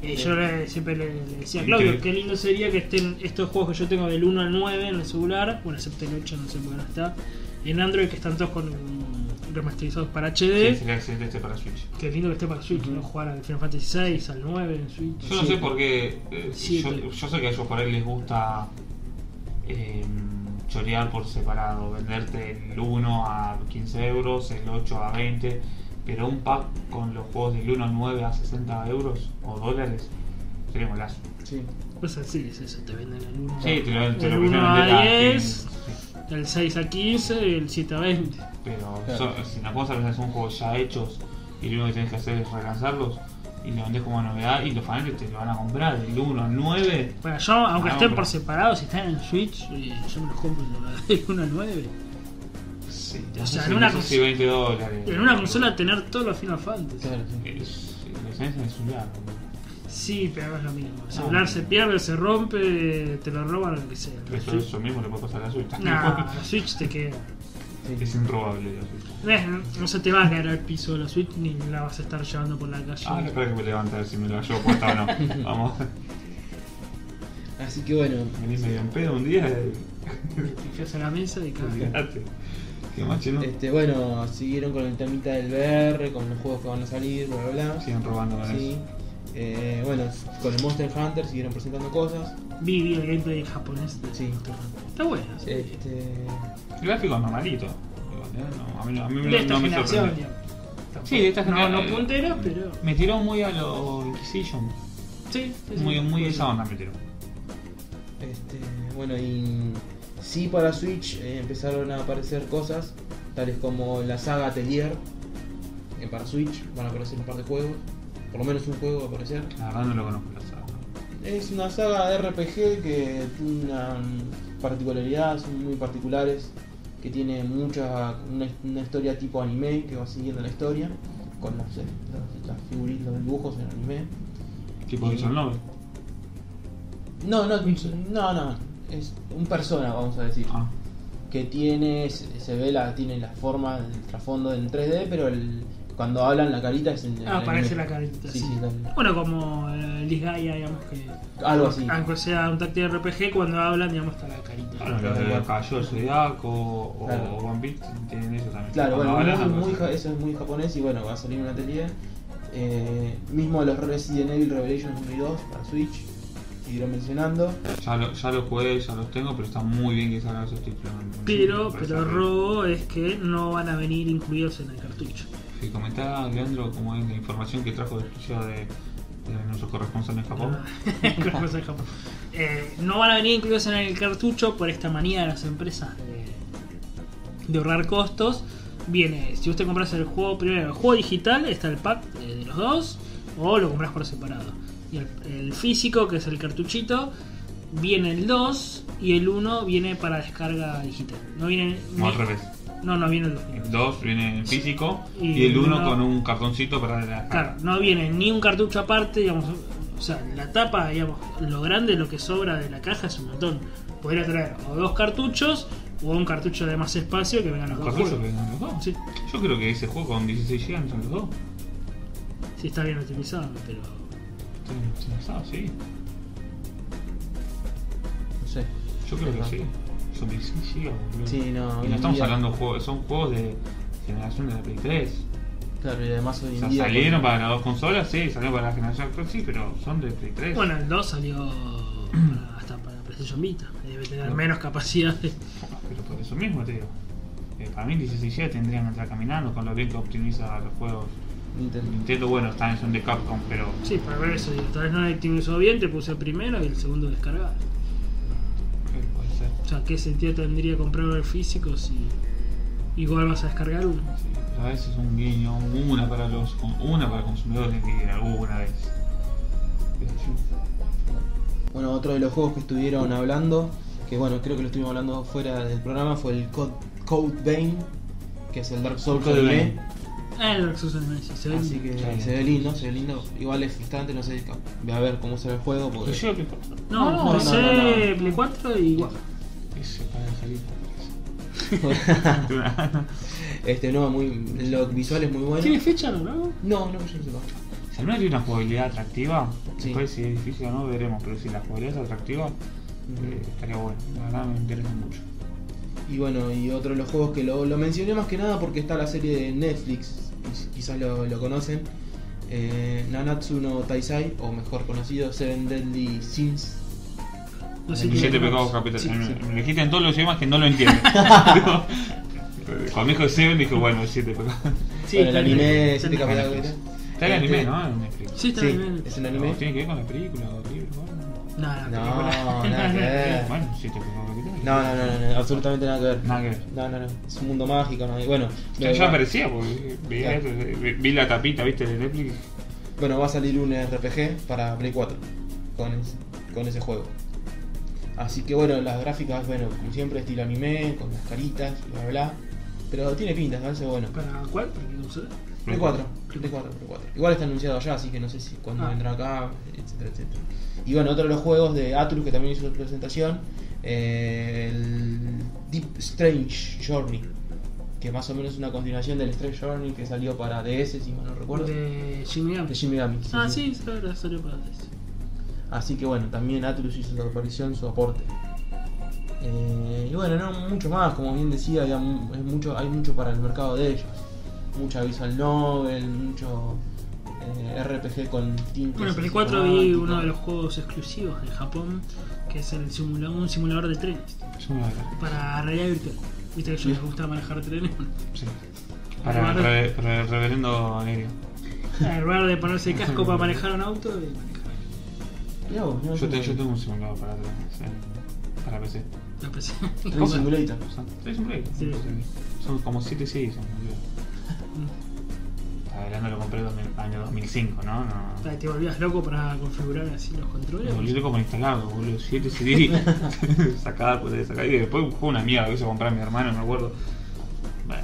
Speaker 3: Eh, yo le- siempre le, le decía a Claudio,
Speaker 1: ¿Y qué?
Speaker 3: qué lindo sería que estén estos juegos que yo tengo del 1 al 9 en el celular, bueno, excepto el 8, no sé por qué no está, en Android que están todos con mm, remasterizados para HD.
Speaker 1: Sí, sería excelente este para Switch.
Speaker 3: Qué lindo que esté para Switch,
Speaker 2: Ujú.
Speaker 3: no jugar al Final Fantasy VI, al 9, en Switch.
Speaker 1: Yo no sé por qué. eh,
Speaker 3: Sí,
Speaker 1: yo,
Speaker 3: pero-
Speaker 1: yo sé que a ellos por ahí les gusta eh, chorear por separado, venderte el 1 a 15 euros, el 8 a 20, pero un pack con los juegos del 1 al 9 a 60 euros o dólares sería un golazo.
Speaker 2: Sí.
Speaker 3: Pues así es eso, te venden el 1,
Speaker 1: Sí, te lo, te
Speaker 3: el
Speaker 1: lo quisieron
Speaker 3: 1
Speaker 1: vender
Speaker 3: a
Speaker 1: a
Speaker 3: 10,
Speaker 1: 15, sí.
Speaker 3: el 6 a 15 y el 7 a 20.
Speaker 1: Pero
Speaker 2: Claro.
Speaker 1: so- si la cosa es un juego ya hechos y lo único que tenés que hacer es relanzarlos y lo vendés como novedad y los fanáticos te lo van a comprar del 1 al 9.
Speaker 3: Bueno, yo, aunque
Speaker 1: Ah,
Speaker 3: estén
Speaker 1: pero-
Speaker 3: por separado, si están en Switch, eh, yo me los compro del 1 al 9.
Speaker 1: Sí,
Speaker 3: O
Speaker 1: no sé
Speaker 3: sea,
Speaker 1: si-
Speaker 3: en una
Speaker 1: no sé si
Speaker 3: cons-
Speaker 1: 20 dólares.
Speaker 3: En una consola tener todos los Final Fantasy.
Speaker 2: Claro,
Speaker 1: Eh,
Speaker 2: sí.
Speaker 1: Es, la esencia es un largo.
Speaker 3: Sí, pero no es lo mismo.
Speaker 1: Ah.
Speaker 3: El celular se pierde, se rompe, te lo roban lo que sea. La
Speaker 1: Eso,
Speaker 3: Switch-
Speaker 1: eso mismo le puede pasar a la Switch.
Speaker 3: Nah, la Switch te queda.
Speaker 1: es improbable la Switch.
Speaker 3: Eh, No se te va a caer al piso la Switch ni la vas a estar llevando por la calle.
Speaker 1: Ah, espera que me levante a ver si me la llevo puesta o no. Vamos,
Speaker 2: Así que bueno,
Speaker 1: venís medio en pedo un día. eh,
Speaker 3: Te fijas a la mesa y cagas.
Speaker 1: olvidate. Qué macho, ¿no?
Speaker 2: este, bueno, siguieron con el temita del VR, con los juegos que van a salir, bla bla bla.
Speaker 1: Siguen robando con
Speaker 2: Sí.
Speaker 1: eso.
Speaker 2: Eh, bueno, con el Monster Hunter siguieron presentando cosas.
Speaker 3: Vi, vi el gameplay en japonés. de-
Speaker 2: Sí.
Speaker 3: Está bueno. sí.
Speaker 2: Este,
Speaker 1: El gráfico es normalito. Igual, ¿eh? No, a mí, no- a mí
Speaker 3: De
Speaker 1: no-
Speaker 3: esta
Speaker 1: no me
Speaker 3: generación,
Speaker 1: sorprende.
Speaker 3: digamos. Tampoco-
Speaker 1: Sí, de eh, estas
Speaker 3: no,
Speaker 1: generaciones.
Speaker 3: no punteros, pero.
Speaker 1: Me tiró muy a lo Inquisition.
Speaker 3: Sí, sí, sí.
Speaker 1: Muy, muy esa onda me tiró.
Speaker 2: este, bueno, y sí para Switch eh, empezaron a aparecer cosas, tales como la saga Atelier, que para Switch van a aparecer un par de juegos, por lo menos un juego va a aparecer.
Speaker 1: La verdad no lo conozco la saga.
Speaker 2: Es una saga de RPG que tiene una mm, particularidad, son muy particulares, que tiene mucha una, una historia tipo anime que va siguiendo la historia con los, eh, los- las figuritas, los dibujos en anime.
Speaker 1: Tipo Visual Novel.
Speaker 2: No, no, no, no, es un persona, vamos a decir,
Speaker 1: Ah,
Speaker 2: que tiene se se ve la tiene la forma el trasfondo en 3D, pero el- cuando hablan la carita es en en
Speaker 3: Ah, aparece
Speaker 2: anime.
Speaker 3: la carita.
Speaker 2: Eh, Sí,
Speaker 3: sí.
Speaker 2: sí, la-
Speaker 3: Bueno, como eh, Liz Gaia, digamos que.
Speaker 2: algo así.
Speaker 3: Aunque sea un táctil RPG, cuando hablan, digamos, está la carita.
Speaker 1: claro, los de Cayo el Zodiaco o
Speaker 2: Claro.
Speaker 1: One Piece tienen eso también.
Speaker 2: Claro,
Speaker 1: Cuando
Speaker 2: bueno,
Speaker 1: hablan,
Speaker 2: muy- muy
Speaker 1: aparece.
Speaker 2: ja- eso es muy japonés y bueno, va a salir un atelier. Eh, mismo los Resident Evil Revelations 1 y 2 para Switch, siguieron mencionando.
Speaker 1: ya, lo, ya los jugué, ya los tengo, pero está muy bien que salgan esos títulos. Me- me- me
Speaker 3: Pero,
Speaker 1: parece
Speaker 3: pero el
Speaker 1: que-
Speaker 3: robo es que no van a venir incluidos en el cartucho.
Speaker 1: Sí, comentá, Leandro, cómo es la información que trajo de exclusiva de, de nuestro corresponsal en Japón.
Speaker 3: Con cosas de Japón. Eh, no van a venir incluidos en el cartucho por esta manía de las empresas de- de, ahorrar costos. Viene, si usted compras el juego primero, el juego digital, está el pack eh, de los dos, o lo compras por separado. Y el, el físico, que es el cartuchito, viene el 2 y el 1 viene para descarga digital. No viene.
Speaker 1: Como al revés.
Speaker 3: No, no viene el 2.
Speaker 1: El 2 viene en físico
Speaker 3: Y
Speaker 1: y, el 1
Speaker 3: uno- Ah,
Speaker 1: con un cartoncito para la
Speaker 3: Claro, no viene ni un cartucho aparte, digamos, o sea, la tapa, digamos, lo grande, lo que sobra de la caja es un montón. Podría traer o dos cartuchos o un cartucho de más espacio que vengan los
Speaker 1: ¿Los
Speaker 3: dos
Speaker 1: cartuchos que
Speaker 3: juegos.
Speaker 1: vienen los dos?
Speaker 3: Sí.
Speaker 1: Yo creo que ese juego con 16 GB entre los dos.
Speaker 3: Si está bien optimizado, pero
Speaker 1: está bien optimizado, sí.
Speaker 2: No sé.
Speaker 1: Yo creo que
Speaker 2: Ajá.
Speaker 1: sí. Son 16 GB, boludo.
Speaker 2: Sí, no,
Speaker 1: Y
Speaker 2: hoy en
Speaker 1: no estamos
Speaker 2: día-
Speaker 1: hablando de juegos, son juegos de generación de la Play 3.
Speaker 2: Claro, y además hoy
Speaker 1: O
Speaker 2: en
Speaker 1: sea,
Speaker 2: día. pues.
Speaker 1: salieron
Speaker 2: con-
Speaker 1: para las dos consolas, sí, salieron para la generación actual, sí, pero son de Play 3.
Speaker 3: Bueno, el 2 salió para- hasta para PlayStation Vita. eh, Debe tener menos capacidad de-
Speaker 1: Pero por eso mismo te digo. Eh, para mí 16 GB tendrían que estar caminando con lo bien que optimiza los juegos.
Speaker 2: Nintendo.
Speaker 1: Nintendo, bueno, están son de Capcom, pero
Speaker 3: Sí, para ver eso. digo, Tal vez no lo optimizó bien, te puse el primero y el segundo descargado.
Speaker 1: eh, puede ser.
Speaker 3: O sea, ¿qué sentido tendría comprar el físico si igual vas a descargar uno?
Speaker 1: Sí, pero a veces es un guiño, una para los una para consumidores que alguna vez. Qué sé yo.
Speaker 2: Bueno, otro de los juegos que estuvieron hablando, que bueno, creo que lo estuvimos hablando fuera del programa, fue el Code, Code Vein, que es el Dark Souls
Speaker 1: Code
Speaker 2: anime.
Speaker 1: Vein.
Speaker 3: Ah, el Dark Souls Online, sí, se ve.
Speaker 2: Así que
Speaker 1: Sí.
Speaker 2: se ve lindo, se ve lindo. Igual es frustrante, no sé, voy a ver cómo será el juego. Porque...
Speaker 1: Yo creo que-
Speaker 3: No,
Speaker 2: No, no,
Speaker 3: PC,
Speaker 2: no, no.
Speaker 3: Play 4 y guau.
Speaker 1: Ese para salir. Una-
Speaker 2: este, no, muy, lo visual es muy bueno.
Speaker 3: ¿Tiene fecha no? no?
Speaker 2: No, no, yo no sé.
Speaker 1: Si al menos tiene una jugabilidad atractiva,
Speaker 2: Sí.
Speaker 1: después si es difícil o no veremos, pero si la jugabilidad es atractiva, eh, estaría bueno. La verdad me interesa mucho.
Speaker 2: Y bueno, y otro de los juegos que lo, lo mencioné más que nada porque está la serie de Netflix, quiz- quizás lo, lo conocen. eh, Nanatsu no Taisai, o mejor conocido, Seven Deadly Sins.
Speaker 3: No
Speaker 2: Sí,
Speaker 1: Y siete
Speaker 3: tiene-
Speaker 1: pecados capitales.
Speaker 3: Sí,
Speaker 1: me,
Speaker 2: sí.
Speaker 1: me dijiste en todos los idiomas que no lo entiendo. Cuando me dijo Seven dije, bueno, siete pecados.
Speaker 3: sí,
Speaker 2: Bueno, el
Speaker 3: está en-
Speaker 2: anime,
Speaker 3: está
Speaker 2: siete
Speaker 3: en-
Speaker 2: capítulos.
Speaker 1: Está el
Speaker 2: Este,
Speaker 1: anime, ¿no? En Netflix.
Speaker 3: Sí, está
Speaker 2: Sí,
Speaker 3: en anime.
Speaker 2: es un
Speaker 1: No,
Speaker 2: anime.
Speaker 1: tiene que ver con la película o el libro. Bueno,
Speaker 3: No,
Speaker 2: No,
Speaker 3: no, película.
Speaker 2: nada que ver.
Speaker 1: bueno siete pecados capitales.
Speaker 2: Eh. No, no, no, no, no, absolutamente nada que ver.
Speaker 1: Nada que ver.
Speaker 2: No, no, no, es un mundo mágico. No, y bueno,
Speaker 1: Ya,
Speaker 2: lo-
Speaker 1: ya aparecía, porque veía
Speaker 2: Claro.
Speaker 1: eso, eh, vi la tapita, viste, de Netflix.
Speaker 2: Bueno, va a salir un RPG para Play 4 con, es- con ese juego. Así que bueno, las gráficas, bueno, como siempre, estilo anime, con las caritas, bla bla. bla. Pero tiene pinta, parece bueno.
Speaker 3: ¿Para cuál? ¿Para qué consola?
Speaker 2: Play 4, Play 4, Play 4. Igual está anunciado ya, así que no sé si cuándo
Speaker 3: Ah.
Speaker 2: vendrá acá, etcétera, etcétera. Y bueno, otro de los juegos de Atlus que también hizo su presentación, eh, el Deep Strange Journey, que más o menos es una continuación del Strange Journey que salió para DS, si mal no recuerdo. De,
Speaker 3: De Shin Megami.
Speaker 2: Shin Megami. sí,
Speaker 3: Ah,
Speaker 2: sí.
Speaker 3: sí, claro, salió para eso.
Speaker 2: Así que bueno, también Atlus hizo su aparición, su aporte. Eh, y bueno, no mucho más, como bien decía, había mu- es mucho, hay mucho para el mercado de ellos. Mucha visual novel, mucho eh, RPG con tintes.
Speaker 3: Bueno, Play
Speaker 2: así
Speaker 3: 4 vi
Speaker 2: románticos.
Speaker 3: uno de los juegos exclusivos de Japón, que es el simula- un simulador de trenes,
Speaker 1: Yo me voy a ver.
Speaker 3: para realidad virtual. Viste que a ellos les gusta manejar trenes.
Speaker 1: Sí. Para, el
Speaker 3: Bueno.
Speaker 1: re- para el reverendo negro.
Speaker 3: En lugar de ponerse el casco para manejar un auto, eh, manejar
Speaker 2: Mirá vos, mirá
Speaker 1: Yo,
Speaker 2: vos.
Speaker 1: te- yo tengo un simulador para, eh, para PC.
Speaker 3: la PC.
Speaker 2: Train
Speaker 1: ¿Cómo?
Speaker 2: Simulator.
Speaker 1: Son- ¿Tres un break?
Speaker 3: Sí.
Speaker 1: Son como 7 6 son boludo. Estaba hablando lo compré en el año 2005, ¿no? No.
Speaker 3: O sea, Te volvías loco para configurar así los
Speaker 1: Lo
Speaker 3: controles.
Speaker 1: volví como instalado, boludo. 7 CD. sacada, pues sacada. Y después fue una mierda que hizo comprar a mi hermano, me acuerdo. Bueno,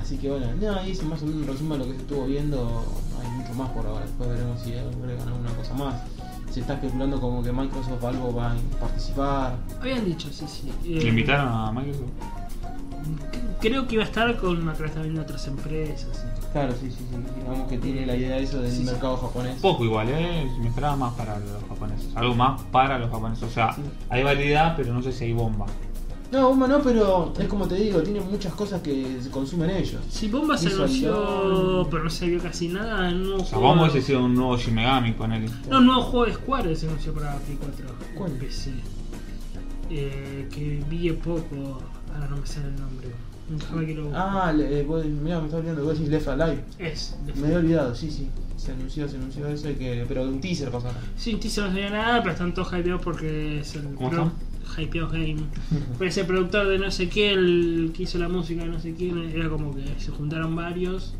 Speaker 2: Así que bueno, no, ahí es más o menos un resumen de lo que se estuvo viendo. Hay mucho más por ahora, después veremos si agregan alguna cosa más. Se está especulando como que Microsoft algo va a participar.
Speaker 3: Habían dicho, sí, sí. eh,
Speaker 1: ¿le invitaron a Microsoft?
Speaker 3: Creo que iba a estar con acá también otras empresas. sí.
Speaker 2: Claro, sí, sí, sí. Digamos que tiene la idea eso del
Speaker 3: Sí, sí.
Speaker 2: mercado japonés.
Speaker 1: Poco igual, ¿eh? Me esperaba más para los japoneses. Algo más para los japoneses. O sea,
Speaker 2: Sí.
Speaker 1: hay variedad, pero no sé si hay bomba.
Speaker 2: No, bomba no, pero es como te digo, tiene muchas cosas que se consumen ellos.
Speaker 3: Si Bomba se anunció,
Speaker 2: Visualizó.
Speaker 3: pero no se vio casi nada. No
Speaker 1: O sea, bomba hubiese sido un nuevo Shin Megami, ponele.
Speaker 3: No, un nuevo juego de Square se anunció para Play 4.
Speaker 2: ¿Cuál?
Speaker 3: en PC. Eh, que vi poco. Ahora no me sale el nombre. Déjame que lo busque.
Speaker 2: Ah, le- eh, vos- mirá, me está olvidando, vos decís Left Alive.
Speaker 3: Es.
Speaker 2: Me había olvidado, sí, sí. Se anunció, se anunció eso, y que, pero un teaser pasaron.
Speaker 3: Sí, sí, no sabía nada, pero están todos hypeados porque es el
Speaker 1: ¿Cómo
Speaker 3: pro- hypeados game. Pero ese productor de no sé qué, el que hizo la música de no sé quién, era como que se juntaron varios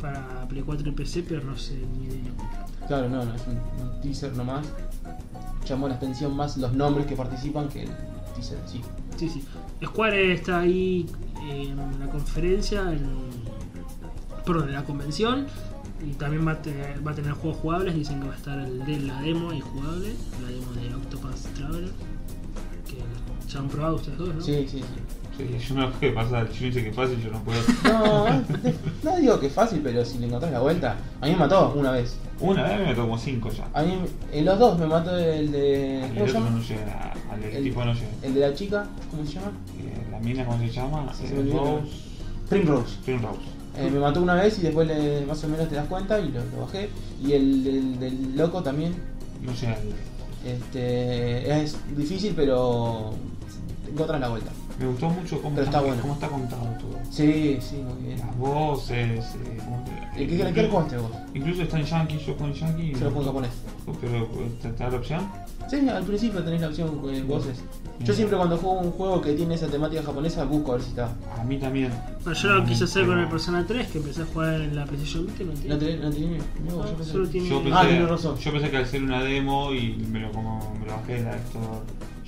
Speaker 3: para Play 4 y PC, pero no sé ni de lo que trata.
Speaker 2: Claro, no, no, es un, un teaser nomás. Llamó la atención más los nombres que participan que el teaser, en sí.
Speaker 3: Sí, sí. Square está ahí en la conferencia, en, perdón, en la convención. Y también va a, tener, va a tener juegos jugables. Dicen que va a estar el de la demo y jugable. La demo de Octopath Traveler. Que ya han probado ustedes dos, ¿no?
Speaker 2: Sí, sí, sí.
Speaker 1: Sí, yo me lo que pasa, el chino dice que es fácil, yo no puedo.
Speaker 2: No, no digo que es fácil, pero si le encontrás la vuelta, a mí me mató una vez.
Speaker 1: Una vez me tomo cinco ya.
Speaker 2: A mí, en los dos me mató el de.
Speaker 1: El
Speaker 2: ¿cómo se
Speaker 1: otro
Speaker 2: llama?
Speaker 1: no llega, al del
Speaker 2: El-
Speaker 1: tipo no llega.
Speaker 2: El de la chica, ¿cómo se llama?
Speaker 1: Eh, La mina, ¿cómo se llama?
Speaker 2: Sí,
Speaker 1: Eh,
Speaker 2: se me olvidó.
Speaker 1: Rose.
Speaker 2: Primrose.
Speaker 1: Spring Rose.
Speaker 2: Eh, me mató una vez y después le- más o menos te das cuenta y lo, lo bajé. Y el del- del loco también
Speaker 1: No sé.
Speaker 2: este, es difícil, pero encontras la vuelta.
Speaker 1: Me gustó mucho cómo,
Speaker 2: Pero está bueno.
Speaker 1: cómo está contado todo. Eh,
Speaker 2: Sí, sí, muy bien.
Speaker 1: Las voces. eh, cómo-
Speaker 2: ¿El que- el que lo jugaste este vos?
Speaker 1: Incluso está en Yankee, yo con Yankee.
Speaker 2: Yo lo juego en japonés.
Speaker 1: Pero ¿te te da la opción.
Speaker 2: Sí, al principio tenés la opción con voces. Yo
Speaker 1: Bien.
Speaker 2: siempre cuando juego un juego que tiene esa temática japonesa busco a ver si está.
Speaker 1: A mí también.
Speaker 3: Bueno, yo lo quise hacer con el Persona 3, que empecé a jugar en la PlayStation Vita y no tiene.
Speaker 2: No tiene, no tiene. No, yo
Speaker 3: Ah,
Speaker 2: pensé-
Speaker 3: solo tiene-
Speaker 1: Yo pensé,
Speaker 2: Ah, tiene razón.
Speaker 1: yo pensé que al ser una demo y me lo como me lo bajé de esto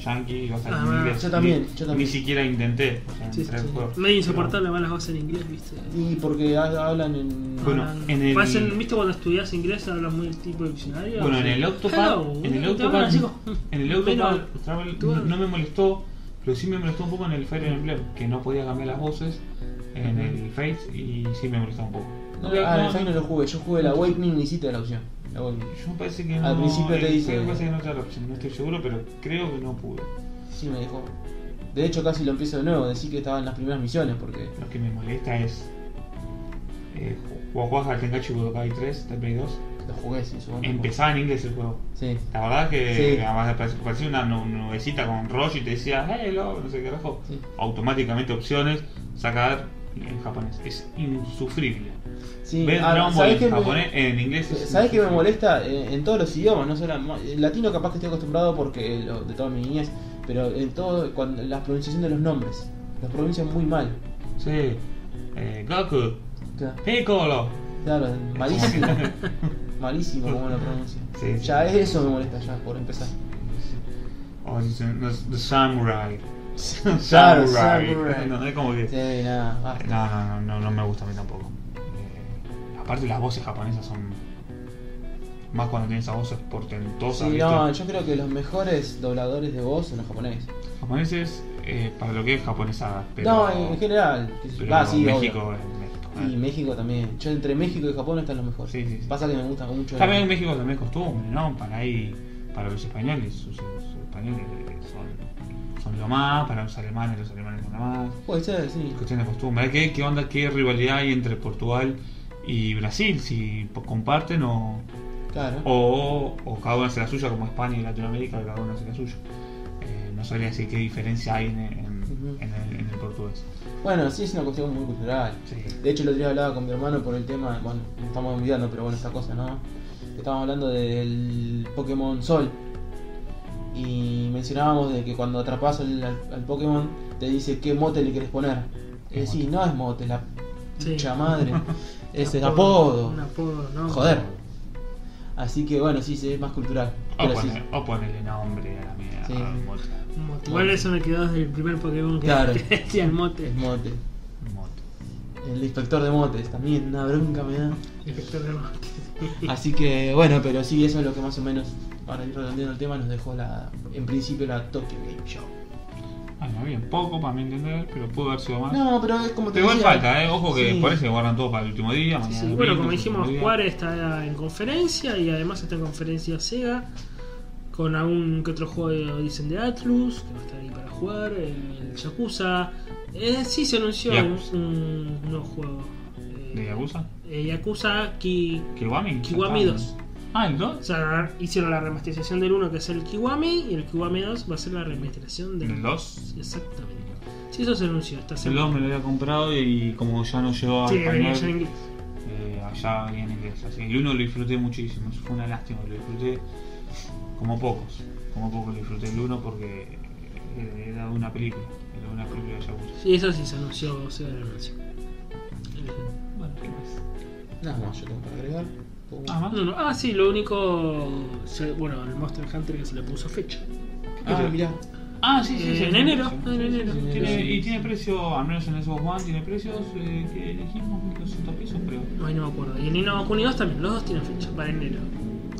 Speaker 1: Yankee iba a salir
Speaker 3: Ah,
Speaker 1: en inglés.
Speaker 2: yo también,
Speaker 1: Ni-
Speaker 2: yo también.
Speaker 1: Ni siquiera intenté. O sea,
Speaker 3: Sí,
Speaker 1: entré al
Speaker 2: sí.
Speaker 1: juego.
Speaker 3: Medio insoportable, además las cosas en inglés, viste.
Speaker 2: Y porque ha- hablan en.
Speaker 1: Bueno, en el-
Speaker 3: Pasen- ¿Viste cuando estudias inglés hablas muy tipo de diccionario?
Speaker 1: Bueno, en el Octopad,
Speaker 3: Hello,
Speaker 1: en el
Speaker 3: te
Speaker 1: Octopad,
Speaker 3: hablan así como-
Speaker 1: en el Octopad
Speaker 3: Bueno,
Speaker 1: Travel
Speaker 3: tú-
Speaker 1: no, no me molestó, pero sí me molestó un poco en el Fire Emblem, que no podía cambiar las voces en el Face y sí me molestó un poco.
Speaker 2: No,
Speaker 1: Pero
Speaker 2: ah,
Speaker 1: no,
Speaker 2: el Fate no lo jugué, yo jugué la Awakening y sí te da la opción. La Awakening.
Speaker 1: Yo me parece que
Speaker 2: Al
Speaker 1: no-
Speaker 2: principio te
Speaker 1: el-
Speaker 2: dice-
Speaker 1: Me parece que no te da la opción, no estoy seguro, pero creo que no pude.
Speaker 2: Sí me dejó. De hecho casi lo empiezo de nuevo, decir que estaba en las primeras misiones porque.
Speaker 1: Lo que me molesta es. Eh, o jugás al Tenkachi Budokai 3 de Play 2.
Speaker 2: Lo jugué, sí, supongo.
Speaker 1: Empezaba en inglés el juego.
Speaker 2: Sí.
Speaker 1: La verdad que
Speaker 2: Sí.
Speaker 1: además parec- parecía una nu- nubecita con rollo y te decía, hello, no sé qué carajo.
Speaker 2: Sí.
Speaker 1: Automáticamente opciones, sacar en japonés. Es insufrible.
Speaker 2: Sí,
Speaker 1: Ves
Speaker 2: ah,
Speaker 1: Dragon Ball
Speaker 2: ¿sabés
Speaker 1: en
Speaker 2: qué me-
Speaker 1: japonés, en inglés. es
Speaker 2: ¿Sabes qué me
Speaker 1: insufrible.
Speaker 2: molesta? Eh, En todos los idiomas, no solo en latino capaz que estoy acostumbrado porque lo- de toda mi niñez, pero en todo, cuando, la pronunciación de los nombres, los pronuncian muy mal.
Speaker 1: Sí. Eh, Goku,
Speaker 2: Claro,
Speaker 1: Piccolo.
Speaker 2: claro, malísimo,
Speaker 1: Es como que-
Speaker 2: malísimo como lo pronuncian.
Speaker 1: Sí, sí.
Speaker 2: Ya eso me molesta ya, por empezar.
Speaker 1: O dicen, "The- The Samurai.
Speaker 2: Claro,
Speaker 1: Samurai.
Speaker 2: samurai.
Speaker 1: No, es como que.
Speaker 2: Sí, nada, basta.
Speaker 1: No, no, no, no, no me gusta a mí tampoco. Eh, aparte las voces japonesas son... Más cuando tienen esas voces portentosas.
Speaker 2: Sí,
Speaker 1: ¿viste?
Speaker 2: no, yo creo que los mejores dobladores de voz son los japoneses.
Speaker 1: Japoneses, eh, para lo que es japonesa, pero...
Speaker 2: no, en en general. que-
Speaker 1: pero
Speaker 2: ah, sí, obvio.
Speaker 1: México es México. eh.
Speaker 2: Y México también. Yo entre México y Japón están los mejores.
Speaker 1: Sí, sí, sí.
Speaker 2: Pasa que me gusta mucho.
Speaker 1: También en México también es costumbre, ¿no? Para ahí, para los españoles, sus, sus españoles eh, son, son lo más, para los alemanes, los alemanes son lo más.
Speaker 2: Puede ser, sí.
Speaker 1: Es cuestión de costumbre. ¿Qué, qué onda, qué rivalidad hay entre Portugal y Brasil? Si pues, comparten o...
Speaker 2: Claro.
Speaker 1: Oh. O, o cada uno hace la suya, como España y Latinoamérica, cada uno hace la suya. Eh, no sabría decir qué diferencia hay en, en-
Speaker 2: Ujú.
Speaker 1: en el, en el portugués.
Speaker 2: Bueno, sí es una cuestión muy cultural.
Speaker 1: Sí.
Speaker 2: De hecho, el otro día hablaba con mi hermano por el tema, bueno, nos estamos olvidando, pero bueno, esta cosa, ¿no? Estábamos hablando del Pokémon Sol. Y mencionábamos de que cuando atrapas al, al- al Pokémon, te dice qué mote le querés poner.
Speaker 1: ¿Qué
Speaker 2: Es decir, no es mote, la
Speaker 3: Sí.
Speaker 2: pucha madre. es el apodo.
Speaker 3: Un apodo, ¿no?
Speaker 2: Joder. Así que bueno, sí, sí, es más cultural.
Speaker 1: O,
Speaker 2: Pero sí,
Speaker 1: pone- o ponerle nombre a la mierda.
Speaker 2: Sí.
Speaker 1: al mote.
Speaker 3: Mote. Igual eso me quedó desde el primer Pokémon que
Speaker 2: Claro.
Speaker 3: que decía el mote.
Speaker 2: es mote.
Speaker 1: Mote.
Speaker 2: El inspector de motes también, una bronca me da.
Speaker 3: Inspector de mote.
Speaker 2: Así que bueno, pero sí, eso es lo que más o menos, para ir redondeando el tema, nos dejó la, en principio la Tokyo Game Show.
Speaker 1: Bueno, bien, poco para mi entender, pero pudo haber sido más.
Speaker 2: No, pero es como te
Speaker 1: Pero igual
Speaker 2: decía-
Speaker 1: falta, ¿eh? Ojo que
Speaker 2: Sí.
Speaker 1: por eso guardan todo para el último día.
Speaker 3: Sí,
Speaker 1: mañana
Speaker 3: sí.
Speaker 1: domingo,
Speaker 3: Bueno, como
Speaker 1: el
Speaker 3: dijimos,
Speaker 1: último día.
Speaker 3: Juárez está en conferencia y además está en conferencia Sega con algún que otro juego dicen de Atlus que va a estar ahí para jugar, eh, el Yakuza. Eh, sí se anunció
Speaker 1: Yakuza.
Speaker 3: un, un nuevo juego. eh,
Speaker 1: ¿De Yakuza?
Speaker 3: eh, Yakuza Ki-
Speaker 1: ¿Kiwami?
Speaker 3: Kiwami 2.
Speaker 1: Ah, ¿el
Speaker 3: O
Speaker 1: 2?
Speaker 3: sea, hicieron la remasterización del 1 que es el Kiwami y el Kiwami 2 va a ser la remasterización del
Speaker 1: ¿El 2?
Speaker 3: Exactamente. Sí, eso se anunció esta
Speaker 1: El
Speaker 3: semana.
Speaker 1: 2 me lo había comprado y como ya no llegó a
Speaker 3: Sí, venía ya en inglés.
Speaker 1: eh, allá venía en inglés. Así que el uno lo disfruté muchísimo, eso fue una lástima, lo disfruté como pocos, como pocos disfruté el uno porque eh, era de una película, era de una película de Yakuza.
Speaker 3: Sí, eso sí se anunció, o sea, lo anunció. Eh,
Speaker 1: Bueno, ¿qué más?
Speaker 2: Nada más, yo tengo para agregar. Tengo-
Speaker 1: Ah, más.
Speaker 3: no, no, Ah, sí, lo único. se- Bueno, el Monster Hunter que se le puso fecha.
Speaker 2: Ah,
Speaker 1: pero-
Speaker 2: mirá.
Speaker 1: Ah, sí, sí,
Speaker 3: Eh,
Speaker 1: sí.
Speaker 3: en
Speaker 1: sí,
Speaker 3: enero,
Speaker 1: sí,
Speaker 3: en
Speaker 1: sí,
Speaker 3: enero.
Speaker 1: sí, tiene-
Speaker 2: Sí.
Speaker 1: y tiene precio, al menos en esos One, tiene precios eh, que elegimos 1200 pesos, creo.
Speaker 3: Ay, no me acuerdo. Y el Nino Kuni 2 también, los dos tienen fecha para enero.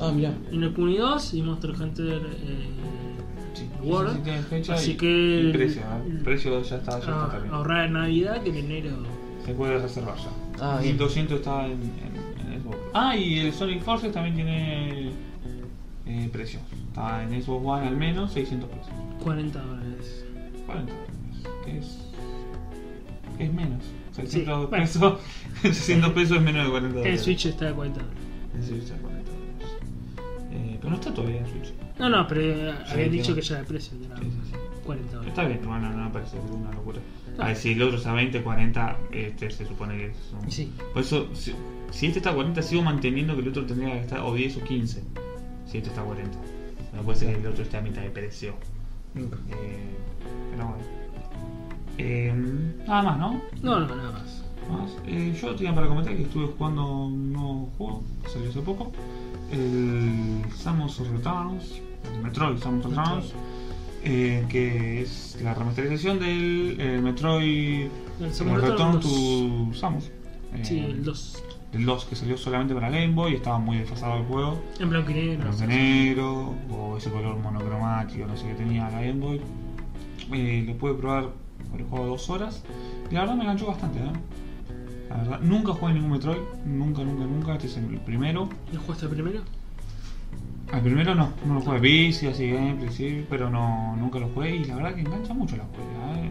Speaker 2: Ah, mirá.
Speaker 3: Nino Kuni 2 y Monster Hunter. Eh,
Speaker 1: Sí,
Speaker 3: Word.
Speaker 1: sí, sí, tiene fecha
Speaker 3: Así
Speaker 1: y,
Speaker 3: que-
Speaker 1: y precio, ¿eh? el precio ya está, ya está
Speaker 3: ah,
Speaker 1: también.
Speaker 3: ahorrar en Navidad que en enero.
Speaker 1: Se puede reservar ya.
Speaker 2: Ah,
Speaker 1: y
Speaker 2: bien.
Speaker 1: 200 está en, en, en Xbox. Ah, y el Sonic Forces también tiene eh, precio. Está en Xbox One al menos 600 pesos.
Speaker 3: 40 dólares.
Speaker 1: 40 dólares. Que es, que es menos. 600
Speaker 3: Sí, bueno.
Speaker 1: pesos. 600 pesos es menos de 40
Speaker 3: El
Speaker 1: dólares.
Speaker 3: Switch está de cuenta.
Speaker 1: El Switch está 40 dólares. Eh, pero no está todavía en Switch.
Speaker 3: No, no, pero eh,
Speaker 1: Sí,
Speaker 3: habían dicho
Speaker 1: claro.
Speaker 3: que ya era el precio, que era
Speaker 1: Sí, sí, sí.
Speaker 3: 40 dólares.
Speaker 1: Está bien, bueno, no me parece una locura.
Speaker 3: Ah.
Speaker 1: A ver, si el otro está a 20, 40, este se supone que es un...
Speaker 3: Sí.
Speaker 1: Por eso, si, si este está a 40, sigo manteniendo que el otro tendría que estar o 10 o 15. Si este está a 40. No puede ser que el otro esté a mitad de precio.
Speaker 2: Nunca.
Speaker 1: Eh, pero bueno. Eh, nada más, ¿no?
Speaker 3: No, no, nada más.
Speaker 1: Más. Eh, yo tenía para comentar que estuve jugando un nuevo juego que salió hace poco. El Samus Returns. El Metroid Samus Returns. eh, que es la remasterización del eh, Metroid
Speaker 3: El
Speaker 1: eh,
Speaker 3: segundo
Speaker 1: Return
Speaker 3: Return
Speaker 1: to Samus. eh,
Speaker 3: Sí, el 2.
Speaker 1: El 2 que salió solamente para Game Boy, estaba muy desfasado el juego.
Speaker 3: En blanco y negro.
Speaker 1: Blanco y negro, o ese color monocromático, no sé qué tenía la Game Boy. Eh, lo pude probar por el juego dos horas. Y la verdad me enganchó bastante, ¿eh? La verdad, nunca jugué ningún Metroid, nunca, nunca, nunca. Este es el primero.
Speaker 3: ¿Y jugaste primero?
Speaker 1: Al primero no, no lo jugué. Vi, sí, así gameplay, sí, pero no, nunca lo jugué. Y la verdad que engancha mucho la juega, ¿eh?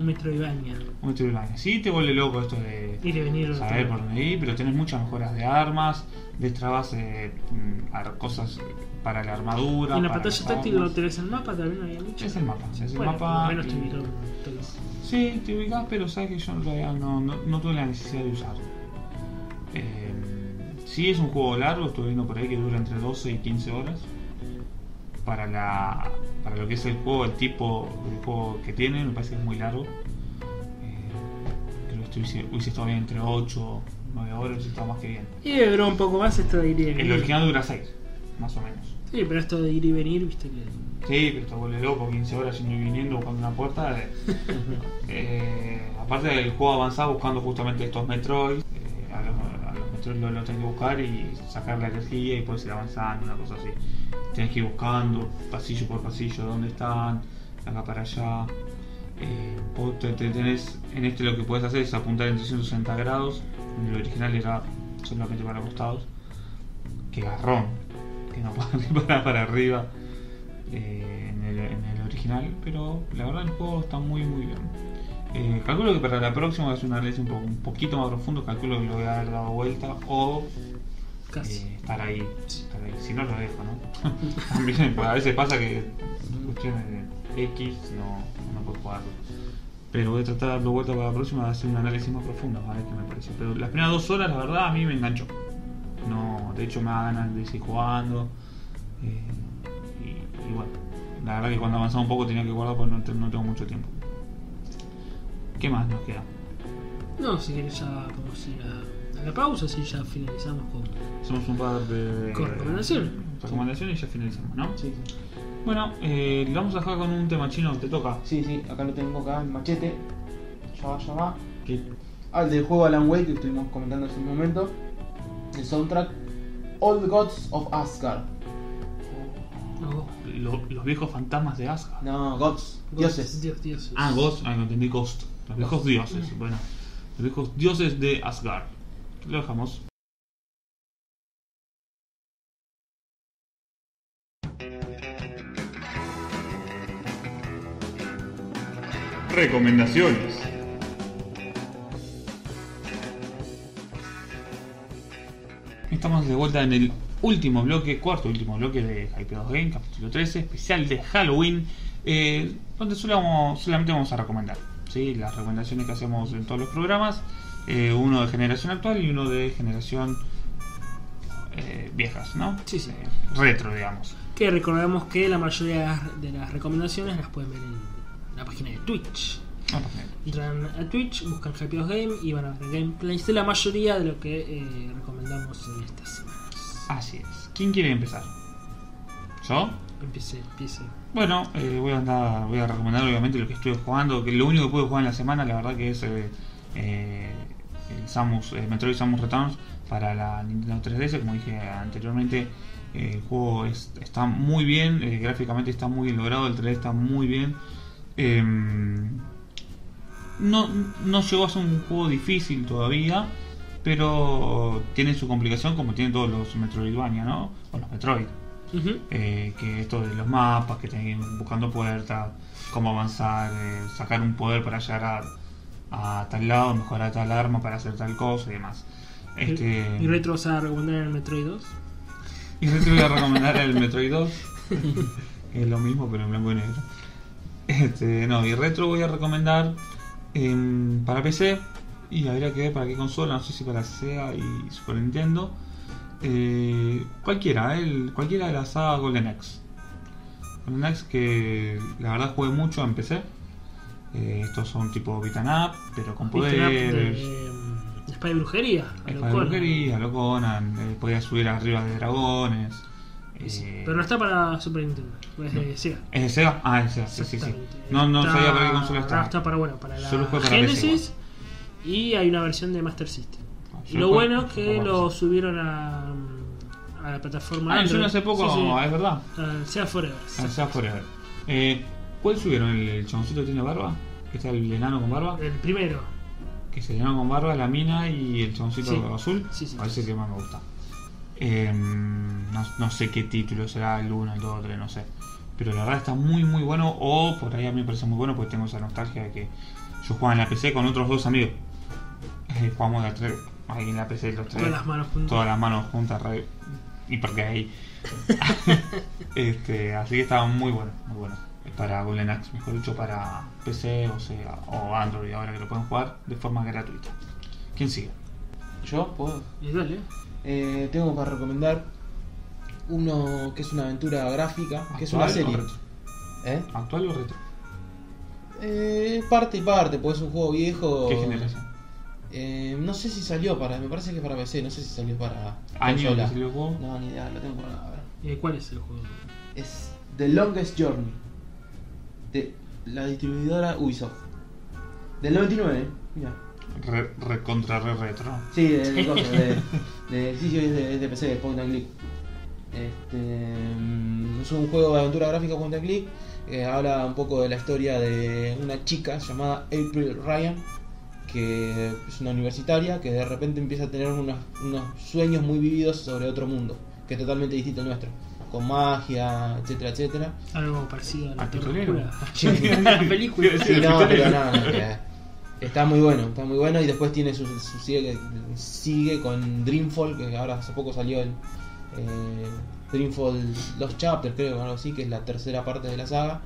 Speaker 3: Un Metroidvania.
Speaker 1: Un Metroidvania. Sí, te vuelve loco esto de
Speaker 3: Ir y venir.
Speaker 1: saber por dónde ir, pero tenés muchas mejoras de armas, destrabas eh, mm, ar- cosas para la armadura.
Speaker 3: Y en la
Speaker 1: para
Speaker 3: pantalla
Speaker 1: las
Speaker 3: táctil no
Speaker 1: armas.
Speaker 3: tenés el mapa, también había mucho.
Speaker 1: Es el mapa, es el
Speaker 3: bueno,
Speaker 1: mapa.
Speaker 3: Menos te
Speaker 1: y-
Speaker 3: miro, te lo-
Speaker 1: Sí, te ubicás, pero sabes que yo en realidad no, no, no tuve la necesidad de usarlo. Eh, sí, es un juego largo, estuve viendo por ahí que dura entre 12 y 15 horas. Para, la, para lo que es el juego, el tipo de juego que tiene, me parece que es muy largo. Eh, creo que estuviese, hubiese estado bien entre 8 o 9 horas, hubiese estado más que bien.
Speaker 3: Y duró un poco más esto de ir y venir.
Speaker 1: El original dura 6, más o menos.
Speaker 3: Sí, pero esto de ir y venir, viste que.
Speaker 1: Sí, pero te vuelve loco 15 horas yendo y viniendo buscando una puerta. eh. Eh, aparte del juego avanzado buscando justamente estos Metroid, eh, a, los, a los Metroid lo, lo tenés que buscar y sacar la energía y puedes ir avanzando, una cosa así. Tenés que ir buscando pasillo por pasillo dónde están, de acá para allá. Eh, vos te- te tenés- en este lo que puedes hacer es apuntar en 360 grados, en el original era solamente para costados. Que garrón, que no podés disparar para arriba eh, en, el, en el original, pero la verdad el juego está muy muy bien. Eh, calculo que para la próxima voy a hacer un análisis un, po- un poquito más profundo, calculo que lo voy a haber dado vuelta o
Speaker 3: Casi.
Speaker 1: eh, estar, ahí, estar ahí. Si no lo dejo, ¿no? También, pues, a veces pasa que cuestiones de X no, no puedo jugarlo. Pero voy a tratar de darlo vuelta para la próxima de hacer un análisis más profundo, a ver qué me pareció. Pero las primeras dos horas, la verdad, a mí me enganchó. No, de hecho me da ganas de seguir jugando. eh, y, y bueno, la verdad que cuando avanzaba un poco tenía que guardar porque no, te- no tengo mucho tiempo. ¿Qué más nos queda?
Speaker 3: No, si querés ya podemos ir a, a la pausa, así ya finalizamos con.
Speaker 1: Hacemos un par de
Speaker 3: Con recomendaciones.
Speaker 1: recomendaciones y ya finalizamos, ¿no?
Speaker 2: Sí, sí.
Speaker 1: Bueno, eh, le vamos a dejar con un tema chino, te toca.
Speaker 2: Sí, sí, acá lo tengo acá, el machete. Ya va, ya va.
Speaker 1: Que
Speaker 2: Ah, el del juego Alan Wake que estuvimos comentando hace un momento. El soundtrack All the Gods of Asgard.
Speaker 3: No,
Speaker 1: lo- los viejos fantasmas de Asgard.
Speaker 2: No, gods, dioses.
Speaker 3: Dios, dioses.
Speaker 1: Ah, Ghost, ah, no entendí Ghost. Los viejos dioses, bueno. Los viejos dioses de Asgard. Lo dejamos. Recomendaciones. Estamos de vuelta en el último bloque, cuarto y último bloque de Hypeados Game, capítulo 13, especial de Halloween, eh, donde solo vamos- solamente vamos a recomendar ¿sí? las recomendaciones que hacemos en todos los programas, eh, uno de generación actual y uno de generación eh, viejas, ¿no?
Speaker 3: Sí, sí.
Speaker 1: Eh, retro, digamos.
Speaker 3: Que recordemos que la mayoría de las- de las recomendaciones las pueden ver en la página de Twitch.
Speaker 1: Ah, perfecto.
Speaker 3: Entran a Twitch, buscan Happy House Game y van a ver gameplays de la mayoría de lo que eh, recomendamos en esta semana.
Speaker 1: Así es. ¿Quién quiere empezar? ¿Yo?
Speaker 3: Empiece, empiece.
Speaker 1: Bueno, eh, voy a andar, voy a recomendar obviamente lo que estuve jugando, que lo único que pude jugar en la semana, la verdad que es eh, eh, el Samus, eh, Metroid Samus Returns para la Nintendo 3DS, como dije anteriormente, eh, el juego es- está muy bien, eh, gráficamente está muy bien logrado, el 3D está muy bien. Em, no, no llegó a ser un juego difícil todavía, pero tiene su complicación como tienen todos los Metroidvania, ¿no? O los Metroid.
Speaker 3: Ujú.
Speaker 1: Eh, que esto de los mapas, que tenés que ir buscando puertas, cómo avanzar, eh, sacar un poder para llegar a a tal lado, mejorar tal arma para hacer tal cosa y demás. Este,
Speaker 3: ¿Y Retro vas a recomendar el Metroid 2?
Speaker 1: y yo te voy a recomendar el Metroid 2. es lo mismo, pero en blanco y negro. Este, no, y retro voy a recomendar em, para PC. Y habría que ver para qué consola, no sé si para Sega y Super Nintendo. Eh, cualquiera, el, cualquiera de la saga Golden Axe. Golden Axe que la verdad jugué mucho en PC. Eh, estos son tipo beat'em up, pero con
Speaker 3: ¿Viste la app
Speaker 1: poderes.
Speaker 3: 'em de, mm, Espada y brujería. a lo
Speaker 1: Espada de
Speaker 3: cual.
Speaker 1: brujería, lo Conan, eh, podías subir arriba de dragones. eh,
Speaker 3: Pero no está para Super Nintendo. Es de
Speaker 1: No.
Speaker 3: Sega.
Speaker 1: ¿Es de Sega? Ah, es de Sega, sí, sí, sí.
Speaker 3: Exactamente.
Speaker 1: No, no
Speaker 3: Está-
Speaker 1: sabía para qué consola estaba.
Speaker 3: Está para, bueno, para la
Speaker 1: Solo juega para
Speaker 3: Genesis. y hay una versión de Master System.
Speaker 1: Yo
Speaker 3: Y lo
Speaker 1: juego-
Speaker 3: bueno es que
Speaker 1: juego
Speaker 3: lo
Speaker 1: Master
Speaker 3: subieron a, mm, a la plataforma.
Speaker 1: Ah, en
Speaker 3: Android.
Speaker 1: June hace poco,
Speaker 3: Sí, sí.
Speaker 1: es verdad.
Speaker 3: Ah, Sega Forever.
Speaker 1: Ah, Sega Forever. Eh, ¿Cuál subieron? ¿El, el chaboncito que tiene barba? ¿Que está el enano con barba?
Speaker 3: El primero.
Speaker 1: Que es el enano con barba, la mina y el chaboncito
Speaker 3: Sí.
Speaker 1: azul.
Speaker 3: Sí, sí.
Speaker 1: A ese es el que más me gusta. Eh, no, no sé qué título será, el 1, el 2, el 3, no sé. Pero la verdad está muy, muy bueno. O por ahí a mí me parece muy bueno porque tengo esa nostalgia de que yo jugaba en la PC con otros dos amigos. Eh, jugamos de a tres. Ahí en la PC los tres.
Speaker 3: Todas las manos juntas.
Speaker 1: todas las manos juntas re- y porque ahí este así que estaba muy bueno muy bueno para Golden Axe mejor dicho para PC o sea o Android ahora que lo pueden jugar de forma gratuita quién sigue
Speaker 2: ¿Yo? ¿Puedo?
Speaker 3: Y dale.
Speaker 2: Eh, tengo para recomendar uno que es una aventura gráfica, que es
Speaker 1: ¿Actual
Speaker 2: una
Speaker 1: o
Speaker 2: serie.
Speaker 1: retro?
Speaker 2: ¿Eh?
Speaker 1: actual o retro
Speaker 2: Eh, parte y parte, pues es un juego viejo.
Speaker 1: qué generación
Speaker 2: Eh, no sé si salió para. Me parece que para PC, no sé si salió para.
Speaker 1: año que
Speaker 2: consola.
Speaker 1: salió el juego
Speaker 2: No, ni idea, lo tengo por acá, a ver.
Speaker 3: Eh, ¿Cuál es el juego?
Speaker 2: Es The Longest Journey. De la distribuidora Ubisoft. Del 99, mira.
Speaker 1: re, re- contra re retro
Speaker 2: Sí, de, de, cosas, de, de, sí, sí, es de, es de PC, de point and click. Este, mm, es un juego de aventura gráfica point and click. eh, habla un poco de la historia de una chica llamada April Ryan, que es una universitaria que de repente empieza a tener unos, unos sueños muy vividos sobre otro mundo, que es totalmente distinto al nuestro, con magia, etcétera, etcétera.
Speaker 3: Algo parecido a la
Speaker 1: ¿A Picolero?
Speaker 3: película. la película.
Speaker 1: Sí,
Speaker 2: Sí, no,
Speaker 1: Peter
Speaker 2: pero
Speaker 1: es-
Speaker 2: no, no, que- está muy bueno, está muy bueno y después tiene su, su- sigue, sigue con Dreamfall, que ahora hace poco salió el eh, Dreamfall Los Chapters, creo, o algo así, que es la tercera parte de la saga,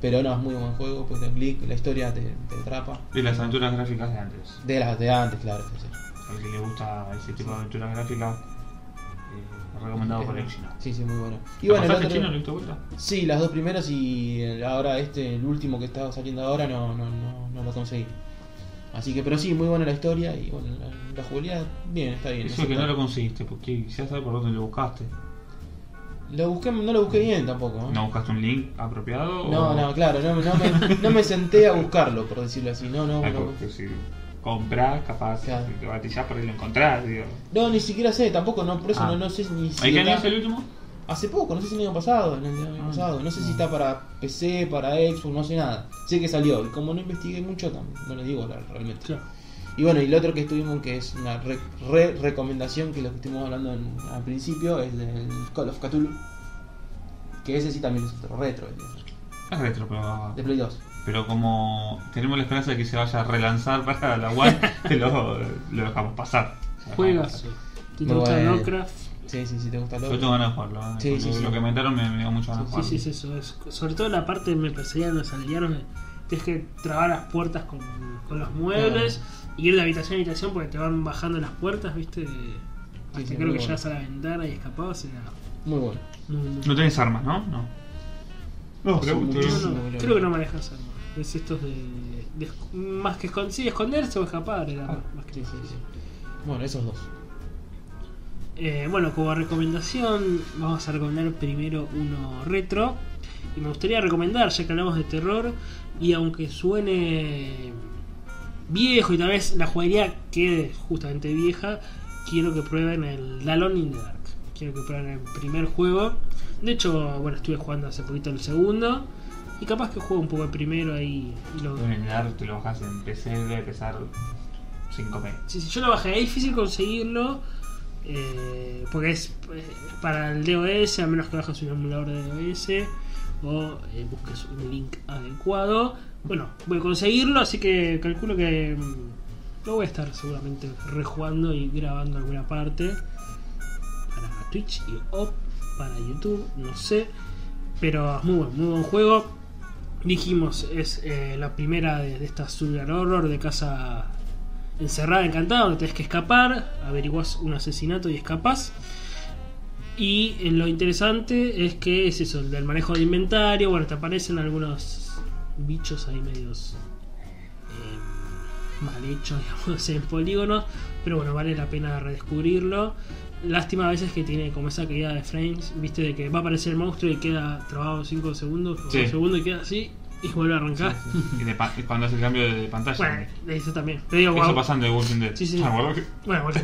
Speaker 2: pero no, es muy buen juego, pues click, la historia te, te atrapa.
Speaker 1: de las aventuras gráficas de antes
Speaker 2: De las de antes, claro. sí, sí.
Speaker 1: al que le gusta ese tipo de aventuras gráficas eh, recomendado por el chino
Speaker 2: Sí, sí, muy bueno. Y
Speaker 1: ¿Lo
Speaker 2: bueno, el
Speaker 1: pasaste
Speaker 2: otro-
Speaker 1: chino lo diste vuelta?
Speaker 2: Sí, las dos primeras y el- ahora este, el último que estaba saliendo ahora, no, no, no, no lo conseguí. Así que, pero sí, muy buena la historia y bueno, la, la jugabilidad, bien, está bien.
Speaker 1: Eso que
Speaker 2: acepta.
Speaker 1: no lo conseguiste, porque quizás sabes por dónde lo buscaste.
Speaker 2: Lo busqué, no lo busqué bien tampoco. ¿eh?
Speaker 1: ¿No buscaste un link apropiado? o-
Speaker 2: no, no, claro, no, no me, no me senté a buscarlo, por decirlo así. No, no,
Speaker 1: Ah,
Speaker 2: no.
Speaker 1: porque si compras, capaz,
Speaker 2: Claro.
Speaker 1: si te batizás por ahí lo encontrás. Digo.
Speaker 2: No, ni siquiera sé, tampoco, no, por eso
Speaker 1: Ah.
Speaker 2: no, no sé ni si.
Speaker 1: ¿Hay que
Speaker 2: está-
Speaker 1: añadirse el último?
Speaker 2: Hace poco, no sé si el año pasado, el año- el año
Speaker 1: Ah.
Speaker 2: pasado. No sé si está para PC, para Xbox, no sé nada. Sé que salió, y como no investigué mucho, tam- no les digo la- realmente.
Speaker 3: Claro.
Speaker 2: Y bueno, y lo otro que estuvimos, que es una re, re- recomendación, que lo que estuvimos hablando en- al principio, es del Call of Cthulhu. Que ese sí también es otro retro, el de-
Speaker 1: Es retro, pero,
Speaker 2: de Play 2.
Speaker 1: pero como tenemos la esperanza de que se vaya a relanzar para la One, te lo, lo dejamos pasar. Lo dejamos
Speaker 3: Juegas.
Speaker 1: pasar.
Speaker 3: ¿Te
Speaker 2: Muy
Speaker 3: gusta
Speaker 2: bueno.
Speaker 3: Lovecraft?
Speaker 2: Sí, sí, sí, te gusta lo
Speaker 1: Yo tengo ganas de jugarlo. ¿eh?
Speaker 2: Sí,
Speaker 1: Porque
Speaker 2: sí, sí.
Speaker 1: Lo que comentaron me, me dio mucho ganas de
Speaker 3: Sí,
Speaker 1: jugarlo.
Speaker 3: sí, es eso. es- sobre todo la parte me perseguían los aldeanos. de- Tienes que trabar las puertas con, con los muebles y ir de habitación a habitación porque te van bajando las puertas, ¿viste? Hasta
Speaker 2: sí, muy
Speaker 3: creo que
Speaker 2: bueno.
Speaker 3: llegas a la ventana y escapabas. Era...
Speaker 2: Muy bueno.
Speaker 3: No, no-
Speaker 1: No tenés armas, ¿no? No. No,
Speaker 2: Hace
Speaker 1: pregunto.
Speaker 2: mucho-
Speaker 3: no, no,
Speaker 2: boludo.
Speaker 3: creo que no manejas armas. Es estos de. de- más que escon- sí, esconderse o escapar era
Speaker 1: Ah,
Speaker 3: más que
Speaker 2: Sí, sí, sí. Bueno, esos dos.
Speaker 3: Eh, bueno, como recomendación, vamos a recomendar primero uno retro. Y me gustaría recomendar, ya que hablamos de terror, y aunque suene viejo y tal vez la jugaría quede justamente vieja, quiero que prueben el Alone in the Dark. Quiero que prueben el primer juego. De hecho, bueno, estuve jugando hace poquito el segundo. Y capaz que juego un poco el primero ahí y lo,
Speaker 1: En el arte lo bajas en PC, debe pesar 5 megas.
Speaker 3: Sí, sí, yo lo bajé, es difícil conseguirlo. eh, porque es eh, para el DOS, a menos que bajes un emulador de DOS o eh, busques un link adecuado. Bueno, voy a conseguirlo, así que calculo que mm, lo voy a estar seguramente rejugando y grabando alguna parte para Twitch y o para YouTube, no sé. Pero es muy buen, muy buen juego. Dijimos, es eh, la primera de, de esta Survival Horror de casa encerrada, encantada, donde tenés que escapar, averiguás un asesinato y escapás. Y eh, lo interesante es que es eso, el del manejo de inventario, bueno, te aparecen algunos bichos ahí medios eh, mal hechos, digamos, en polígonos, pero bueno, vale la pena redescubrirlo. Lástima a veces que tiene como esa caída de frames, viste, de que va a aparecer el monstruo y queda trabado 5 segundos, o
Speaker 1: Sí.
Speaker 3: un segundo y queda así, y vuelve a arrancar.
Speaker 1: Y de pa- y cuando hace el cambio de pantalla.
Speaker 3: Bueno, eso también. Te digo,
Speaker 1: Eso
Speaker 3: guau.
Speaker 1: pasando de Walking Dead.
Speaker 3: Sí, sí.
Speaker 1: Ah, bueno, que-
Speaker 3: Bueno, bueno,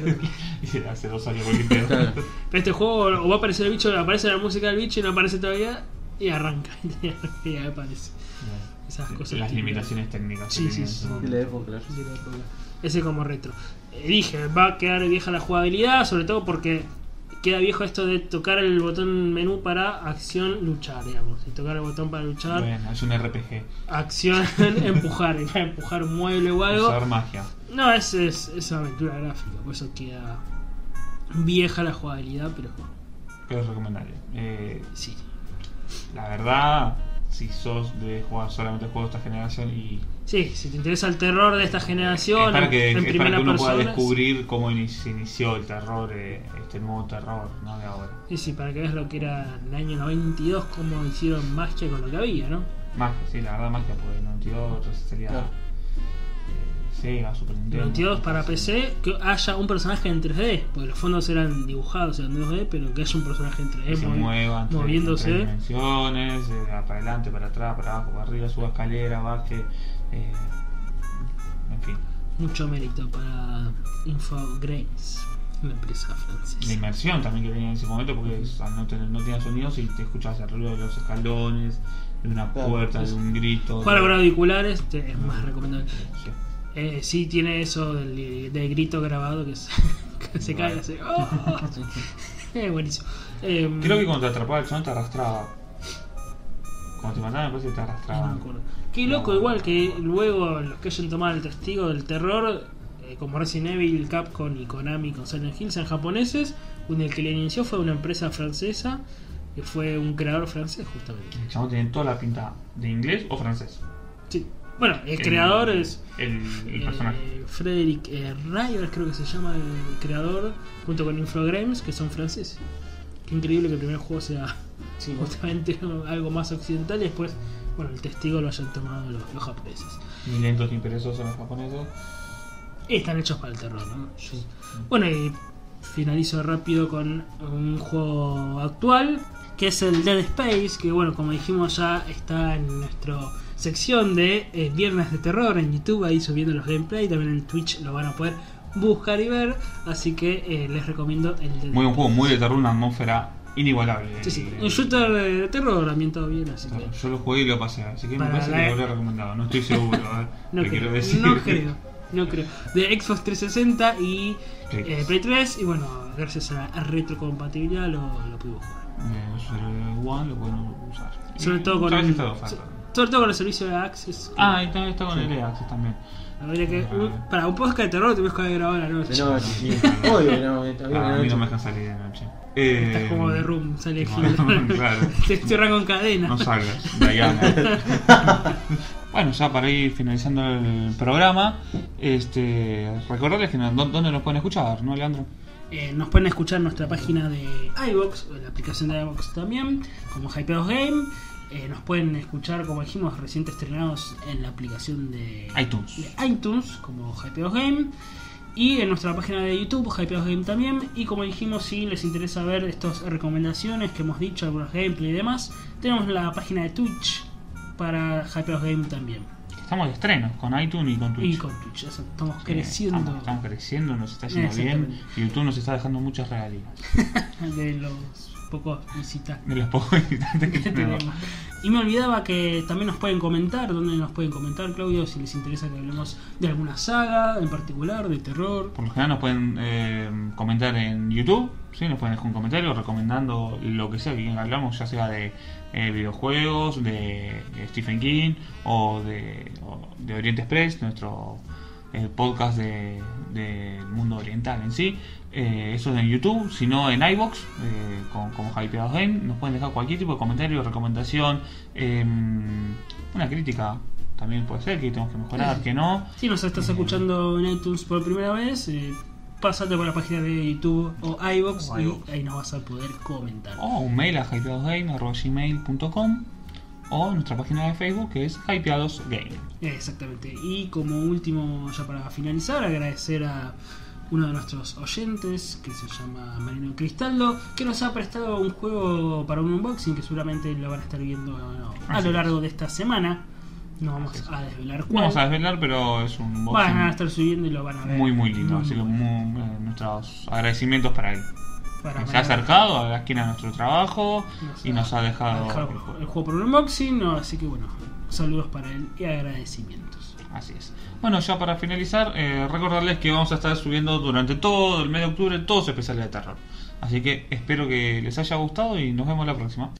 Speaker 1: y hace dos años Walking Dead.
Speaker 2: Claro.
Speaker 3: Pero este juego o va a aparecer el bicho, aparece la música del bicho y no aparece todavía y arranca. y ahí aparece. Esas cosas.
Speaker 1: Las
Speaker 3: típicas.
Speaker 1: limitaciones técnicas. que
Speaker 3: Sí, sí,
Speaker 1: tiene
Speaker 3: sí.
Speaker 1: en su
Speaker 2: Y
Speaker 1: momento.
Speaker 2: la época, claro.
Speaker 3: Sí, la época. Ese como retro. Eh, Dije, va a quedar vieja la jugabilidad, sobre todo porque queda viejo esto de tocar el botón menú para acción luchar, digamos. Y tocar el botón para luchar,
Speaker 1: Bueno, es un RPG.
Speaker 3: acción empujar, y para empujar un mueble o algo.
Speaker 1: Usar magia.
Speaker 3: No, es, es, es aventura gráfica, por eso queda vieja la jugabilidad, pero
Speaker 1: Que es recomendable. Eh,
Speaker 3: sí.
Speaker 1: la verdad, si sos de jugar solamente juegos de esta generación y.
Speaker 3: Sí, si te interesa el terror de esta generación,
Speaker 1: es para que,
Speaker 3: en
Speaker 1: es para
Speaker 3: primera
Speaker 1: que uno
Speaker 3: persona.
Speaker 1: pueda descubrir cómo ini- se inició el terror, eh, este nuevo terror, ¿no? De ahora.
Speaker 3: Sí, sí, para que veas lo que era en el año 92, cómo hicieron magia con lo que había, ¿no?
Speaker 1: Magia, sí, la verdad, magia, porque el 92 sería.
Speaker 2: Claro.
Speaker 1: eh, Sega, Super
Speaker 3: El
Speaker 1: Nintendo.
Speaker 3: 92 para PC, que haya un personaje en 3D, porque los fondos eran dibujados en 2D, pero que haya un personaje en
Speaker 1: que
Speaker 3: 3D
Speaker 1: se
Speaker 3: movi-
Speaker 1: mueva entre- entre
Speaker 3: moviéndose.
Speaker 1: dimensiones, eh, para adelante, para atrás, para abajo, para arriba, suba escalera, baje. eh, en fin,
Speaker 3: Mucho mérito para Infogrames, una empresa
Speaker 1: la
Speaker 3: francesa.
Speaker 1: inmersión también que tenía en ese momento, porque es- al no, tener, no tenía sonidos y te escuchabas el ruido de los escalones, de una
Speaker 2: Claro,
Speaker 1: puerta,
Speaker 2: sí.
Speaker 1: de un grito.
Speaker 3: Jugar
Speaker 1: de-
Speaker 3: con auriculares te- es más recomendable.
Speaker 1: Sí.
Speaker 3: Eh, sí, tiene eso del, del grito grabado que se, que se cae así. Eh, buenísimo. Em,
Speaker 1: Creo que cuando te atrapaba el sonido te arrastraba. Cuando te mataban, me parece que te arrastraba.
Speaker 3: No me acuerdo. Qué loco, igual que luego los que hayan tomado el testigo del terror, eh, como Resident Evil, Capcom y Konami con Silent Hill, son japoneses, donde el que le inició fue una empresa francesa, que fue un creador francés justamente.
Speaker 1: El chabón tenía toda la pinta de inglés o francés.
Speaker 3: Sí. Bueno,
Speaker 1: Eh,
Speaker 3: el creador es
Speaker 1: El, el
Speaker 3: eh,
Speaker 1: personaje.
Speaker 3: Frederick eh, Ryder, creo que se llama el creador, junto con Infogrames, que son franceses. Qué increíble que el primer juego sea
Speaker 2: Sí,
Speaker 3: justamente algo más occidental y después, bueno, el testigo lo hayan tomado los, los japoneses.
Speaker 1: Ni lentos ni perezosos los japoneses.
Speaker 3: Y están hechos para el terror, ¿no? Sí. Bueno, y finalizo rápido con un juego actual, que es el Dead Space, que bueno, como dijimos ya está en nuestra sección de eh, Viernes de Terror en YouTube, ahí subiendo los gameplay, también en Twitch lo van a poder buscar y ver, así que eh, les recomiendo el Dead
Speaker 1: Muy un juego muy de terror, una atmósfera inigualable.
Speaker 3: Sí, sí,
Speaker 1: El-
Speaker 3: un shooter de terror ambientado bien, así que...
Speaker 1: Yo lo jugué y lo pasé, así que me
Speaker 3: Para
Speaker 1: parece
Speaker 3: la-
Speaker 1: que lo habría recomendado. No estoy seguro, ¿eh?
Speaker 3: No
Speaker 1: Te
Speaker 3: creo,
Speaker 1: quiero decir.
Speaker 3: no creo, no creo. De Xbox 360 y
Speaker 1: Play
Speaker 3: eh, Play 3, y bueno, gracias a la retrocompatibilidad lo, lo pudimos jugar.
Speaker 1: Eh, sobre el One lo podemos usar.
Speaker 3: Sobre
Speaker 1: Y
Speaker 3: todo con
Speaker 1: todavía
Speaker 3: el,
Speaker 1: está de
Speaker 3: so-
Speaker 1: oferta.
Speaker 3: sobre todo con el servicio de Access. que
Speaker 1: Ah, y también está con
Speaker 2: Sí.
Speaker 1: el Access también.
Speaker 3: habría que,
Speaker 1: Ah.
Speaker 3: un- para un podcast de terror tuvimos que haber grabado a la noche.
Speaker 2: De noche, sí.
Speaker 1: Sí.
Speaker 2: Obvio, no, está bien,
Speaker 1: Ah, a
Speaker 2: de
Speaker 1: mí no me
Speaker 2: noche.
Speaker 1: dejan salir de noche.
Speaker 3: Estás
Speaker 1: Eh,
Speaker 3: como de room, sale
Speaker 1: no,
Speaker 3: Hitler.
Speaker 1: claro.
Speaker 3: Te cierra con cadena.
Speaker 1: No salgas, Diana. bueno, ya para ir finalizando el programa, este, recordarles que no- dónde nos pueden escuchar, ¿no, Leandro?
Speaker 3: Eh, nos pueden escuchar en nuestra página de iBox, o en la aplicación de iBox también, como Hypeados Game. Eh, nos pueden escuchar, como dijimos, recién estrenados en la aplicación de
Speaker 1: iTunes.
Speaker 3: de iTunes, como Hypeados Game. Y en nuestra página de YouTube, Hypeados Game también. Y como dijimos, si les interesa ver estas recomendaciones que hemos dicho, algunos gameplay y demás, tenemos la página de Twitch para Hypeados Game también.
Speaker 1: Estamos de estreno con iTunes y con Twitch.
Speaker 3: Y con Twitch, eso, estamos
Speaker 1: Sí,
Speaker 3: creciendo.
Speaker 1: Estamos, estamos creciendo, nos está yendo bien.
Speaker 3: Exactamente.
Speaker 1: Y YouTube nos está dejando muchas regalías.
Speaker 3: de los pocos visitantes
Speaker 1: De los pocos visitantes que
Speaker 3: que
Speaker 1: tenemos.
Speaker 3: tenemos. Este Y me olvidaba que también nos pueden comentar, dónde nos pueden comentar, Claudio, si les interesa que hablemos de alguna saga en particular, de terror.
Speaker 1: Por lo general nos pueden eh, comentar en YouTube, ¿sí? nos pueden dejar un comentario recomendando lo que sea que quieran que hablamos, ya sea de eh, videojuegos, de Stephen King o de, o de Oriente Express, nuestro eh, podcast de- del mundo oriental en sí. Eh, eso es en YouTube, si no en iBox, eh, con, como Hypeados Game, nos pueden dejar cualquier tipo de comentario, recomendación, eh, una crítica también puede ser, que tenemos que mejorar, que no.
Speaker 3: Si nos estás escuchando en iTunes por primera vez, eh, pásate por la página de YouTube o iBox
Speaker 1: O
Speaker 3: y
Speaker 1: iVoox.
Speaker 3: ahí nos vas a poder comentar.
Speaker 1: o un mail a hypeadosgame.com o nuestra página de Facebook que es hypeadosgame.
Speaker 3: Eh, Exactamente. Y como último, ya para finalizar, agradecer a uno de nuestros oyentes, que se llama Marino Cristaldo, que nos ha prestado un juego para un unboxing que seguramente lo van a estar viendo a
Speaker 1: Así
Speaker 3: lo
Speaker 1: es.
Speaker 3: largo de esta semana. No vamos a desvelar
Speaker 1: No
Speaker 3: cuál.
Speaker 1: vamos a desvelar, pero es un
Speaker 3: Van a
Speaker 1: boxing
Speaker 3: estar subiendo y lo van a ver.
Speaker 1: muy muy lindo, así que
Speaker 3: bueno.
Speaker 1: muy- eh, nuestros agradecimientos para él.
Speaker 3: Para-
Speaker 1: se ha
Speaker 3: para-
Speaker 1: acercado a la esquina de nuestro trabajo
Speaker 3: Nos
Speaker 1: y
Speaker 3: ha-
Speaker 1: nos ha dejado,
Speaker 3: dejado
Speaker 1: el
Speaker 3: el
Speaker 1: juego.
Speaker 3: juego por un unboxing, no, así que bueno, saludos para él y agradecimientos.
Speaker 1: Así es. Bueno, ya para finalizar, eh, recordarles que vamos a estar subiendo durante todo el mes de octubre todos especiales de terror. Así que espero que les haya gustado y nos vemos la próxima.